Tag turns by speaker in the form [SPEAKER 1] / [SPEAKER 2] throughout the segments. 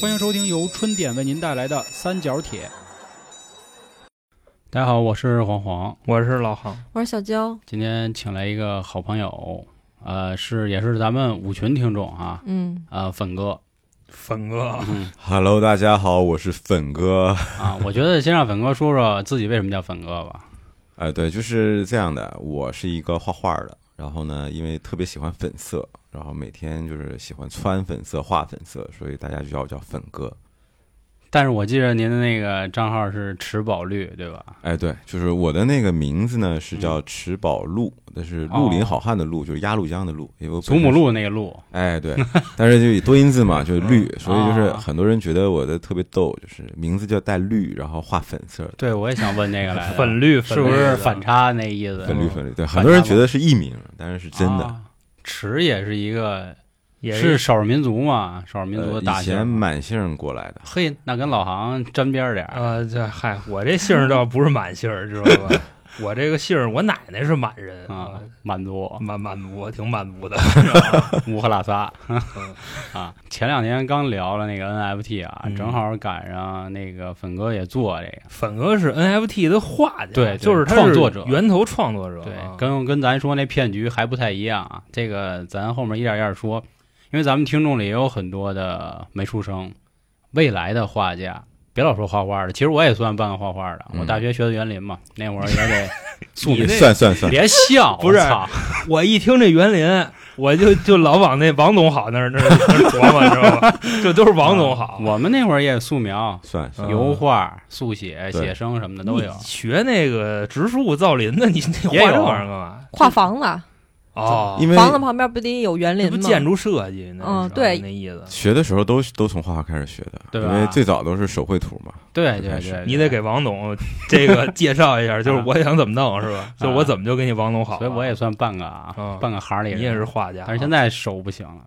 [SPEAKER 1] 欢迎收听由春点为您带来的《三角铁》。大家好，我是黄黄，
[SPEAKER 2] 我是老航，
[SPEAKER 3] 我是小娇，
[SPEAKER 1] 今天请来一个好朋友，呃，是也是咱们舞群听众啊，
[SPEAKER 3] 嗯，
[SPEAKER 1] 啊、粉哥
[SPEAKER 2] 粉哥，
[SPEAKER 4] Hello，大家好，我是粉哥。
[SPEAKER 1] 啊，我觉得先让粉哥说说自己为什么叫粉哥吧。
[SPEAKER 4] 哎，对，就是这样的，我是一个画画的，然后呢，因为特别喜欢粉色，然后每天就是喜欢穿粉色、画粉色，所以大家就叫我叫粉哥。
[SPEAKER 1] 但是我记得您的那个账号是迟宝绿，对吧？
[SPEAKER 4] 哎，对，就是我的那个名字呢是
[SPEAKER 1] 嗯
[SPEAKER 4] 叫池宝路，但是绿林好汉的路，就是鸭绿江的路，因为我
[SPEAKER 1] 哦祖
[SPEAKER 4] 本身
[SPEAKER 1] 母
[SPEAKER 4] 是。
[SPEAKER 1] 绿那个绿，
[SPEAKER 4] 哎，对，但是就以多音字嘛，就是 绿，所以就是
[SPEAKER 1] 啊
[SPEAKER 4] 很多人觉得我的特别逗，就是名字叫带绿，然后画粉色，
[SPEAKER 1] 对我也想问这个来的，啊
[SPEAKER 2] 粉绿
[SPEAKER 1] 是不是反？差那意思？
[SPEAKER 4] 粉绿粉绿。对，
[SPEAKER 1] 反
[SPEAKER 4] 很多人
[SPEAKER 1] 差
[SPEAKER 4] 觉得是艺名，但是是真的。
[SPEAKER 1] 啊池也是一个
[SPEAKER 2] 也
[SPEAKER 1] 是少数民族嘛，少数民族
[SPEAKER 4] 呃
[SPEAKER 1] 的大
[SPEAKER 4] 以
[SPEAKER 1] 姓。
[SPEAKER 4] 前满姓过来的，
[SPEAKER 1] 嘿，那跟老行沾边儿点儿。
[SPEAKER 2] 呃，这嗨，我这姓儿倒不是满姓儿，知道 吧？我这个姓儿，我奶奶是满人
[SPEAKER 1] 啊，满族、
[SPEAKER 2] 呃满满族，挺满族的。
[SPEAKER 1] 乌克拉 撒啊，前两天刚聊了那个 NFT 啊，
[SPEAKER 2] 嗯
[SPEAKER 1] 正好赶上那个粉哥也做这个，
[SPEAKER 2] 粉哥是 NFT 的画家，
[SPEAKER 1] 对对
[SPEAKER 2] 就是他是
[SPEAKER 1] 创作者
[SPEAKER 2] 源头创作者。
[SPEAKER 1] 对，
[SPEAKER 2] 啊
[SPEAKER 1] 跟跟咱说那骗局还不太一样啊，这个咱后面一点一点说，因为咱们听众里也有很多的没出生，未来的画家。别老说画画的，其实我也算半个画画的。
[SPEAKER 4] 嗯
[SPEAKER 1] 我大学学的园林嘛，那会儿也得 素描
[SPEAKER 2] 你那
[SPEAKER 4] 算算算，
[SPEAKER 1] 别笑，
[SPEAKER 2] 不是
[SPEAKER 1] 我操
[SPEAKER 2] 我一听这园林，我就就老往那王总好那儿那儿 那儿琢磨，知道吧？这都是王总好。
[SPEAKER 1] 我们那会儿也素描、
[SPEAKER 4] 算算，
[SPEAKER 1] 油画、速写、
[SPEAKER 4] 嗯对
[SPEAKER 1] 写生什么的都
[SPEAKER 2] 你
[SPEAKER 1] 有。
[SPEAKER 2] 学那个植树造林的，你你
[SPEAKER 1] 也有啊
[SPEAKER 2] 画这玩意儿干嘛？
[SPEAKER 3] 画房子，
[SPEAKER 2] 哦，
[SPEAKER 4] 因为
[SPEAKER 3] 房子旁边不得有园
[SPEAKER 2] 这
[SPEAKER 3] 林
[SPEAKER 2] 不
[SPEAKER 3] 吗？
[SPEAKER 2] 建筑设计那
[SPEAKER 3] 嗯
[SPEAKER 2] 是吧
[SPEAKER 3] 对
[SPEAKER 2] 那意思。
[SPEAKER 4] 学的时候都都从画画开始学的，
[SPEAKER 1] 对
[SPEAKER 4] 因
[SPEAKER 1] 吧
[SPEAKER 4] 为最早都是手绘图嘛。
[SPEAKER 1] 对对
[SPEAKER 4] 开
[SPEAKER 1] 对
[SPEAKER 4] 始
[SPEAKER 1] 对，
[SPEAKER 2] 你得给王总这个介绍一下，就是我想怎么弄是吧？就是我怎么就给你王总好啊，
[SPEAKER 1] 所以我也算半个啊，
[SPEAKER 2] 嗯
[SPEAKER 1] 半个行里人。
[SPEAKER 2] 你也是，画家，
[SPEAKER 1] 但是现在手不行了。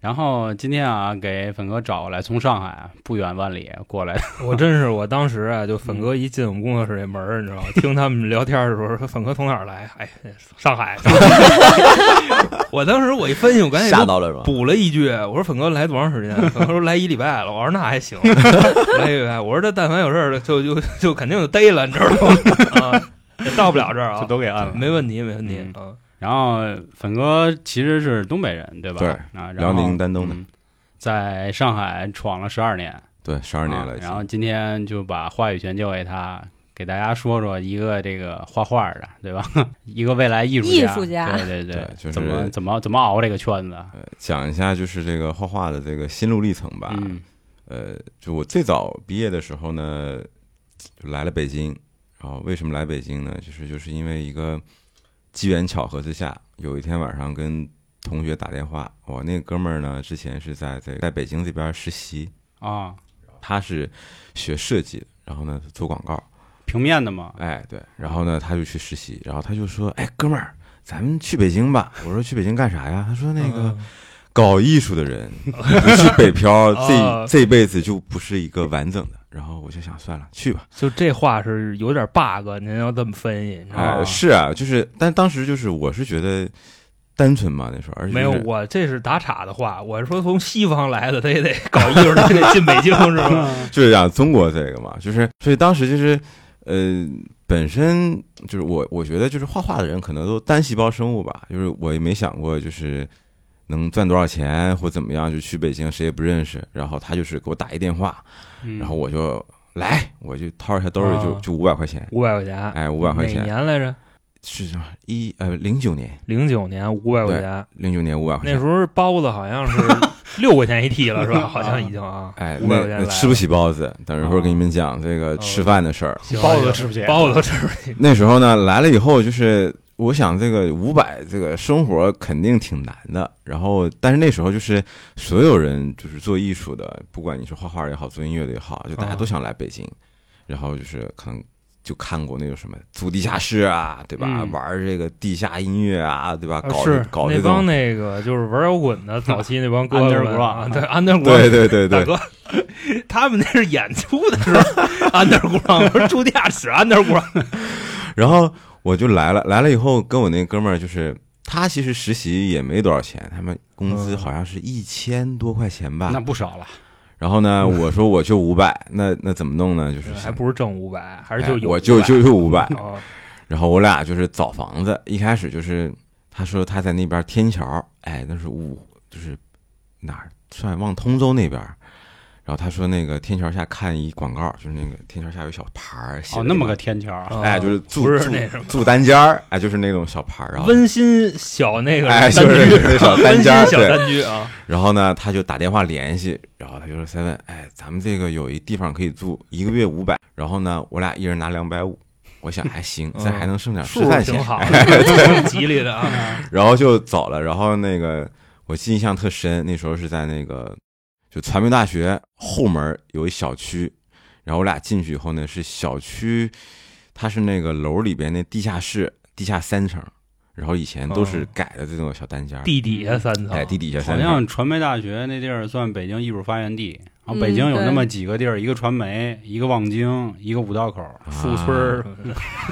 [SPEAKER 1] 然后今天啊，给粉哥找过来，从上海啊不远万里过来的。
[SPEAKER 2] 我真是 我当时啊，就粉哥一进我们工作室这门儿，你知道吗？听他们聊天的时候，说粉哥从哪儿来？哎，上海。 上海我当时我一分析，我赶紧就
[SPEAKER 4] 到了是吧？
[SPEAKER 2] 补了一句，我说粉哥来多长时间？粉哥说来一礼拜了。我说那还行，来一礼拜。我说这但凡有事儿就就就肯定就逮了，你知道吗？啊，也到不了这儿
[SPEAKER 1] 就
[SPEAKER 2] 啊，
[SPEAKER 1] 都给摁了。
[SPEAKER 2] 没问题，没问题
[SPEAKER 1] 嗯
[SPEAKER 2] 啊。
[SPEAKER 1] 然后粉哥其实是东北人，对吧？
[SPEAKER 4] 对
[SPEAKER 1] 啊，然
[SPEAKER 4] 辽
[SPEAKER 1] 后
[SPEAKER 4] 宁丹东的，
[SPEAKER 1] 嗯在上海闯了十二年，
[SPEAKER 4] 对，十二年
[SPEAKER 1] 啊
[SPEAKER 4] 了已
[SPEAKER 1] 然后今
[SPEAKER 4] 经。
[SPEAKER 1] 天就把话语权交给他，给大家说说一个这个画画的，对吧？ 一个未来艺术
[SPEAKER 3] 艺术家
[SPEAKER 1] 对对对
[SPEAKER 4] 对，就是
[SPEAKER 1] 怎么怎么怎么熬这个圈子。
[SPEAKER 4] 呃讲一下就是这个画画的这个心路历程吧。
[SPEAKER 1] 嗯
[SPEAKER 4] 呃，就我最早毕业的时候呢，就来了北京。然后为什么来北京呢？就是就是因为一个机缘巧合之下，有一天晚上跟同学打电话，我那哥们儿呢之前是在在在北京这边实习，
[SPEAKER 1] 啊，
[SPEAKER 4] 他是学设计的，然后呢做广告。
[SPEAKER 1] 平面的 嘛，
[SPEAKER 4] 哎，对，然后呢，他就去实习，然后他就说：“哎，哥们儿，咱们去北京吧。”我说：“去北京干啥呀？”他说：“那
[SPEAKER 2] 嗯
[SPEAKER 4] 个搞艺术的人 不去北 漂，
[SPEAKER 2] 哦
[SPEAKER 4] 这这辈子就不是一个完整的。”然后我就想，算了，去吧。
[SPEAKER 2] 就这话是有点 bug，您要这么分析，你知道吗
[SPEAKER 4] 哎，？是啊，就是，但当时就是我是觉得单纯嘛，那时候，而且
[SPEAKER 2] 没有，
[SPEAKER 4] 就是
[SPEAKER 2] 我这是打岔的话，我是说从西方来的，他也得搞艺术，他也得进北京是吧？
[SPEAKER 4] 就是讲中国这个嘛，就是所以当时就是呃，本身就是我我觉得就是画画的人可能都单细胞生物吧，就是我也没想过就是能赚多少钱或怎么样，就去北京谁也不认识，然后他就是给我打一电话，
[SPEAKER 1] 嗯
[SPEAKER 4] 然后我就来，我就掏一下兜里就
[SPEAKER 2] 啊
[SPEAKER 4] 就五百块钱，
[SPEAKER 2] 五百块钱，
[SPEAKER 4] 哎，五百块
[SPEAKER 2] 哪
[SPEAKER 4] 钱
[SPEAKER 2] 年来着？
[SPEAKER 4] 是什么一呃零九年
[SPEAKER 2] 零九年五百块
[SPEAKER 4] 对
[SPEAKER 2] 钱，
[SPEAKER 4] 零九年五百块
[SPEAKER 2] 那时
[SPEAKER 4] 钱。
[SPEAKER 2] 候包子好像是六块钱一屉了，是吧？好像已经啊，
[SPEAKER 4] 哎，
[SPEAKER 2] 五百
[SPEAKER 4] 那
[SPEAKER 2] 块钱
[SPEAKER 4] 那
[SPEAKER 2] 来哦
[SPEAKER 4] 吃不起包子，等一会儿给你们讲这个吃饭的事儿。
[SPEAKER 2] 行
[SPEAKER 1] 包子都吃不起，
[SPEAKER 2] 包子都吃不起，
[SPEAKER 4] 那时候呢，来了以后就是。我想这个五百，这个生活肯定挺难的。然后，但是那时候就是所有人就是做艺术的，不管你是画画也好，做音乐的也好，就大家
[SPEAKER 2] 啊
[SPEAKER 4] 都想来北京。然后就是可能就看过那种什么租地下室啊，对吧？
[SPEAKER 1] 嗯
[SPEAKER 4] 玩这个地下音乐啊，对吧？
[SPEAKER 2] 啊
[SPEAKER 4] 搞
[SPEAKER 2] 是
[SPEAKER 4] 搞
[SPEAKER 2] 那
[SPEAKER 4] 这
[SPEAKER 2] 帮
[SPEAKER 4] 种，
[SPEAKER 2] 那个就是玩摇滚的早期那帮哥哥们啊，
[SPEAKER 1] Underground
[SPEAKER 2] 对安德古
[SPEAKER 4] 对对对
[SPEAKER 2] 大
[SPEAKER 4] 对，
[SPEAKER 2] 哥，他们那是演出的时候，安德古朗不是住地下室，安德古朗
[SPEAKER 4] 然后我就来了，来了以后跟我那哥们儿就是。他其实实习也没多少钱，他们工资
[SPEAKER 2] 嗯
[SPEAKER 4] 好像是一千多块钱吧，
[SPEAKER 1] 那不少了。哦
[SPEAKER 4] 然后呢，我说我就五百，那那怎么弄呢？就是
[SPEAKER 2] 还不是挣五百，还是就
[SPEAKER 4] 哎
[SPEAKER 2] 有500、
[SPEAKER 4] 我就就就五百。
[SPEAKER 2] 啊，
[SPEAKER 4] 然后我俩就是找房子，一开始就是他说他在那边天桥，哎，那是五就是哪儿上海往通州那边儿。然后他说那个天桥下看一广告，就是那个天桥下有小牌儿，写
[SPEAKER 1] 哦
[SPEAKER 4] 着，
[SPEAKER 1] 那么
[SPEAKER 4] 个
[SPEAKER 1] 个天桥啊，
[SPEAKER 4] 哎，就是住
[SPEAKER 2] 哦不是
[SPEAKER 4] 住
[SPEAKER 2] 那什么
[SPEAKER 4] 住单间儿，哎，就是那种小牌儿。然后
[SPEAKER 2] 温馨小那个
[SPEAKER 4] 哎
[SPEAKER 2] 单
[SPEAKER 4] 就是
[SPEAKER 2] 居，啊
[SPEAKER 4] 那小
[SPEAKER 2] 温
[SPEAKER 4] 单
[SPEAKER 2] 馨
[SPEAKER 4] 间儿
[SPEAKER 2] 小
[SPEAKER 4] 对
[SPEAKER 2] 单居啊，
[SPEAKER 4] 然后呢，他就打电话联系，然后他就说 seven，哎，咱们这个有一地方可以住，一个月五百，然后呢，我俩一人拿两百五，我想还行，
[SPEAKER 2] 嗯
[SPEAKER 4] 咱还能剩点啊吃
[SPEAKER 2] 数
[SPEAKER 4] 饭
[SPEAKER 2] 挺
[SPEAKER 4] 钱，
[SPEAKER 2] 好的，挺吉利的啊。
[SPEAKER 4] 然后就走了。然后那个我印象特深，那时候是在那个就传媒大学后门有一小区，然后我俩进去以后呢，是小区，它是那个楼里边那地下室，地下三层，然后以前都是
[SPEAKER 2] 哦
[SPEAKER 4] 改的这种小单间儿，
[SPEAKER 2] 地底下三层，
[SPEAKER 4] 哎，地底下
[SPEAKER 1] 好
[SPEAKER 4] 三层，
[SPEAKER 1] 像传媒大学那地儿算北京艺术发源地。然后
[SPEAKER 3] 嗯
[SPEAKER 1] 北京有那
[SPEAKER 3] 对
[SPEAKER 1] 么几个地儿，一个传媒，一个望京，一个五道口，
[SPEAKER 2] 树村儿，
[SPEAKER 4] 啊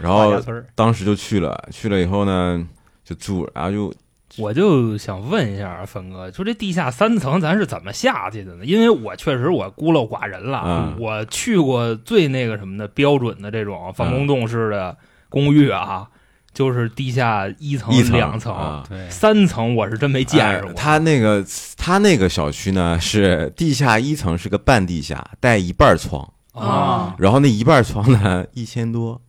[SPEAKER 4] 然
[SPEAKER 2] 大
[SPEAKER 4] 后
[SPEAKER 2] 家村儿。
[SPEAKER 4] 当时就去了，去了以后呢，就住，然后就
[SPEAKER 2] 我就想问一下峰哥，就这地下三层咱是怎么下去的呢？因为我确实我孤陋寡人了，
[SPEAKER 4] 嗯
[SPEAKER 2] 我去过最那个什么的标准的这种防
[SPEAKER 4] 嗯
[SPEAKER 2] 空洞式的公寓啊，就是地下一层、
[SPEAKER 4] 一层
[SPEAKER 2] 哦两层、
[SPEAKER 4] 啊。
[SPEAKER 1] 对，
[SPEAKER 2] 三层，我是真没见
[SPEAKER 4] 哎
[SPEAKER 2] 识过。
[SPEAKER 4] 他那个他那个小区呢，是地下一层是个半地下，带一半床，
[SPEAKER 2] 啊，
[SPEAKER 4] 然后那一半床呢 一千多，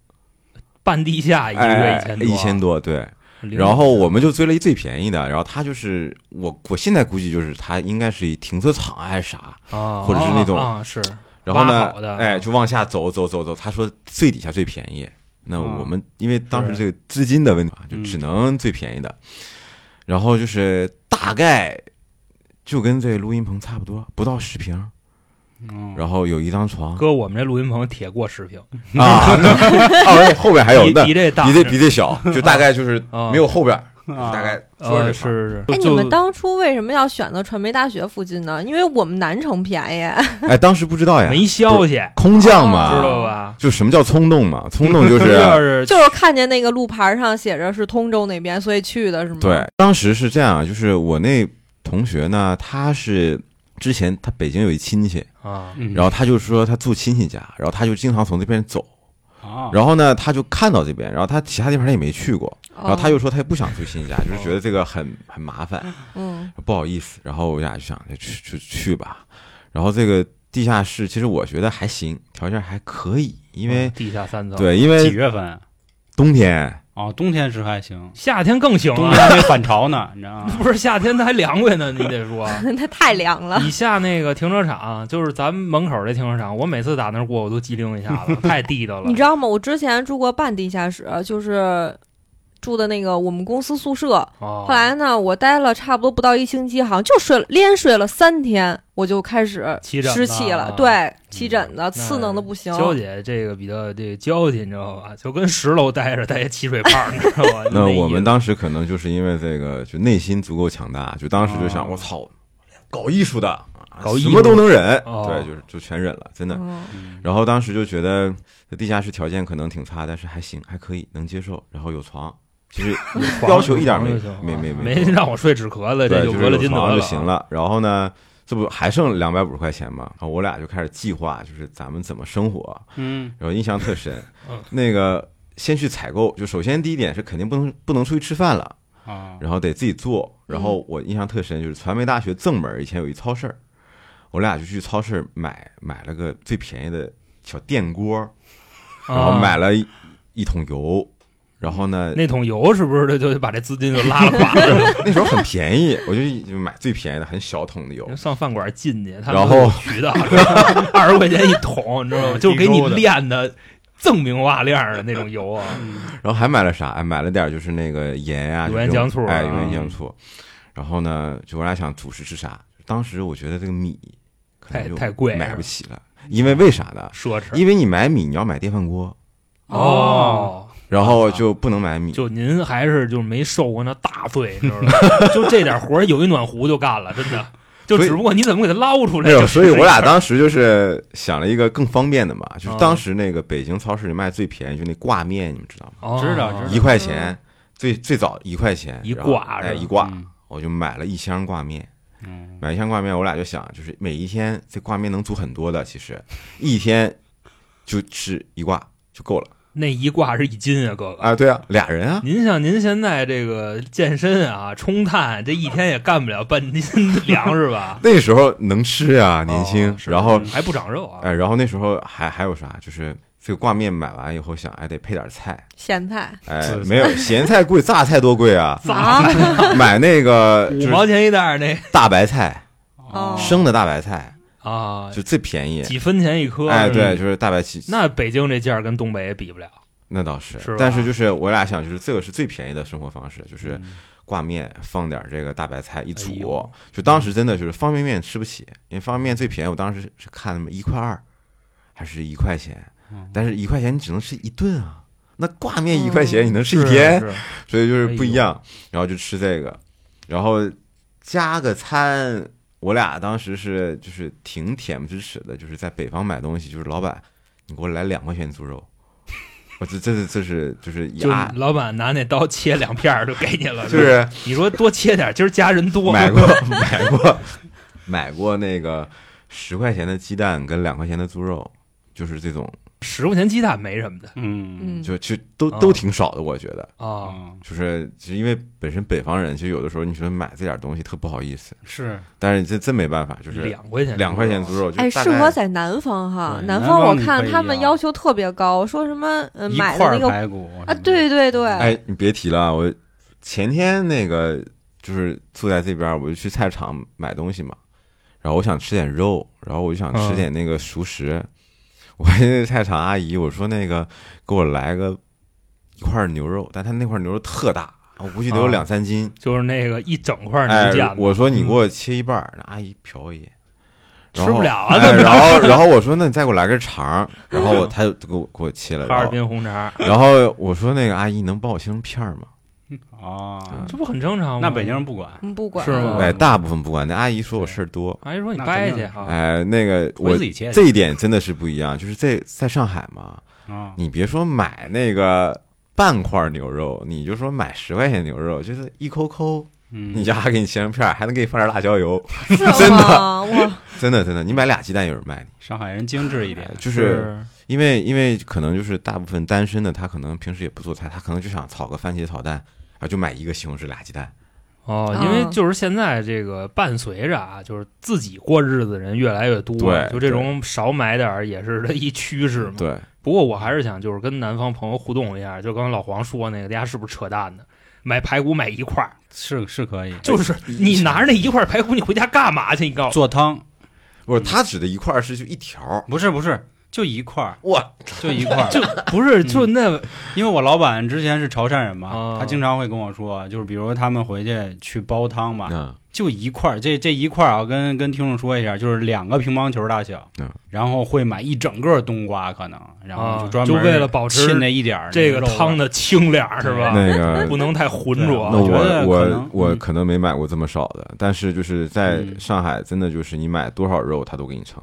[SPEAKER 2] 半地下一个月
[SPEAKER 4] 哎
[SPEAKER 2] 一千多，啊
[SPEAKER 4] 一千多，对。
[SPEAKER 2] 零
[SPEAKER 4] 然后我们就追了一最便宜的，然后他就是我我现在估计就是他应该是一停车场还是啥，
[SPEAKER 2] 啊，
[SPEAKER 4] 或者是那种
[SPEAKER 2] 啊啊是
[SPEAKER 4] 然后
[SPEAKER 2] 挖好
[SPEAKER 4] 呢
[SPEAKER 2] 的，
[SPEAKER 4] 哎，就往下走走走走，他说最底下最便宜。那我们因为当时
[SPEAKER 2] 嗯是
[SPEAKER 4] 这个资金的问题嘛，就
[SPEAKER 1] 嗯
[SPEAKER 4] 只能最便宜的。然后就是大概就跟这录音棚差不多，不到十平，
[SPEAKER 1] 嗯，
[SPEAKER 4] 然后有一张床
[SPEAKER 2] 搁我们这录音棚铁过十平，
[SPEAKER 4] 啊， 哦，后边还有
[SPEAKER 2] 比
[SPEAKER 4] 那
[SPEAKER 2] 比这大，
[SPEAKER 4] 比这比这小，就大概就是
[SPEAKER 2] 啊
[SPEAKER 4] 没有后边，
[SPEAKER 1] 啊
[SPEAKER 4] 大概桌
[SPEAKER 2] 呃
[SPEAKER 4] 子
[SPEAKER 2] 是
[SPEAKER 4] 长。
[SPEAKER 2] 是是，
[SPEAKER 3] 哎，你
[SPEAKER 2] 就
[SPEAKER 3] 们当初为什么要选择传媒大学附近呢？因为我们南城便 宜，
[SPEAKER 4] 哎，当时不知道呀，
[SPEAKER 2] 没消息，知
[SPEAKER 4] 空降
[SPEAKER 3] 啊
[SPEAKER 4] 嘛，
[SPEAKER 2] 道吧？
[SPEAKER 4] 就什么叫冲动嘛？冲 动 就是啊
[SPEAKER 2] 要是
[SPEAKER 3] 就是看见那个路牌上写着是通州那边，所以去的是吗？
[SPEAKER 4] 对，，当时是这样，啊就是我那同学呢，他是之前他北京有一亲戚，
[SPEAKER 2] 啊，
[SPEAKER 1] 嗯
[SPEAKER 4] 然后他就说他住亲戚家，然后他就经常从这边走，
[SPEAKER 1] 啊，
[SPEAKER 4] 然后呢他就看到这边，然后他其他地方他也没去过，
[SPEAKER 3] 然
[SPEAKER 4] 然后他又说他也不想住亲戚家，就是觉得这个很很麻烦，
[SPEAKER 3] 嗯
[SPEAKER 4] 不好意思，然后我俩就想就哎去就去吧，然后这个地下室其实我觉得还行，条件还可以，因为
[SPEAKER 2] 嗯、地下三层，，
[SPEAKER 4] 对，因
[SPEAKER 1] 几
[SPEAKER 4] 为
[SPEAKER 1] 月份？
[SPEAKER 4] 冬天
[SPEAKER 1] 哦，冬天是还行，
[SPEAKER 2] 夏天更行
[SPEAKER 1] 冬
[SPEAKER 2] 啊
[SPEAKER 1] 天，还没反潮呢，你知道吗？
[SPEAKER 2] 不是夏天它还凉快呢，你得 说。
[SPEAKER 3] 那太凉了。
[SPEAKER 2] 你下那个停车场，就是咱们门口这停车场，我每次打那儿过，我都机灵一 下子，太地道了。
[SPEAKER 3] 你知道吗？我之前住过半地下室，就是住的那个我们公司宿舍。
[SPEAKER 2] 哦
[SPEAKER 3] 后来呢，我待了差不多不到一星期，好像就睡了连睡了三天，我就开始
[SPEAKER 2] 起疹子
[SPEAKER 3] 湿气了
[SPEAKER 2] 啊，嗯
[SPEAKER 3] 对，起疹子，
[SPEAKER 2] 那
[SPEAKER 3] 刺挠的不行。
[SPEAKER 2] 娇姐这个比较这个娇气，你知道吧？就跟十楼待着带一起水泡，你知道 吧？
[SPEAKER 4] 那
[SPEAKER 2] 就
[SPEAKER 4] 我
[SPEAKER 2] 意
[SPEAKER 4] 们
[SPEAKER 2] 思
[SPEAKER 4] 当时可能就是因为这个，就内心足够强大，就当时就
[SPEAKER 1] 哦
[SPEAKER 4] 想，我操，搞艺术的，啊
[SPEAKER 2] 搞艺
[SPEAKER 4] 什
[SPEAKER 2] 术
[SPEAKER 4] 么都能忍，
[SPEAKER 2] 哦
[SPEAKER 4] 对，就是就全忍了，真的。
[SPEAKER 3] 嗯，
[SPEAKER 1] 嗯
[SPEAKER 4] 然后当时就觉得这地下室条件可能挺差，但是还行，还可以，能接受。然后有床，其实要求一点没
[SPEAKER 2] 有床就行
[SPEAKER 4] 没没
[SPEAKER 2] 没
[SPEAKER 4] 没
[SPEAKER 2] 让我睡纸壳子，这
[SPEAKER 4] 对，
[SPEAKER 2] 就
[SPEAKER 4] 就是
[SPEAKER 2] 俄勒
[SPEAKER 4] 有
[SPEAKER 2] 金德
[SPEAKER 4] 床就行
[SPEAKER 2] 了。
[SPEAKER 4] 了。然后呢，这不还剩两百五十块钱吗？然后我俩就开始计划，就是咱们怎么生活。
[SPEAKER 1] 嗯，
[SPEAKER 4] 然后印象特深
[SPEAKER 2] 嗯，
[SPEAKER 4] 那个先去采购，就首先第一点是肯定不能不能出去吃饭了，
[SPEAKER 1] 啊，
[SPEAKER 4] 然后得自己做。然
[SPEAKER 2] 嗯
[SPEAKER 4] 后我印象特深就是传媒大学正门以前有一超市儿，我俩就去超市买买了个最便宜的小电锅，然后
[SPEAKER 2] 啊
[SPEAKER 4] 买了一一桶油，然后呢
[SPEAKER 2] 那桶油是不是就就把这资金就拉了垮了？
[SPEAKER 4] 那时候很便宜，我就就买最便宜的很小桶的油
[SPEAKER 2] 就。上饭馆进去，他们
[SPEAKER 4] 然后
[SPEAKER 2] 都有渠道，二十块钱一桶，你知 道吗？就是给你炼的锃明瓦亮的那种油啊。
[SPEAKER 4] 然后还买了啥？哎，买了点儿就是那个盐啊，
[SPEAKER 2] 油
[SPEAKER 4] 就
[SPEAKER 2] 盐
[SPEAKER 4] 这
[SPEAKER 2] 酱
[SPEAKER 4] 种
[SPEAKER 2] 醋啊
[SPEAKER 4] 哎，油盐酱醋。然后呢，就我俩想主食吃啥？当时我觉得这个米可能
[SPEAKER 2] 太
[SPEAKER 4] 就
[SPEAKER 2] 太贵
[SPEAKER 4] 买不起了，因为为啥呢？
[SPEAKER 2] 奢侈
[SPEAKER 4] 因为你买米你要买电饭锅，
[SPEAKER 2] 哦，
[SPEAKER 4] 然后就不能买米。
[SPEAKER 2] 就您还是就是没受过那大罪，你知 道吗？就这点活儿有一暖壶就干了，真的。就
[SPEAKER 4] 所以
[SPEAKER 2] 只不过你怎么给它捞出来
[SPEAKER 4] 没
[SPEAKER 2] 就是这事儿？
[SPEAKER 4] 有，哎所以我俩当时就是想了一个更方便的嘛，就是
[SPEAKER 2] 哦
[SPEAKER 4] 当时那个北京超市里卖最便宜就那挂面，你们知道吗？
[SPEAKER 2] 哦
[SPEAKER 1] 知道知
[SPEAKER 4] 一块钱，最最早一块钱
[SPEAKER 2] 一
[SPEAKER 4] 然后
[SPEAKER 2] 挂是
[SPEAKER 4] 哎
[SPEAKER 2] 吧
[SPEAKER 4] 一挂，
[SPEAKER 1] 嗯
[SPEAKER 4] 我就买了一箱挂面，
[SPEAKER 1] 嗯，
[SPEAKER 4] 买一箱挂面，我俩就想，就是每一天这挂面能煮很多的，其实一天就吃一挂就够了
[SPEAKER 2] 那一挂是一斤啊，哥哥。
[SPEAKER 4] 啊。对啊，俩人啊，
[SPEAKER 2] 您像您现在这个健身啊、冲碳，这一天也干不了半斤粮食 吧？
[SPEAKER 4] 那时候能吃呀，年轻
[SPEAKER 2] 哦。是
[SPEAKER 4] 然后，
[SPEAKER 2] 还不长肉啊？
[SPEAKER 4] 哎，然后那时候还还有啥？就是这个挂面买完以后想，哎，得配点菜。
[SPEAKER 3] 咸菜
[SPEAKER 4] 哎
[SPEAKER 1] 是，
[SPEAKER 4] 没有咸菜贵，榨菜多贵 啊！
[SPEAKER 3] 咋？
[SPEAKER 4] 买那个
[SPEAKER 2] 五
[SPEAKER 4] 就是
[SPEAKER 2] 毛钱一袋儿那
[SPEAKER 4] 大白菜，
[SPEAKER 3] 哦
[SPEAKER 4] 生的大白菜
[SPEAKER 2] 啊，
[SPEAKER 4] 就最便宜。
[SPEAKER 2] 几分钱一颗。
[SPEAKER 4] 哎，对，
[SPEAKER 2] 嗯，
[SPEAKER 4] 就是大白菜。
[SPEAKER 2] 那北京这价儿跟东北也比不了。
[SPEAKER 4] 那倒是，
[SPEAKER 2] 是吧嗯
[SPEAKER 4] 但是就是我俩想，就是这个是最便宜的生活方式，
[SPEAKER 1] 嗯
[SPEAKER 4] 就是挂面放点这个大白菜一
[SPEAKER 2] 哎
[SPEAKER 4] 煮，
[SPEAKER 2] 呦
[SPEAKER 4] 就当时真的就是方便面吃不起，因为方便面最便宜，我当时是看那么一块二，还是一块钱，
[SPEAKER 2] 嗯
[SPEAKER 4] 但是一块钱你只能吃一顿啊，那挂面一块钱你能吃一天，
[SPEAKER 2] 嗯是哎
[SPEAKER 4] 所以就是不一样，然后就吃这个，然后加个餐，我俩当时是就是挺恬不知耻的，就是在北方买东西，就是老板你给我来两块钱猪肉， 我这这是这是就是
[SPEAKER 2] 就
[SPEAKER 4] 牙
[SPEAKER 2] 老板拿那刀切两片儿就给你了，
[SPEAKER 4] 就。是
[SPEAKER 2] 你说多切点儿，今儿家人多。
[SPEAKER 4] 买过买过买过那个十块钱的鸡蛋跟两块钱的猪肉，就是这种
[SPEAKER 2] 十块钱鸡蛋没什么的
[SPEAKER 1] 嗯
[SPEAKER 3] 嗯，
[SPEAKER 4] 就就都
[SPEAKER 2] 哦
[SPEAKER 4] 都挺少的，我觉得。
[SPEAKER 2] 啊。
[SPEAKER 1] 嗯，
[SPEAKER 4] 就是，其实因为本身北方人，其实有的时候你说买这点东西特不好意思，
[SPEAKER 1] 是
[SPEAKER 4] 但是这真没办法，就是
[SPEAKER 2] 两块钱，
[SPEAKER 4] 两块钱猪肉，就
[SPEAKER 3] 哎，
[SPEAKER 4] 大
[SPEAKER 3] 适
[SPEAKER 4] 概
[SPEAKER 3] 合在南方哈，
[SPEAKER 1] 对
[SPEAKER 3] 南
[SPEAKER 1] 南
[SPEAKER 3] 方我
[SPEAKER 1] 方你
[SPEAKER 3] 看
[SPEAKER 1] 可以
[SPEAKER 3] 他们
[SPEAKER 1] 啊
[SPEAKER 3] 要求特别高，说什么呃
[SPEAKER 1] 一
[SPEAKER 3] 买
[SPEAKER 1] 块儿
[SPEAKER 3] 的那个
[SPEAKER 1] 排骨
[SPEAKER 3] 啊，，对对对，
[SPEAKER 4] 哎，你别提了，我前天那个就是住在这边儿，我就去菜市场买东西嘛，然后我想吃点肉，然后我就想
[SPEAKER 2] 嗯
[SPEAKER 4] 吃点那个熟食。我问那菜场阿姨，我说那个给我来个一块儿牛肉，但她那块儿牛肉特大，我估计得有
[SPEAKER 2] 啊
[SPEAKER 4] 两三斤。
[SPEAKER 2] 就是那个一整块
[SPEAKER 4] 哎
[SPEAKER 2] 牛腱，子，
[SPEAKER 4] 我说你给我切一半儿，那阿姨瞟我一眼。然
[SPEAKER 2] 嗯吃
[SPEAKER 4] 后
[SPEAKER 2] 不了啊
[SPEAKER 4] 哎
[SPEAKER 2] 怎么着
[SPEAKER 4] 然后然后我说那你再给我来根肠儿，然后我她就给我给我切了，
[SPEAKER 2] 哈
[SPEAKER 4] 然
[SPEAKER 2] 尔
[SPEAKER 4] 后
[SPEAKER 2] 滨红肠，
[SPEAKER 4] 然后我说那个阿姨能帮我切成片儿吗？
[SPEAKER 1] 哦，
[SPEAKER 4] 嗯
[SPEAKER 2] 这不很正常吗？
[SPEAKER 1] 那北京人不管，
[SPEAKER 3] 嗯不管
[SPEAKER 2] 是吗
[SPEAKER 3] 了
[SPEAKER 4] 哎，大部分不管。那阿姨说我事儿多，
[SPEAKER 2] 阿姨说你
[SPEAKER 1] 那
[SPEAKER 2] 掰
[SPEAKER 1] 肯
[SPEAKER 2] 去
[SPEAKER 1] 定
[SPEAKER 2] 啊，
[SPEAKER 4] 哎，那个
[SPEAKER 1] 我
[SPEAKER 4] 我
[SPEAKER 1] 自己切
[SPEAKER 4] 这一点真的是不一样。就是在在上海嘛，
[SPEAKER 1] 啊，
[SPEAKER 4] 你别说买那个半块牛肉，你就说买十块钱牛肉，就是一抠抠，你
[SPEAKER 1] 嗯，
[SPEAKER 4] 家给你切成片儿，还能给你放点辣椒油，
[SPEAKER 3] 是吗？哇，
[SPEAKER 4] 真的真的，你买俩鸡蛋有人卖你。
[SPEAKER 1] 上海人精致一点，
[SPEAKER 4] 哎就是
[SPEAKER 1] 嗯
[SPEAKER 4] 因为因为可能就是大部分单身的，他可能平时也不做菜，他可能就想炒个番茄炒蛋，然后就买一个西红柿俩鸡蛋。
[SPEAKER 2] 哦，
[SPEAKER 3] 啊
[SPEAKER 2] 因为就是现在这个伴随着啊，就是自己过日子的人越来越多，
[SPEAKER 4] 对
[SPEAKER 2] 就这种少买点儿也是一趋势嘛。
[SPEAKER 4] 对，
[SPEAKER 2] 不过我还是想就是跟南方朋友互动一下，就刚刚老黄说那个，大家是不是扯淡呢？买排骨买一块儿，
[SPEAKER 1] 是是可以
[SPEAKER 2] 就是
[SPEAKER 4] 哎
[SPEAKER 2] 你拿着那一块排骨，你回家干嘛去？你告诉
[SPEAKER 1] 做汤，
[SPEAKER 4] 不是他指的一块儿是就一条儿，
[SPEAKER 1] 不是不是，就一块儿，
[SPEAKER 4] 哇，
[SPEAKER 1] 就一块儿
[SPEAKER 2] 我，，嗯就不是就那
[SPEAKER 1] 因为我老板之前是潮汕人嘛
[SPEAKER 2] 哦，
[SPEAKER 1] 他经常会跟我说，就是比如他们回去去煲汤嘛，
[SPEAKER 4] 嗯，
[SPEAKER 1] 就一块儿，这这一块儿啊，跟跟听众说一下，就是两个乒乓球大小，
[SPEAKER 4] 嗯
[SPEAKER 1] 然后会买一整个冬瓜，可能，然后专门、
[SPEAKER 2] 啊就为了保持
[SPEAKER 1] 浸那一点儿
[SPEAKER 2] 这
[SPEAKER 1] 个
[SPEAKER 2] 个
[SPEAKER 1] 肉
[SPEAKER 2] 汤
[SPEAKER 1] 的，
[SPEAKER 2] 的清凉是吧？
[SPEAKER 4] 嗯那个
[SPEAKER 2] 不能太浑
[SPEAKER 1] 啊
[SPEAKER 4] 那
[SPEAKER 2] 浊。
[SPEAKER 1] 对觉得可
[SPEAKER 4] 我我
[SPEAKER 1] 能
[SPEAKER 4] 我
[SPEAKER 1] 嗯
[SPEAKER 4] 可能没买过这么少的，但是就是在
[SPEAKER 1] 嗯
[SPEAKER 4] 上海，真的就是你买多少肉，他都给你盛。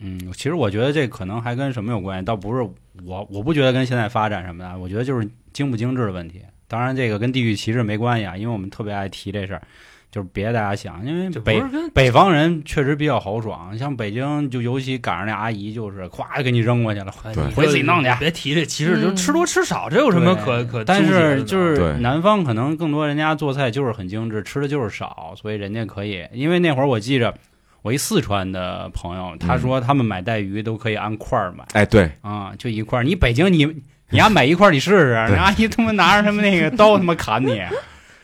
[SPEAKER 1] 嗯，其实我觉得这可能还跟什么有关系，倒不是我，我不觉得跟现在发展什么的，我觉得就是精不精致的问题。当然，这个跟地域歧视没关系啊，因为我们特别爱提这事儿，就是别大家想，因为
[SPEAKER 2] 这不
[SPEAKER 1] 北
[SPEAKER 2] 是跟
[SPEAKER 1] 北方人确实比较豪爽，像北京就尤其赶上那阿姨，就是咵就给你扔过去了。
[SPEAKER 2] 哎
[SPEAKER 4] 对
[SPEAKER 2] 你
[SPEAKER 1] 回自己弄
[SPEAKER 4] 啊
[SPEAKER 1] 去
[SPEAKER 2] 别提这歧视，就是
[SPEAKER 3] 嗯
[SPEAKER 2] 吃多吃少，这有什么可
[SPEAKER 1] 啊
[SPEAKER 2] 可纠结的呢？
[SPEAKER 1] 但是就
[SPEAKER 4] 对
[SPEAKER 1] 是南方可能更多人家做菜就是很精致，吃的就是少，所以人家可以。因为那会儿我记着，我一四川的朋友，他
[SPEAKER 4] 嗯
[SPEAKER 1] 说他们买带鱼都可以按块儿买
[SPEAKER 4] 哎，对，
[SPEAKER 1] 啊、就一块儿。你北京你 你丫买一块儿你试试，人阿姨他妈拿着他们那个刀他妈砍你，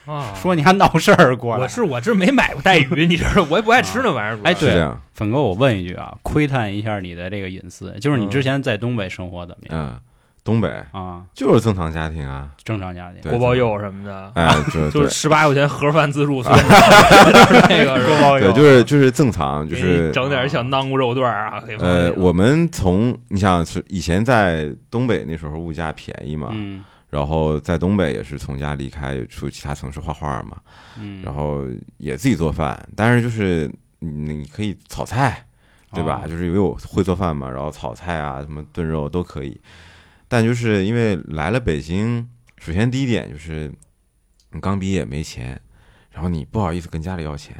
[SPEAKER 2] 啊，
[SPEAKER 1] 说你还闹事儿过来。
[SPEAKER 2] 我是我这没买过带鱼，你知道，我也不爱吃那玩意儿。主要
[SPEAKER 1] 哎
[SPEAKER 4] 是
[SPEAKER 1] 对
[SPEAKER 4] 这样，
[SPEAKER 1] 粉哥，我问一句啊，窥探一下你的这个隐私，就是你之前在东北生活怎么样
[SPEAKER 4] 嗯，东北
[SPEAKER 1] 啊？
[SPEAKER 4] 就是正常家庭啊，
[SPEAKER 1] 正常家庭。
[SPEAKER 4] 对
[SPEAKER 2] 锅包肉什么
[SPEAKER 1] 啊
[SPEAKER 2] 的，
[SPEAKER 4] 哎， 就
[SPEAKER 2] 就是
[SPEAKER 4] 对
[SPEAKER 2] 十八块钱盒饭自助送，就是那个锅包
[SPEAKER 4] 对，就是就是正常，就
[SPEAKER 2] 给
[SPEAKER 4] 是
[SPEAKER 2] 你整点小囊骨肉段儿啊，给放
[SPEAKER 4] 呃，
[SPEAKER 2] 进去
[SPEAKER 4] 我们从你想是以前在东北那时候物价便宜嘛，
[SPEAKER 1] 嗯
[SPEAKER 4] 然后在东北也是从家离开，也出其他城市画画嘛，
[SPEAKER 1] 嗯，
[SPEAKER 4] 然后也自己做饭，但是就是你你可以炒菜，对吧？
[SPEAKER 1] 哦
[SPEAKER 4] 就是因为我会做饭嘛，然后炒菜啊、什么炖肉都可以。但就是因为来了北京，首先第一点就是你刚毕业没钱，然后你不好意思跟家里要钱，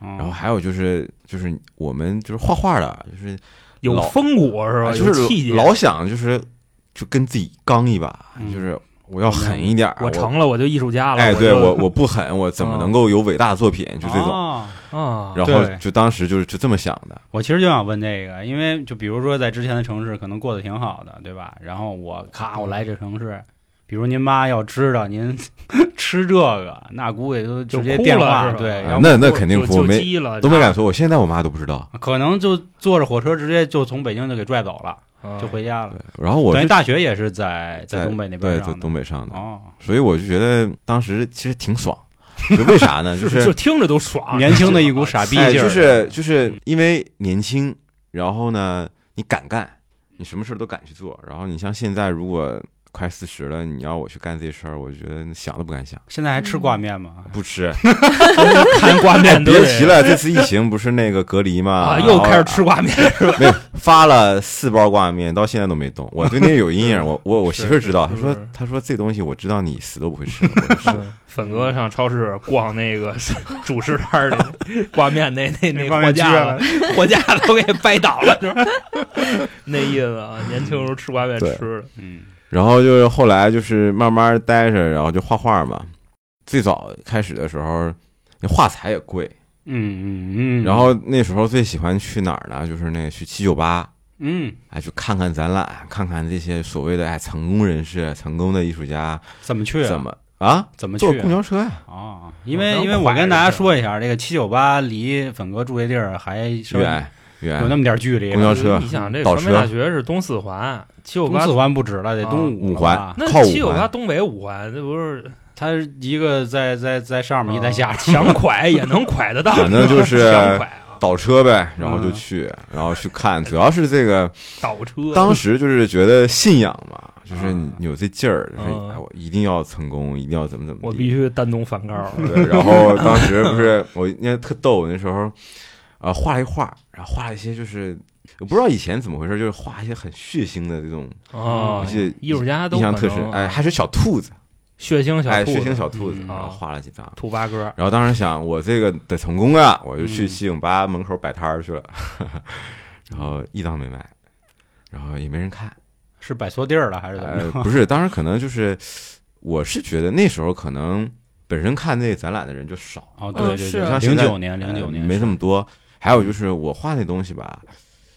[SPEAKER 1] 然
[SPEAKER 4] 然后还有就是就是我们就是画画的，就是
[SPEAKER 2] 有
[SPEAKER 4] 老哎
[SPEAKER 2] 风骨是吧？
[SPEAKER 4] 就
[SPEAKER 2] 有气
[SPEAKER 4] 是
[SPEAKER 2] 节。
[SPEAKER 4] 老想就是就跟自己刚一把，
[SPEAKER 1] 嗯
[SPEAKER 4] 就是我要狠一点儿，
[SPEAKER 2] 嗯我成了，我就艺术家了。
[SPEAKER 4] 哎，对
[SPEAKER 2] 就哦
[SPEAKER 4] 我我不狠，我怎么能够有伟大作品？就这种，
[SPEAKER 1] 哦
[SPEAKER 2] 啊，
[SPEAKER 4] 然后
[SPEAKER 1] 对
[SPEAKER 4] 就当时就是就这么想的，
[SPEAKER 1] 我其实就想问这个，因为就比如说在之前的城市可能过得挺好的，对吧？然后我咔，我来这城市，比如您妈要知道您 吃这个，那估计都直接
[SPEAKER 2] 就哭了
[SPEAKER 1] 电话
[SPEAKER 2] 是吧
[SPEAKER 1] 对，
[SPEAKER 2] 啊
[SPEAKER 1] 要
[SPEAKER 4] 那那肯定
[SPEAKER 2] 就
[SPEAKER 4] 哭
[SPEAKER 2] 就
[SPEAKER 4] 没
[SPEAKER 2] 激了，
[SPEAKER 4] 都没敢说。我现在我妈都不知道。
[SPEAKER 1] 可能就坐着火车直接就从北京就给拽走了，
[SPEAKER 2] 啊
[SPEAKER 1] 就回家了。
[SPEAKER 4] 对，然后我
[SPEAKER 1] 等于
[SPEAKER 4] 是
[SPEAKER 1] 大学也是在
[SPEAKER 4] 在
[SPEAKER 1] 东北那
[SPEAKER 4] 对
[SPEAKER 1] 边
[SPEAKER 4] 在
[SPEAKER 1] 上的
[SPEAKER 4] 东北上的，
[SPEAKER 1] 哦，
[SPEAKER 4] 所以我就觉得当时其实挺爽，就为 啥呢？就
[SPEAKER 2] 就是就听着都爽，
[SPEAKER 1] 年轻的一股傻逼
[SPEAKER 4] 哎，
[SPEAKER 1] 劲儿，嗯
[SPEAKER 4] 就是就是因为年轻，然后呢，你敢干，你什么事儿都敢去做。然后你像现在，如果快四十了，你要我去干这事儿，我觉得想都不敢想，
[SPEAKER 1] 现在还吃挂面吗？
[SPEAKER 4] 不吃。
[SPEAKER 2] 看挂面都
[SPEAKER 4] 别
[SPEAKER 2] 得
[SPEAKER 4] 提了，这次疫情不是那个隔离嘛，
[SPEAKER 2] 啊，
[SPEAKER 4] 然
[SPEAKER 2] 又
[SPEAKER 4] 后
[SPEAKER 2] 开始吃挂面是吧？
[SPEAKER 4] 没有发了四包挂面，到现在都没动。我对那有阴影，我我我媳妇儿知道，她
[SPEAKER 2] 是
[SPEAKER 4] 说
[SPEAKER 2] 是
[SPEAKER 4] 她说这东西我知道你死都不会吃，我就是
[SPEAKER 2] 粉哥上超市逛那个 主食摊儿里挂面那那那
[SPEAKER 1] 挂
[SPEAKER 2] 货
[SPEAKER 1] 面
[SPEAKER 2] 架
[SPEAKER 1] 撅
[SPEAKER 2] 了，货架都给掰倒了，是 吧？那意思啊，年轻时候吃挂面
[SPEAKER 4] 对
[SPEAKER 2] 吃的，
[SPEAKER 1] 嗯，
[SPEAKER 4] 然后就是后来就是慢慢待着，然后就画画嘛。最早开始的时候，那画材也贵。
[SPEAKER 1] 嗯嗯嗯，
[SPEAKER 4] 然后那时候最喜欢去哪儿呢？就是那个去七九八，
[SPEAKER 1] 嗯，
[SPEAKER 4] 哎，去看看展览，看看这些所谓的哎成功人士、成功的艺术家
[SPEAKER 1] 怎么去啊？
[SPEAKER 4] 怎么啊？
[SPEAKER 1] 怎么去
[SPEAKER 4] 坐
[SPEAKER 1] 啊？
[SPEAKER 4] 公交车呀、
[SPEAKER 1] 哦，因为
[SPEAKER 2] 我
[SPEAKER 1] 因为
[SPEAKER 2] 当
[SPEAKER 1] 我
[SPEAKER 2] 快
[SPEAKER 1] 跟大家
[SPEAKER 2] 是吧
[SPEAKER 1] 说一下，这个七九八离粉哥住这地儿还稍微
[SPEAKER 4] 远
[SPEAKER 1] 有那
[SPEAKER 4] 远
[SPEAKER 1] 么点距离，
[SPEAKER 4] 公交车
[SPEAKER 2] 你想这
[SPEAKER 4] 倒
[SPEAKER 2] 传媒大
[SPEAKER 4] 车
[SPEAKER 2] 学是东四环，七九
[SPEAKER 1] 东
[SPEAKER 2] 八
[SPEAKER 1] 四环不止了，得
[SPEAKER 2] 啊
[SPEAKER 1] 东
[SPEAKER 4] 五
[SPEAKER 1] 了
[SPEAKER 4] 环
[SPEAKER 1] 吧
[SPEAKER 2] 那
[SPEAKER 4] 靠五
[SPEAKER 2] 七九八
[SPEAKER 4] 环
[SPEAKER 2] 东北五环，这不是
[SPEAKER 1] 它一个在在在上面，一
[SPEAKER 2] 啊
[SPEAKER 1] 在下面。
[SPEAKER 2] 想拐也能拐得到，
[SPEAKER 4] 反正就是
[SPEAKER 2] 想拐啊，
[SPEAKER 4] 倒车呗，然后就
[SPEAKER 1] 嗯
[SPEAKER 4] 去，然后去看，主要是这 个
[SPEAKER 2] 倒车。
[SPEAKER 4] 当时就是觉得信仰嘛，就是
[SPEAKER 1] 嗯
[SPEAKER 4] 你有这劲儿，就是
[SPEAKER 2] 嗯
[SPEAKER 1] 啊
[SPEAKER 4] 哎我一定要成功，一定要怎么怎么地。
[SPEAKER 2] 我必须单独反告了，
[SPEAKER 4] 对，然后当时不是我应该特逗，那时候呃画了一画，然后画了一些就是我不知道以前怎么回事，就是画一些很血腥的这种
[SPEAKER 2] 啊
[SPEAKER 4] 我记得，
[SPEAKER 2] 艺术家都
[SPEAKER 4] 印象
[SPEAKER 2] 可
[SPEAKER 4] 特
[SPEAKER 2] 能
[SPEAKER 4] 深，
[SPEAKER 2] 啊
[SPEAKER 4] 哎，还是小兔子，
[SPEAKER 2] 血腥小
[SPEAKER 4] 哎，
[SPEAKER 2] 兔
[SPEAKER 4] 血
[SPEAKER 2] 子
[SPEAKER 4] 腥小兔子，
[SPEAKER 1] 嗯
[SPEAKER 4] 然后
[SPEAKER 2] 啊
[SPEAKER 4] 画了几张。
[SPEAKER 2] 兔八哥，
[SPEAKER 4] 然后当时想，我这个得成功啊，我就去
[SPEAKER 1] 嗯
[SPEAKER 4] 七景吧门口摆摊儿去了， 然后一张没卖，然后也没人看，
[SPEAKER 1] 是摆错地儿了还是怎么
[SPEAKER 4] 呃
[SPEAKER 1] 着？，
[SPEAKER 4] 不是，当时可能就是，我是觉得那时候可能本身看那展览的人就少，
[SPEAKER 1] 哦，
[SPEAKER 3] 嗯
[SPEAKER 1] 对对
[SPEAKER 3] 是
[SPEAKER 1] 对，
[SPEAKER 4] 像
[SPEAKER 1] 零
[SPEAKER 4] 现在
[SPEAKER 1] 九年，零九
[SPEAKER 4] 呃
[SPEAKER 1] 年
[SPEAKER 4] 没
[SPEAKER 1] 是嗯
[SPEAKER 4] 那么多。还有就是我画那东西吧，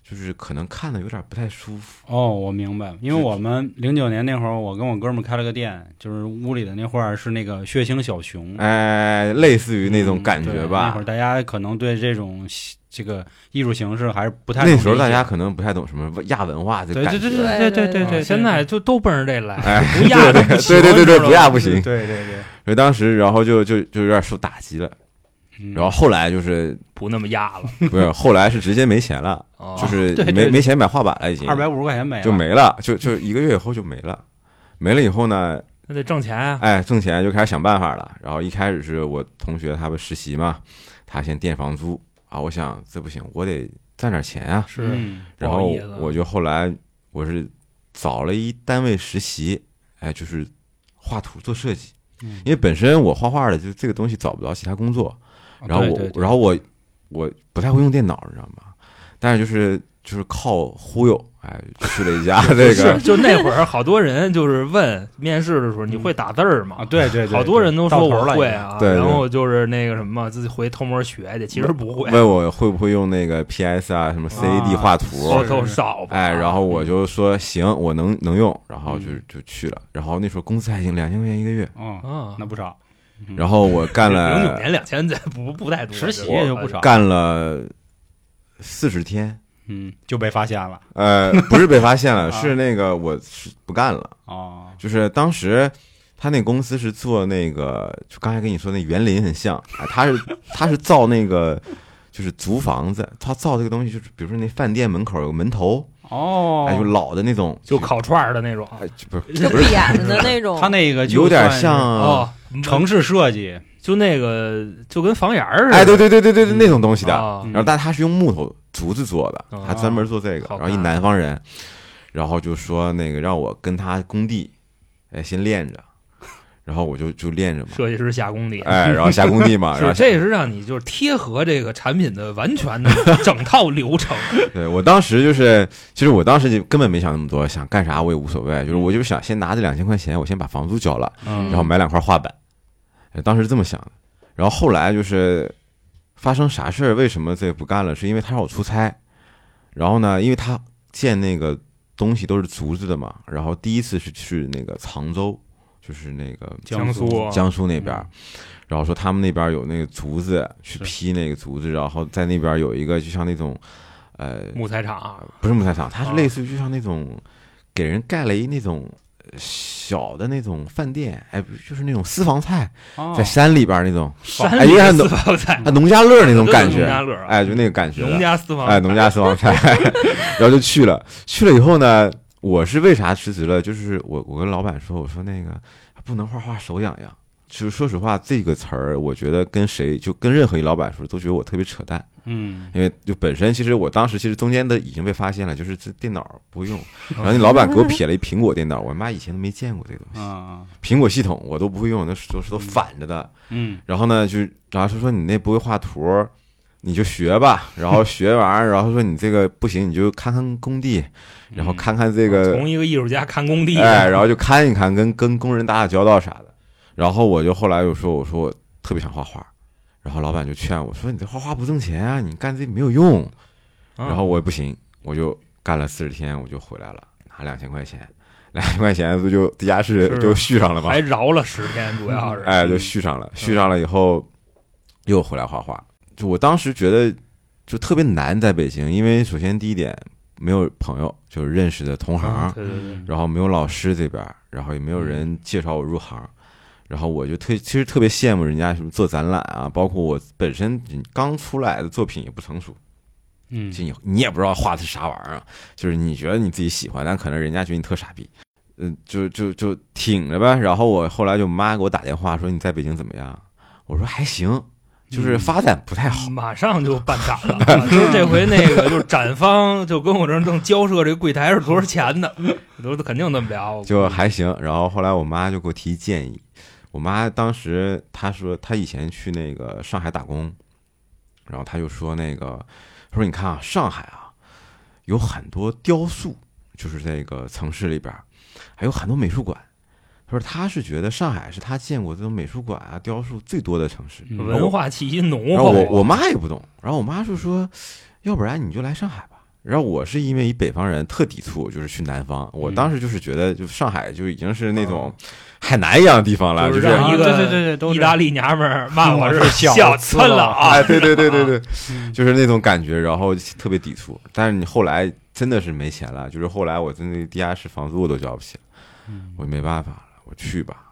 [SPEAKER 4] 就是可能看的有点不太舒服，
[SPEAKER 1] 哦，我明白，因为我们零九年那会儿，我跟我哥们儿开了个店，就是屋里的那画儿是那个血腥小熊，
[SPEAKER 4] 哎，类似于那种
[SPEAKER 1] 嗯
[SPEAKER 4] 感觉
[SPEAKER 1] 对那
[SPEAKER 4] 吧
[SPEAKER 1] 会儿。大家可能对这种西这个艺术形式还是不太
[SPEAKER 4] 那
[SPEAKER 1] 能
[SPEAKER 4] 时候
[SPEAKER 1] 理
[SPEAKER 4] 大
[SPEAKER 1] 解
[SPEAKER 4] 家可能不太懂什么亚文化这
[SPEAKER 1] 对
[SPEAKER 4] 感
[SPEAKER 1] 对
[SPEAKER 4] 觉，
[SPEAKER 1] 对
[SPEAKER 3] 对
[SPEAKER 1] 对对
[SPEAKER 3] 对
[SPEAKER 1] 对对，
[SPEAKER 2] 现在就都奔着这来，
[SPEAKER 4] 哎，
[SPEAKER 2] 不压都不 行
[SPEAKER 4] 对对对对，
[SPEAKER 2] 知道
[SPEAKER 4] 不亚
[SPEAKER 2] 吗
[SPEAKER 4] 不行。
[SPEAKER 1] 对对对，
[SPEAKER 4] 所以当时，然后就就就有点受打击了。
[SPEAKER 1] 嗯
[SPEAKER 4] 然后后来就是
[SPEAKER 2] 不那么压了，
[SPEAKER 4] 不是，后来是直接没钱了，
[SPEAKER 2] 啊
[SPEAKER 4] 就是
[SPEAKER 1] 哦对对
[SPEAKER 4] 没没钱买画板了，已经
[SPEAKER 1] 二百五十块钱没了，
[SPEAKER 4] 就没了，就就一个月以后就没了。没了以后呢，
[SPEAKER 2] 那得挣钱啊，
[SPEAKER 4] 哎，挣钱就开始想办法了。然后一开始是我同学他们实习嘛，他先垫房租啊。我想这不行，我得赚点钱啊。
[SPEAKER 2] 是
[SPEAKER 1] 嗯
[SPEAKER 4] 然
[SPEAKER 2] 不
[SPEAKER 4] 后
[SPEAKER 2] 好意思啊
[SPEAKER 4] 我就后来我是找了一单位实习，哎，就是画图做设计，
[SPEAKER 1] 嗯
[SPEAKER 4] 因为本身我画画的就这个东西找不着其他工作，
[SPEAKER 2] 哦
[SPEAKER 4] 然后
[SPEAKER 1] 对
[SPEAKER 4] 我
[SPEAKER 1] 对对
[SPEAKER 4] 然后我我不太会用电脑，你知道吗？但是就是就是靠忽悠，哎，去了一家这
[SPEAKER 2] 是
[SPEAKER 4] 个。
[SPEAKER 2] 就那会儿好多人就是问面试的时
[SPEAKER 4] 嗯
[SPEAKER 2] 候你会打字儿
[SPEAKER 1] 啊，
[SPEAKER 2] 吗？
[SPEAKER 1] 对对对，
[SPEAKER 2] 好多人都说
[SPEAKER 1] 到头
[SPEAKER 2] 我
[SPEAKER 1] 了已
[SPEAKER 2] 会
[SPEAKER 1] 经，
[SPEAKER 2] 啊，
[SPEAKER 4] 对对
[SPEAKER 2] 然后就是那个什么自己回偷摸学去，其实不会，
[SPEAKER 4] 问我会不会用那个 PS 啊，什么 CAD
[SPEAKER 1] 啊
[SPEAKER 4] 画图，
[SPEAKER 2] 偷偷少吧
[SPEAKER 4] 哎，然后我就说行，我能能用，然后就
[SPEAKER 1] 嗯
[SPEAKER 4] 就去了。然后那时候工资还行，两千块钱一个月。
[SPEAKER 1] 嗯，
[SPEAKER 2] 啊
[SPEAKER 1] 那，不少，嗯
[SPEAKER 4] 然后我 干
[SPEAKER 2] 零九
[SPEAKER 4] 了
[SPEAKER 2] 年两千这不不太多，
[SPEAKER 1] 实习
[SPEAKER 2] 我
[SPEAKER 1] 也就不少，
[SPEAKER 4] 干了四十天，
[SPEAKER 1] 嗯，就被发现了，
[SPEAKER 4] 呃，不是被发现
[SPEAKER 1] 啊
[SPEAKER 4] 了，是那个我是不干了。
[SPEAKER 1] 哦，
[SPEAKER 4] 就是当时他那公司是做那个，就刚才跟你说那园林很像，啊、他是 他是造那个。就是租房子，他造这个东西，就是比如说那饭店门口有个门头，
[SPEAKER 1] 哦，
[SPEAKER 4] 哎，就老的那种，
[SPEAKER 2] 就烤串儿的那种
[SPEAKER 4] 哎，就不是
[SPEAKER 3] 就
[SPEAKER 4] 不
[SPEAKER 3] 不
[SPEAKER 4] 是，
[SPEAKER 3] 演的 那种，
[SPEAKER 1] 他那哎个就
[SPEAKER 4] 有点
[SPEAKER 1] 算是
[SPEAKER 4] 像
[SPEAKER 2] 哦，
[SPEAKER 1] 城市设计，
[SPEAKER 2] 就那个就跟房檐儿似的，
[SPEAKER 4] 哎，对对对对对对，那种东西的，
[SPEAKER 2] 啊
[SPEAKER 1] 嗯
[SPEAKER 4] 然后但他是用木头竹子做的
[SPEAKER 2] 哦，
[SPEAKER 4] 他专门做这个。
[SPEAKER 2] 好看啊
[SPEAKER 4] 然后一南方人，然后就说那个让我跟他工地，哎，先练着。然后我就就练着嘛，
[SPEAKER 2] 设计师下功底，
[SPEAKER 4] 哎，然后下工地嘛，然后
[SPEAKER 2] 是，
[SPEAKER 4] 下
[SPEAKER 2] 这也是让你就是贴合这个产品的完全的整套流程。
[SPEAKER 4] 对我当时就是，其实我当时就根本没想那么多，想干啥我也无所谓，
[SPEAKER 2] 嗯
[SPEAKER 4] 就是我就是想先拿这两千块钱，我先把房租交了，
[SPEAKER 1] 嗯
[SPEAKER 4] 然后买两块画板，呃当时是这么想的。然后后来就是发生啥事儿，为什么这不干了？是因为他让我出差，然后呢，因为他建那个东西都是竹子的嘛，然后第一次是去那个常州，就是那个
[SPEAKER 2] 江苏 啊嗯
[SPEAKER 4] 江苏那边儿，然后说他们那边儿有那个竹子去劈那个竹子，然后在那边儿有一个就像那种，呃，
[SPEAKER 2] 啊木材厂，
[SPEAKER 4] 不是木材厂，它是
[SPEAKER 2] 啊
[SPEAKER 4] 类似于就像那种给人盖了一那种呃小的那种饭店，哎，不是就是那种私房菜，
[SPEAKER 1] 哦
[SPEAKER 4] 在山里边儿那种，
[SPEAKER 2] 山
[SPEAKER 4] 哎
[SPEAKER 2] 里
[SPEAKER 4] 一看
[SPEAKER 2] 的
[SPEAKER 4] 都
[SPEAKER 2] 私房菜
[SPEAKER 4] 啊，，农家乐那
[SPEAKER 2] 就
[SPEAKER 4] 种
[SPEAKER 2] 是
[SPEAKER 4] 感觉
[SPEAKER 2] 农家乐啊，
[SPEAKER 4] 哎，就那个感觉的，
[SPEAKER 2] 农家私房
[SPEAKER 4] 哎，农家私 房菜，然后就去了。去了以后呢，我是为啥辞职了？就是我我跟老板说，我说那个不能画画手痒痒。就是说实话，这个词儿，我觉得跟谁就跟任何一老板说，都觉得我特别扯淡。
[SPEAKER 1] 嗯，
[SPEAKER 4] 因为就本身其实我当时其实中间的已经被发现了，就是这电脑 不会用，然后那老板给我撇了一苹果电脑，我妈以前都没见过这东西，
[SPEAKER 1] 啊，
[SPEAKER 4] 苹果系统我都不会用，那是都是都反着的。
[SPEAKER 1] 嗯，
[SPEAKER 4] 然后呢，就然后他说你那不会画图，你就学吧。然后学完，然后说你这个不行，你就看看工地，然
[SPEAKER 1] 嗯
[SPEAKER 4] 后看看这
[SPEAKER 2] 嗯
[SPEAKER 4] 个
[SPEAKER 2] 哦从一个艺术家看工地，啊
[SPEAKER 4] 哎，然后就看一看，跟跟工人打打交道啥的。然后我就后来又说，我说我特别想画画，然后老板就劝我说：“你这画画不挣钱啊，你干这没有用。”
[SPEAKER 2] 啊
[SPEAKER 4] 然后我也不行，我就干了四十天，我就回来了，拿两千块钱，两千块钱不就地下室
[SPEAKER 2] 是
[SPEAKER 4] 就续上了吗
[SPEAKER 2] 还？饶了十天，主要是
[SPEAKER 4] 哎，就续上了，续上了以后又回来画画。就我当时觉得就特别难在北京，因为首先第一点没有朋友，就是认识的同行。
[SPEAKER 2] 嗯对对对，
[SPEAKER 4] 然后没有老师这边儿，然后也没有人介绍我入行，然后我就特其实特别羡慕人家什么做展览啊，包括我本身刚出来的作品也不成熟，
[SPEAKER 1] 嗯
[SPEAKER 4] 就你你也不知道画的是啥玩意儿啊，就是你觉得你自己喜欢，但可能人家觉得你特傻逼，嗯，就就就挺着呗。然后我后来就妈给我打电话说你在北京怎么样？我说还行，就是发展不太好。
[SPEAKER 2] 马上就办展了， 啊就是这回那个就是展方就跟我这儿正交涉这个柜台是多少钱呢，都肯定这么聊，
[SPEAKER 4] 就还行。然后后来我妈就给我提建议，我妈当时她说她以前去那个上海打工，然后她就说那个，她说你看啊，上海啊有很多雕塑，就是这个城市里边儿还有很多美术馆。她说她是觉得上海是她见过这种美术馆啊、雕塑最多的城市。
[SPEAKER 1] 嗯
[SPEAKER 2] 文化气息浓
[SPEAKER 4] 然后
[SPEAKER 2] 厚。
[SPEAKER 4] 我我妈也不懂，然后我妈就说，要不然你就来上海吧。然后我是因为一北方人特抵触，就是去南方。我当时就是觉得，就上海就已经是那种海南一样的地方了，
[SPEAKER 2] 嗯就
[SPEAKER 4] 就是是
[SPEAKER 2] 让
[SPEAKER 1] 啊
[SPEAKER 2] 一个
[SPEAKER 1] 对对对对都是
[SPEAKER 2] 意大利娘们儿骂我是
[SPEAKER 1] 小
[SPEAKER 2] 小
[SPEAKER 1] 次
[SPEAKER 2] 村
[SPEAKER 1] 郎
[SPEAKER 2] 佬啊，
[SPEAKER 4] 哎，对对对对对，
[SPEAKER 1] 嗯
[SPEAKER 4] 就是那种感觉，然后特别抵触。但是你后来真的是没钱了，就是后来我真的地下室房租我都交不起了，
[SPEAKER 2] 嗯
[SPEAKER 4] 我没办法了，我去吧。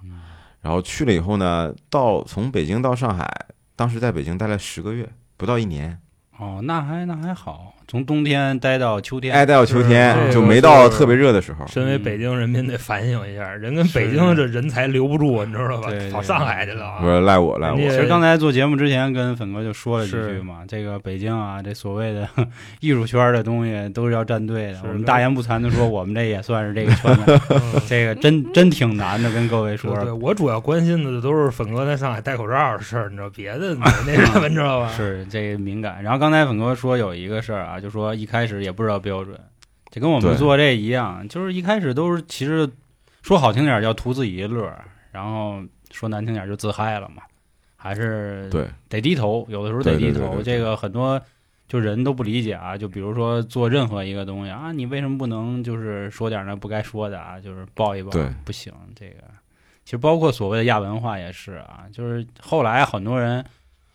[SPEAKER 4] 然后去了以后呢，到从北京到上海，当时在北京待了十个月，不到一年。
[SPEAKER 1] 哦，那还那还好，从冬天待到秋天，
[SPEAKER 2] 哎
[SPEAKER 4] 爱待到秋天，
[SPEAKER 2] 是
[SPEAKER 4] 就没到特别热的时候。
[SPEAKER 2] 身为北京人民得反省一下，人跟北京这人才留不住，啊你知道吧
[SPEAKER 1] 对对？
[SPEAKER 2] 跑上海去了
[SPEAKER 4] 我
[SPEAKER 2] 啊，
[SPEAKER 4] 说赖我赖我
[SPEAKER 2] 人，
[SPEAKER 1] 其
[SPEAKER 2] 家
[SPEAKER 1] 实刚才做节目之前，跟粉哥就说了几
[SPEAKER 2] 是
[SPEAKER 1] 句嘛，这个北京啊，这所谓的 艺术圈的东西都是要站队的。
[SPEAKER 2] 是
[SPEAKER 1] 我们大言不惭的说，我们这也算是这个圈 子，
[SPEAKER 2] 嗯
[SPEAKER 1] 这个真真挺难的，跟各位
[SPEAKER 2] 对
[SPEAKER 1] 说。
[SPEAKER 2] 对，我主要关心的都是粉哥在上海戴口罩的事儿，你知道，别的没
[SPEAKER 4] 嗯
[SPEAKER 2] 那什么，你知道吧？
[SPEAKER 1] 是这个敏感。然后刚才粉哥说有一个事儿啊，就说一开始也不知道标准，这跟我
[SPEAKER 4] 对
[SPEAKER 1] 们做这一样，就是一开始都是其实说好听点儿叫图自己一乐儿，然后说难听点儿就自嗨了嘛，还是
[SPEAKER 4] 对
[SPEAKER 1] 得低头，有的时候得
[SPEAKER 4] 对
[SPEAKER 1] 低
[SPEAKER 4] 对
[SPEAKER 1] 头。
[SPEAKER 4] 对对对
[SPEAKER 1] 这个很多就人都不理解啊，就比如说做任何一个东西啊，你为什么不能就是说点儿那不该说的啊，就是抱一抱，
[SPEAKER 4] 对
[SPEAKER 1] 不行，这个。其实包括所谓的亚文化也是啊，就是后来很多人，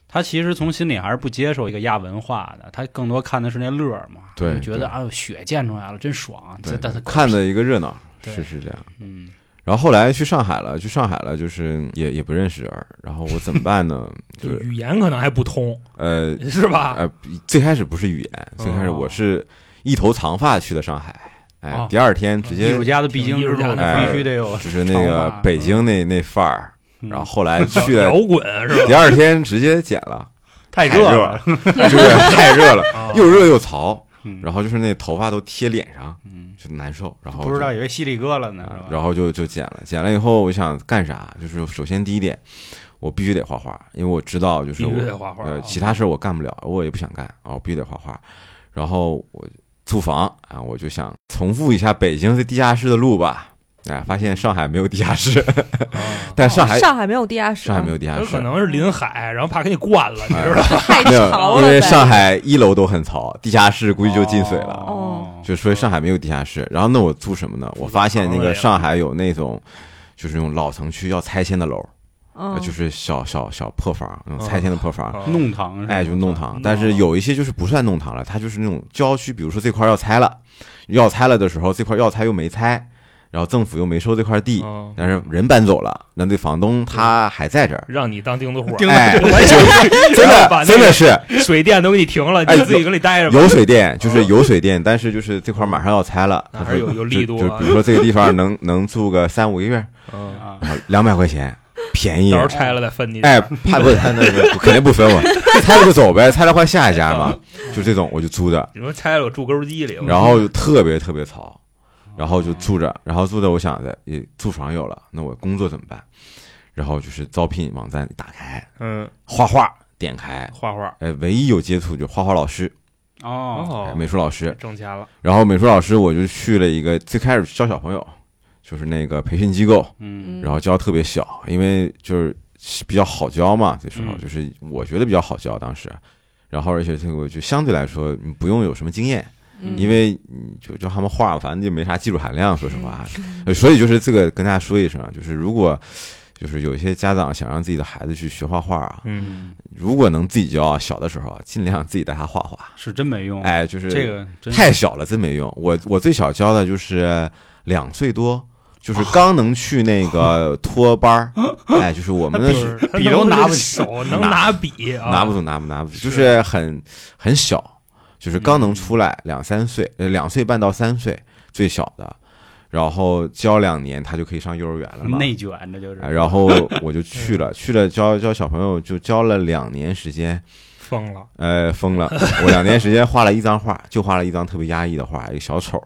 [SPEAKER 1] 他其实从心里还是不接受一个亚文化的，他更多看的是那乐儿嘛，
[SPEAKER 4] 对
[SPEAKER 1] 就觉
[SPEAKER 4] 对
[SPEAKER 1] 得啊血溅出来了真爽，这
[SPEAKER 4] 对，
[SPEAKER 1] 但是
[SPEAKER 4] 看的一个热闹，
[SPEAKER 1] 对
[SPEAKER 4] 是是这样。
[SPEAKER 1] 嗯
[SPEAKER 4] 然后后来去上海了，去上海了，就是也也不认识人儿，然后我怎么 办呢？就
[SPEAKER 2] 就是语言啊可能还不通，
[SPEAKER 4] 呃
[SPEAKER 2] 是 吧？
[SPEAKER 4] 呃，最开始不是语言，最开始我是一头长发去的上海，哎
[SPEAKER 2] 哦，
[SPEAKER 4] 第二天直
[SPEAKER 1] 艺
[SPEAKER 4] 接
[SPEAKER 1] 术家的必经之路，
[SPEAKER 4] 哎
[SPEAKER 1] 必须得有。
[SPEAKER 4] 就是那
[SPEAKER 2] 长
[SPEAKER 4] 个
[SPEAKER 2] 发
[SPEAKER 4] 北京那那范儿，
[SPEAKER 1] 嗯
[SPEAKER 4] 然后 后来
[SPEAKER 2] 摇
[SPEAKER 4] 去
[SPEAKER 2] 摇
[SPEAKER 4] 了，
[SPEAKER 2] 滚是 吧？
[SPEAKER 4] 第二天直接剪了，
[SPEAKER 1] 太
[SPEAKER 4] 热了，就是太热了，
[SPEAKER 2] 啊
[SPEAKER 4] 又热又潮，
[SPEAKER 1] 嗯
[SPEAKER 4] 然后就是那头发都贴脸上，
[SPEAKER 1] 嗯，
[SPEAKER 4] 就难受，然后
[SPEAKER 1] 不知道
[SPEAKER 4] 就
[SPEAKER 1] 以为犀利哥了呢，
[SPEAKER 4] 啊
[SPEAKER 1] 是吧？
[SPEAKER 4] 然后就就剪了，剪了以后我想干啥？就是首先第一点，我必须得画画，因为我知道就是
[SPEAKER 2] 必须得
[SPEAKER 4] 我
[SPEAKER 2] 画画啊
[SPEAKER 4] 呃其他事儿我干不了，我也不想干啊，我必须得画画。然后我租房啊，我就想重复一下北京的地下室的路吧。啊，发现上海没有地 下室，
[SPEAKER 2] 啊
[SPEAKER 4] 但上海
[SPEAKER 3] 哦上海没有地下室，
[SPEAKER 4] 上海没有地下
[SPEAKER 2] 有
[SPEAKER 4] 室
[SPEAKER 2] 可，能是临海，然后怕给你灌了，你知道吧？
[SPEAKER 3] 太
[SPEAKER 4] 没
[SPEAKER 3] 潮
[SPEAKER 4] 有，
[SPEAKER 3] 了
[SPEAKER 4] 因
[SPEAKER 3] 呗。
[SPEAKER 4] 为上海一楼都很潮，地下室估计就进水了。
[SPEAKER 1] 哦，
[SPEAKER 4] 就所以上海没有地下室。然后那我租什么呢？我发现那个上海有那种，就是那种老城区要拆迁的楼，
[SPEAKER 3] 嗯，
[SPEAKER 4] 啊就是小小小破房，那种拆迁的破房，
[SPEAKER 2] 啊
[SPEAKER 1] 弄堂是吧
[SPEAKER 4] 哎，就弄堂
[SPEAKER 2] 弄。
[SPEAKER 4] 但是有一些就是不算弄堂了，它就是那种郊区，比如说这块要拆了，要拆了的时候，这块要拆又没拆，然后政府又没收这块地，
[SPEAKER 2] 嗯
[SPEAKER 4] 但是人搬走了，那这房东他还在这儿。
[SPEAKER 2] 让你当钉子户，
[SPEAKER 1] 钉
[SPEAKER 4] 哎， 真
[SPEAKER 2] 然后把那
[SPEAKER 4] 的真的
[SPEAKER 2] 个
[SPEAKER 4] 是
[SPEAKER 2] 水电都给你停了，
[SPEAKER 4] 哎
[SPEAKER 2] 你自己搁里待着吧。
[SPEAKER 4] 有水电，就是有水电，但是就是这块马上要拆了，
[SPEAKER 2] 哦哪
[SPEAKER 4] 他
[SPEAKER 2] 儿
[SPEAKER 4] 说
[SPEAKER 2] 有有
[SPEAKER 4] 就
[SPEAKER 2] 力度
[SPEAKER 4] 就
[SPEAKER 2] 啊
[SPEAKER 4] 比如说这个地方能能住个三五个月，
[SPEAKER 2] 嗯
[SPEAKER 1] 啊，
[SPEAKER 4] 两百块钱，便宜
[SPEAKER 2] 到时。候拆了再分你。
[SPEAKER 4] 哎，怕不 他那个肯定不分我，拆了就走呗，拆了换下一家嘛，就这种我就租的，
[SPEAKER 2] 你说拆了我住沟机里，
[SPEAKER 4] 然后就特别特别吵，然后就住着，然后住着我想着也住房有了，那我工作怎么办？然后就是招聘网站打开，
[SPEAKER 2] 嗯，
[SPEAKER 4] 画画点开，
[SPEAKER 2] 画画
[SPEAKER 4] 哎，唯一有接触就画画老师，
[SPEAKER 1] 哦，
[SPEAKER 4] 哎
[SPEAKER 2] 哦，
[SPEAKER 4] 美术老师，
[SPEAKER 2] 挣钱了，
[SPEAKER 4] 然后美术老师我就去了一个最开始教小朋友，就是那个培训机构，
[SPEAKER 1] 嗯
[SPEAKER 3] 嗯
[SPEAKER 4] 然后教特别小，因为就是比较好教嘛，这时候
[SPEAKER 1] 嗯
[SPEAKER 4] 就是我觉得比较好教当时。然后，而且这个就相对来说你不用有什么经验，
[SPEAKER 3] 嗯
[SPEAKER 4] 因为你就教他们画，反正就没啥技术含量，说实话。呃所以就是这个跟大家说一声啊，就是如果就是有一些家长想让自己的孩子去学画画啊，
[SPEAKER 2] 嗯，
[SPEAKER 1] 嗯，
[SPEAKER 4] 如果能自己教啊，小的时候啊尽量自己带他画画。
[SPEAKER 1] 是真没用，，
[SPEAKER 4] 哎，就是
[SPEAKER 1] 嗯这个真
[SPEAKER 4] 太小了，真没用。我我最小教的就是两岁多，就是刚能去那个托班 儿，哎，就是我们
[SPEAKER 2] 那
[SPEAKER 4] 的
[SPEAKER 2] 笔
[SPEAKER 4] 是
[SPEAKER 2] 他
[SPEAKER 1] 笔
[SPEAKER 2] 能
[SPEAKER 1] 都拿不起
[SPEAKER 2] 手，能拿笔啊，
[SPEAKER 4] 拿不住，拿不拿不住，就是很很小，就是刚能出来两三岁，
[SPEAKER 2] 嗯
[SPEAKER 4] 呃，两岁半到三岁最小的，然后教两年他就可以上幼儿园了嘛。
[SPEAKER 1] 内卷，这就是
[SPEAKER 4] 哎然后我就去了，去了教教小朋友，就教了两年时间，
[SPEAKER 2] 疯了，
[SPEAKER 4] 呃，疯了！我两年时间画了一张画，就画了一张特别压抑的画，一个小丑。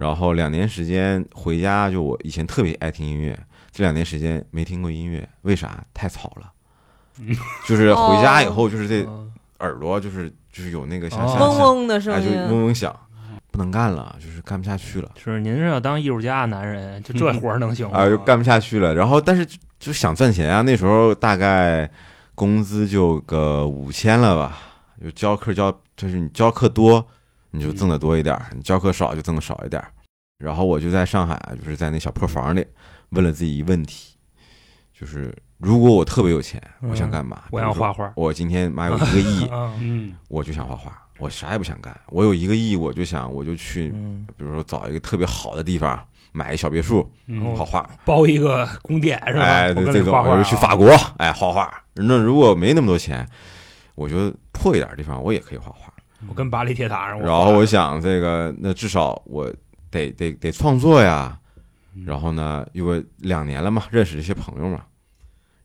[SPEAKER 4] 然后两年时间回家，就我以前特别爱听音乐，这两年时间没听过音乐，为啥？太吵了。就是回家以后，就是这
[SPEAKER 2] 嗯
[SPEAKER 4] 耳朵就是就是有那个像
[SPEAKER 2] 哦
[SPEAKER 4] 像
[SPEAKER 3] 哦嗡嗡的
[SPEAKER 4] 像哎
[SPEAKER 3] 声
[SPEAKER 4] 就
[SPEAKER 3] 音，
[SPEAKER 4] 嗡嗡响，不能干了，就是干不下去了，
[SPEAKER 2] 是您是要当艺术家的男人，就这活儿能行吗？
[SPEAKER 4] 啊，就干不下去了。然后但是就就想赚钱啊，那时候大概工资就个五千了吧，就教课教，就是你教课多，你就挣得多一点儿；你教课少就挣得少一点儿。然后我就在上海，啊就是在那小破房里，问了自己一问题，就是如果我特别有钱，我想干嘛？
[SPEAKER 2] 嗯我想
[SPEAKER 4] 比如说
[SPEAKER 2] 画画，
[SPEAKER 4] 我今天妈有一个 亿
[SPEAKER 2] 啊，
[SPEAKER 1] 嗯
[SPEAKER 4] 我就想画画，我啥也不想干。我有一个亿，我就想我就去，
[SPEAKER 2] 嗯，
[SPEAKER 4] 比如说找一个特别好的地方，买一小别墅，
[SPEAKER 1] 嗯
[SPEAKER 4] 画画。
[SPEAKER 2] 包一个宫殿是吧？
[SPEAKER 4] 哎，
[SPEAKER 2] 我
[SPEAKER 4] 这
[SPEAKER 2] 跟你
[SPEAKER 4] 这种
[SPEAKER 2] 画画
[SPEAKER 4] 我
[SPEAKER 2] 啊
[SPEAKER 4] 就去法国，哎，画画。那如果没那么多钱，我觉得破一点地方我也可以画画。
[SPEAKER 2] 我跟巴黎铁塔上，
[SPEAKER 4] 然后我想，这个那至少我得得得创作呀。
[SPEAKER 2] 嗯
[SPEAKER 4] 然后呢，因为两年了嘛，认识这些朋友嘛。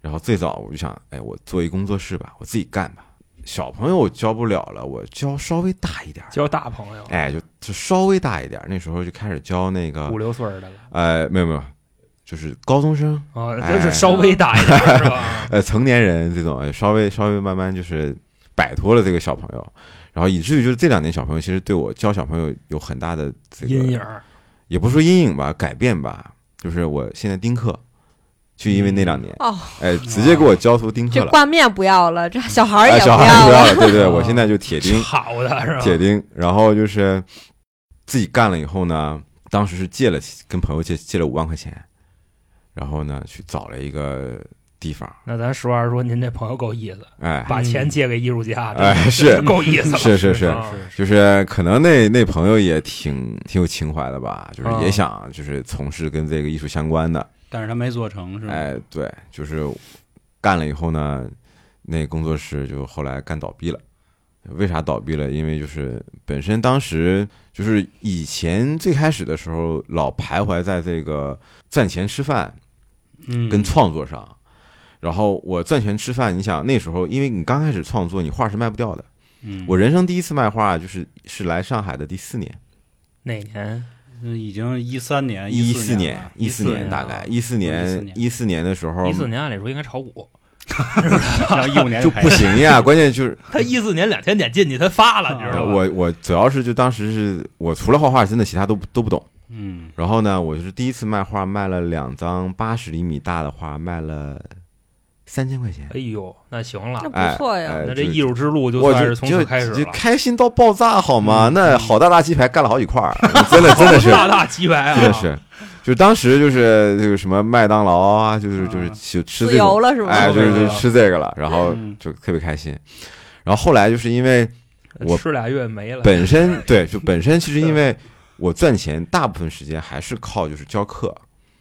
[SPEAKER 4] 然后最早我就想，哎，我做一工作室吧，我自己干吧。小朋友我教不了了，我教稍微大一点儿，
[SPEAKER 2] 交大朋友，
[SPEAKER 4] 哎，就就稍微大一点儿。那时候就开始教那个
[SPEAKER 2] 五，六岁儿的了
[SPEAKER 4] 呃，没有没有，就是高中生，
[SPEAKER 2] 啊，
[SPEAKER 4] 哎
[SPEAKER 2] 就是稍微大一点儿是吧？
[SPEAKER 4] 呃成年人这种，呃稍微稍微慢慢就是摆脱了这个小朋友，然后以至于就是这两年小朋友其实对我教小朋友有很大的 这个
[SPEAKER 2] 阴影儿，
[SPEAKER 4] 也不是说阴影吧，改变吧，就是我现在丁克，就因为那两年，
[SPEAKER 3] 哦，
[SPEAKER 4] 哎，直接给我教出丁克
[SPEAKER 3] 这
[SPEAKER 4] 了，
[SPEAKER 3] 挂面不要了，这小孩儿
[SPEAKER 4] 哎，
[SPEAKER 3] 也不
[SPEAKER 4] 小孩不要
[SPEAKER 3] 了，
[SPEAKER 4] 了，对 对，
[SPEAKER 2] 啊
[SPEAKER 4] 我现在就铁丁，
[SPEAKER 2] 好的是吧？
[SPEAKER 4] 铁钉，然后就是自己干了以后呢，当时是借了跟朋友借借了五万块钱，然后呢去找了一个地方，
[SPEAKER 2] 那咱实话实说，您这朋友够意思，
[SPEAKER 4] 哎，
[SPEAKER 2] 把钱借给艺术家，
[SPEAKER 4] 哎
[SPEAKER 2] 真的
[SPEAKER 4] 是
[SPEAKER 2] 够意 思了，
[SPEAKER 4] 是是是
[SPEAKER 2] 啊
[SPEAKER 4] 就是可能那那朋友也挺挺有情怀的吧，就是
[SPEAKER 1] 啊
[SPEAKER 4] 也想就是从事跟这个艺术相关的，
[SPEAKER 1] 但是他没做成，是吧？
[SPEAKER 4] 哎，对，就是干了以后呢，那工作室就后来干倒闭了。为啥倒闭了？因为就是本身当时就是以前最开始的时候，老徘徊在这个赚钱吃饭
[SPEAKER 1] 嗯，
[SPEAKER 4] 跟创作上。然后我赚钱吃饭，你想那时候，因为你刚开始创作，你画是卖不掉的，
[SPEAKER 1] 嗯，
[SPEAKER 4] 我人生第一次卖画就是是来上海的第四年，
[SPEAKER 2] 哪年？
[SPEAKER 1] 嗯已经一三年、
[SPEAKER 4] 啊一
[SPEAKER 1] 四
[SPEAKER 4] 年， 一
[SPEAKER 1] 四
[SPEAKER 4] 四
[SPEAKER 2] 年
[SPEAKER 4] 年
[SPEAKER 2] 啊
[SPEAKER 4] 大概，一四
[SPEAKER 1] 14
[SPEAKER 4] 年
[SPEAKER 1] 年
[SPEAKER 4] 一四年的时候
[SPEAKER 2] 一四年按理说应该炒股，
[SPEAKER 1] 然后一五年
[SPEAKER 4] 就
[SPEAKER 1] 开
[SPEAKER 4] 不
[SPEAKER 1] 始
[SPEAKER 4] 行呀，关键就是
[SPEAKER 2] 他一四年两千点进去，他发了，你知
[SPEAKER 1] 啊
[SPEAKER 2] 道吗？
[SPEAKER 4] 我我主要是就当时是我除了画画，真的其他都不都不懂。
[SPEAKER 1] 嗯，
[SPEAKER 4] 然后呢，我就是第一次卖画，卖了两张八十厘米大的画，卖了三千块钱。
[SPEAKER 2] 哎呦，那行了
[SPEAKER 3] 那，
[SPEAKER 4] 哎
[SPEAKER 3] 不错呀
[SPEAKER 4] 哎
[SPEAKER 2] 那这
[SPEAKER 4] 就
[SPEAKER 2] 艺术之路就
[SPEAKER 4] 我
[SPEAKER 2] 算
[SPEAKER 4] 就是
[SPEAKER 2] 从此
[SPEAKER 4] 就
[SPEAKER 2] 开始
[SPEAKER 4] 就
[SPEAKER 2] 了。嗯
[SPEAKER 4] 开心到爆炸，好吗？那好大大鸡排干了好几 块儿，真的真的是
[SPEAKER 2] 大大鸡排啊！
[SPEAKER 4] 真的是，就当时就是就是什么麦当劳啊，就是就是
[SPEAKER 1] 啊
[SPEAKER 4] 吃吃
[SPEAKER 3] 自
[SPEAKER 4] 这
[SPEAKER 3] 由
[SPEAKER 4] 种，
[SPEAKER 3] 了是吧？
[SPEAKER 4] 哎，就是
[SPEAKER 2] 对
[SPEAKER 4] 就是吃这个了，然后
[SPEAKER 1] 嗯
[SPEAKER 4] 就特别开心。然后后来就是因为我
[SPEAKER 2] 吃俩月没了。
[SPEAKER 4] 本身对，就本身其实因为我赚钱大部分时间还是靠就是教课，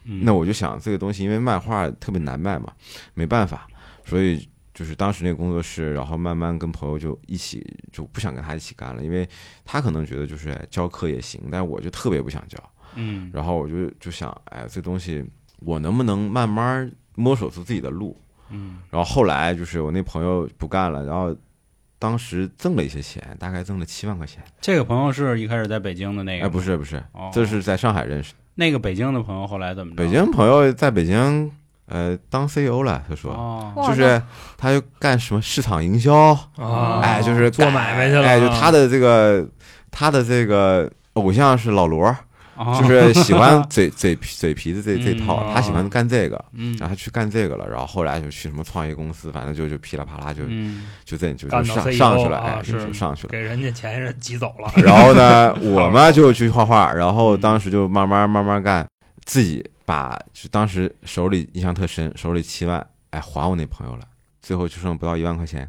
[SPEAKER 1] 嗯
[SPEAKER 4] 那我就想这个东西，因为漫画特别难卖嘛，没办法，所以就是当时那个工作室，然后慢慢跟朋友就一起就不想跟他一起干了，因为他可能觉得就是哎教课也行，但我就特别不想教，
[SPEAKER 1] 嗯
[SPEAKER 4] 然后我就就想，哎，这东西我能不能慢慢摸索出自己的路？
[SPEAKER 1] 嗯
[SPEAKER 4] 然后后来就是我那朋友不干了，然后当时挣了一些钱，大概挣了七万块钱。
[SPEAKER 1] 这个朋友是一开始在北京的那个，
[SPEAKER 4] 哎，不是不是，
[SPEAKER 1] 哦，
[SPEAKER 4] 这是在上海认识
[SPEAKER 2] 哦
[SPEAKER 4] 的。
[SPEAKER 1] 那个北京的朋友后来怎么着？
[SPEAKER 4] 北京朋友在北京，呃，当 CEO 了，他说，
[SPEAKER 1] 哦，
[SPEAKER 3] 哇
[SPEAKER 4] 就是他就干什么市场营销，
[SPEAKER 2] 啊，
[SPEAKER 4] 哎，就是
[SPEAKER 2] 做
[SPEAKER 4] 干
[SPEAKER 2] 买卖去了啊
[SPEAKER 4] 哎，就他的这个他的这个偶像是老罗，
[SPEAKER 1] 哦
[SPEAKER 4] 就是喜欢 嘴嘴皮嘴皮子这这套
[SPEAKER 2] 嗯，
[SPEAKER 4] 他喜欢干这个。
[SPEAKER 1] 嗯
[SPEAKER 4] 然后他去干这个了，然后后来就去什么创业公司，反正就就噼里啪啦就
[SPEAKER 1] 嗯
[SPEAKER 4] 就这就
[SPEAKER 2] 干
[SPEAKER 4] 就
[SPEAKER 2] 到
[SPEAKER 4] 上
[SPEAKER 2] CEO
[SPEAKER 4] 上去了，
[SPEAKER 2] 啊
[SPEAKER 4] 哎，就是就上去了。
[SPEAKER 2] 给人家钱人挤走 了。
[SPEAKER 4] 然后呢，我嘛就去画画，然后当时就慢慢慢慢干，自己把就当时手里印象特深，手里七万，哎，还我那朋友了，最后就剩不到一万块钱。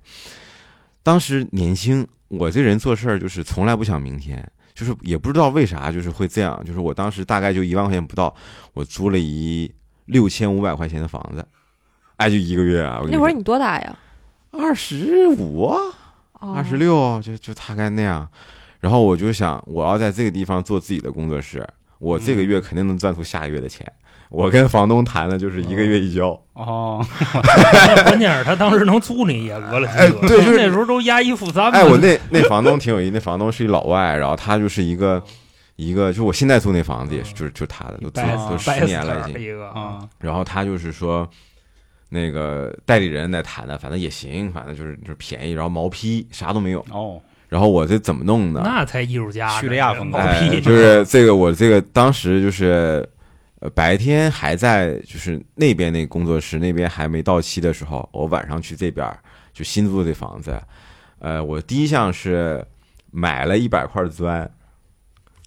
[SPEAKER 4] 当时年轻，我这人做事儿就是从来不想明天，就是也不知道为啥，就是会这样。就是我当时大概就一万块钱不到，我租了一六千五百块钱的房子，哎，就一个月啊，我跟你
[SPEAKER 3] 那会儿
[SPEAKER 4] 说，
[SPEAKER 3] 你多大呀？
[SPEAKER 4] 二十五啊。
[SPEAKER 3] 哦
[SPEAKER 4] 二十，六，就就大概那样。然后我就想，我要在这个地方做自己的工作室，我这个月肯定能赚出下个月的钱。我跟房东谈的就是一个月一交，
[SPEAKER 1] 哦，
[SPEAKER 2] 关键是他当时能租你也讹了金额，
[SPEAKER 4] 哎对就是
[SPEAKER 2] 那时候都押一付三嘛。
[SPEAKER 4] 哎，我那那房东挺有意思，那房东是一老外，然后他就是一个一个，就我现在租那房子也是，就是就是他的，都租
[SPEAKER 1] 死
[SPEAKER 2] 掰
[SPEAKER 4] 都
[SPEAKER 2] 掰
[SPEAKER 4] 十
[SPEAKER 2] 死
[SPEAKER 4] 年了已经。嗯
[SPEAKER 2] 一个啊，
[SPEAKER 1] 啊
[SPEAKER 4] 然后他就是说，那个代理人来谈的，反正也行，反正就是就是便宜，然后毛坯啥都没有。
[SPEAKER 1] 哦，
[SPEAKER 4] 然后我这怎么弄呢？
[SPEAKER 2] 那才艺术家呢，
[SPEAKER 1] 叙利亚风格
[SPEAKER 2] 毛
[SPEAKER 4] 哎
[SPEAKER 2] 坯
[SPEAKER 4] 就是这个，我这个当时就是，呃，白天还在就是那边那工作室那边还没到期的时候，我晚上去这边儿就新租的这房子，呃，我第一项是买了一百块砖，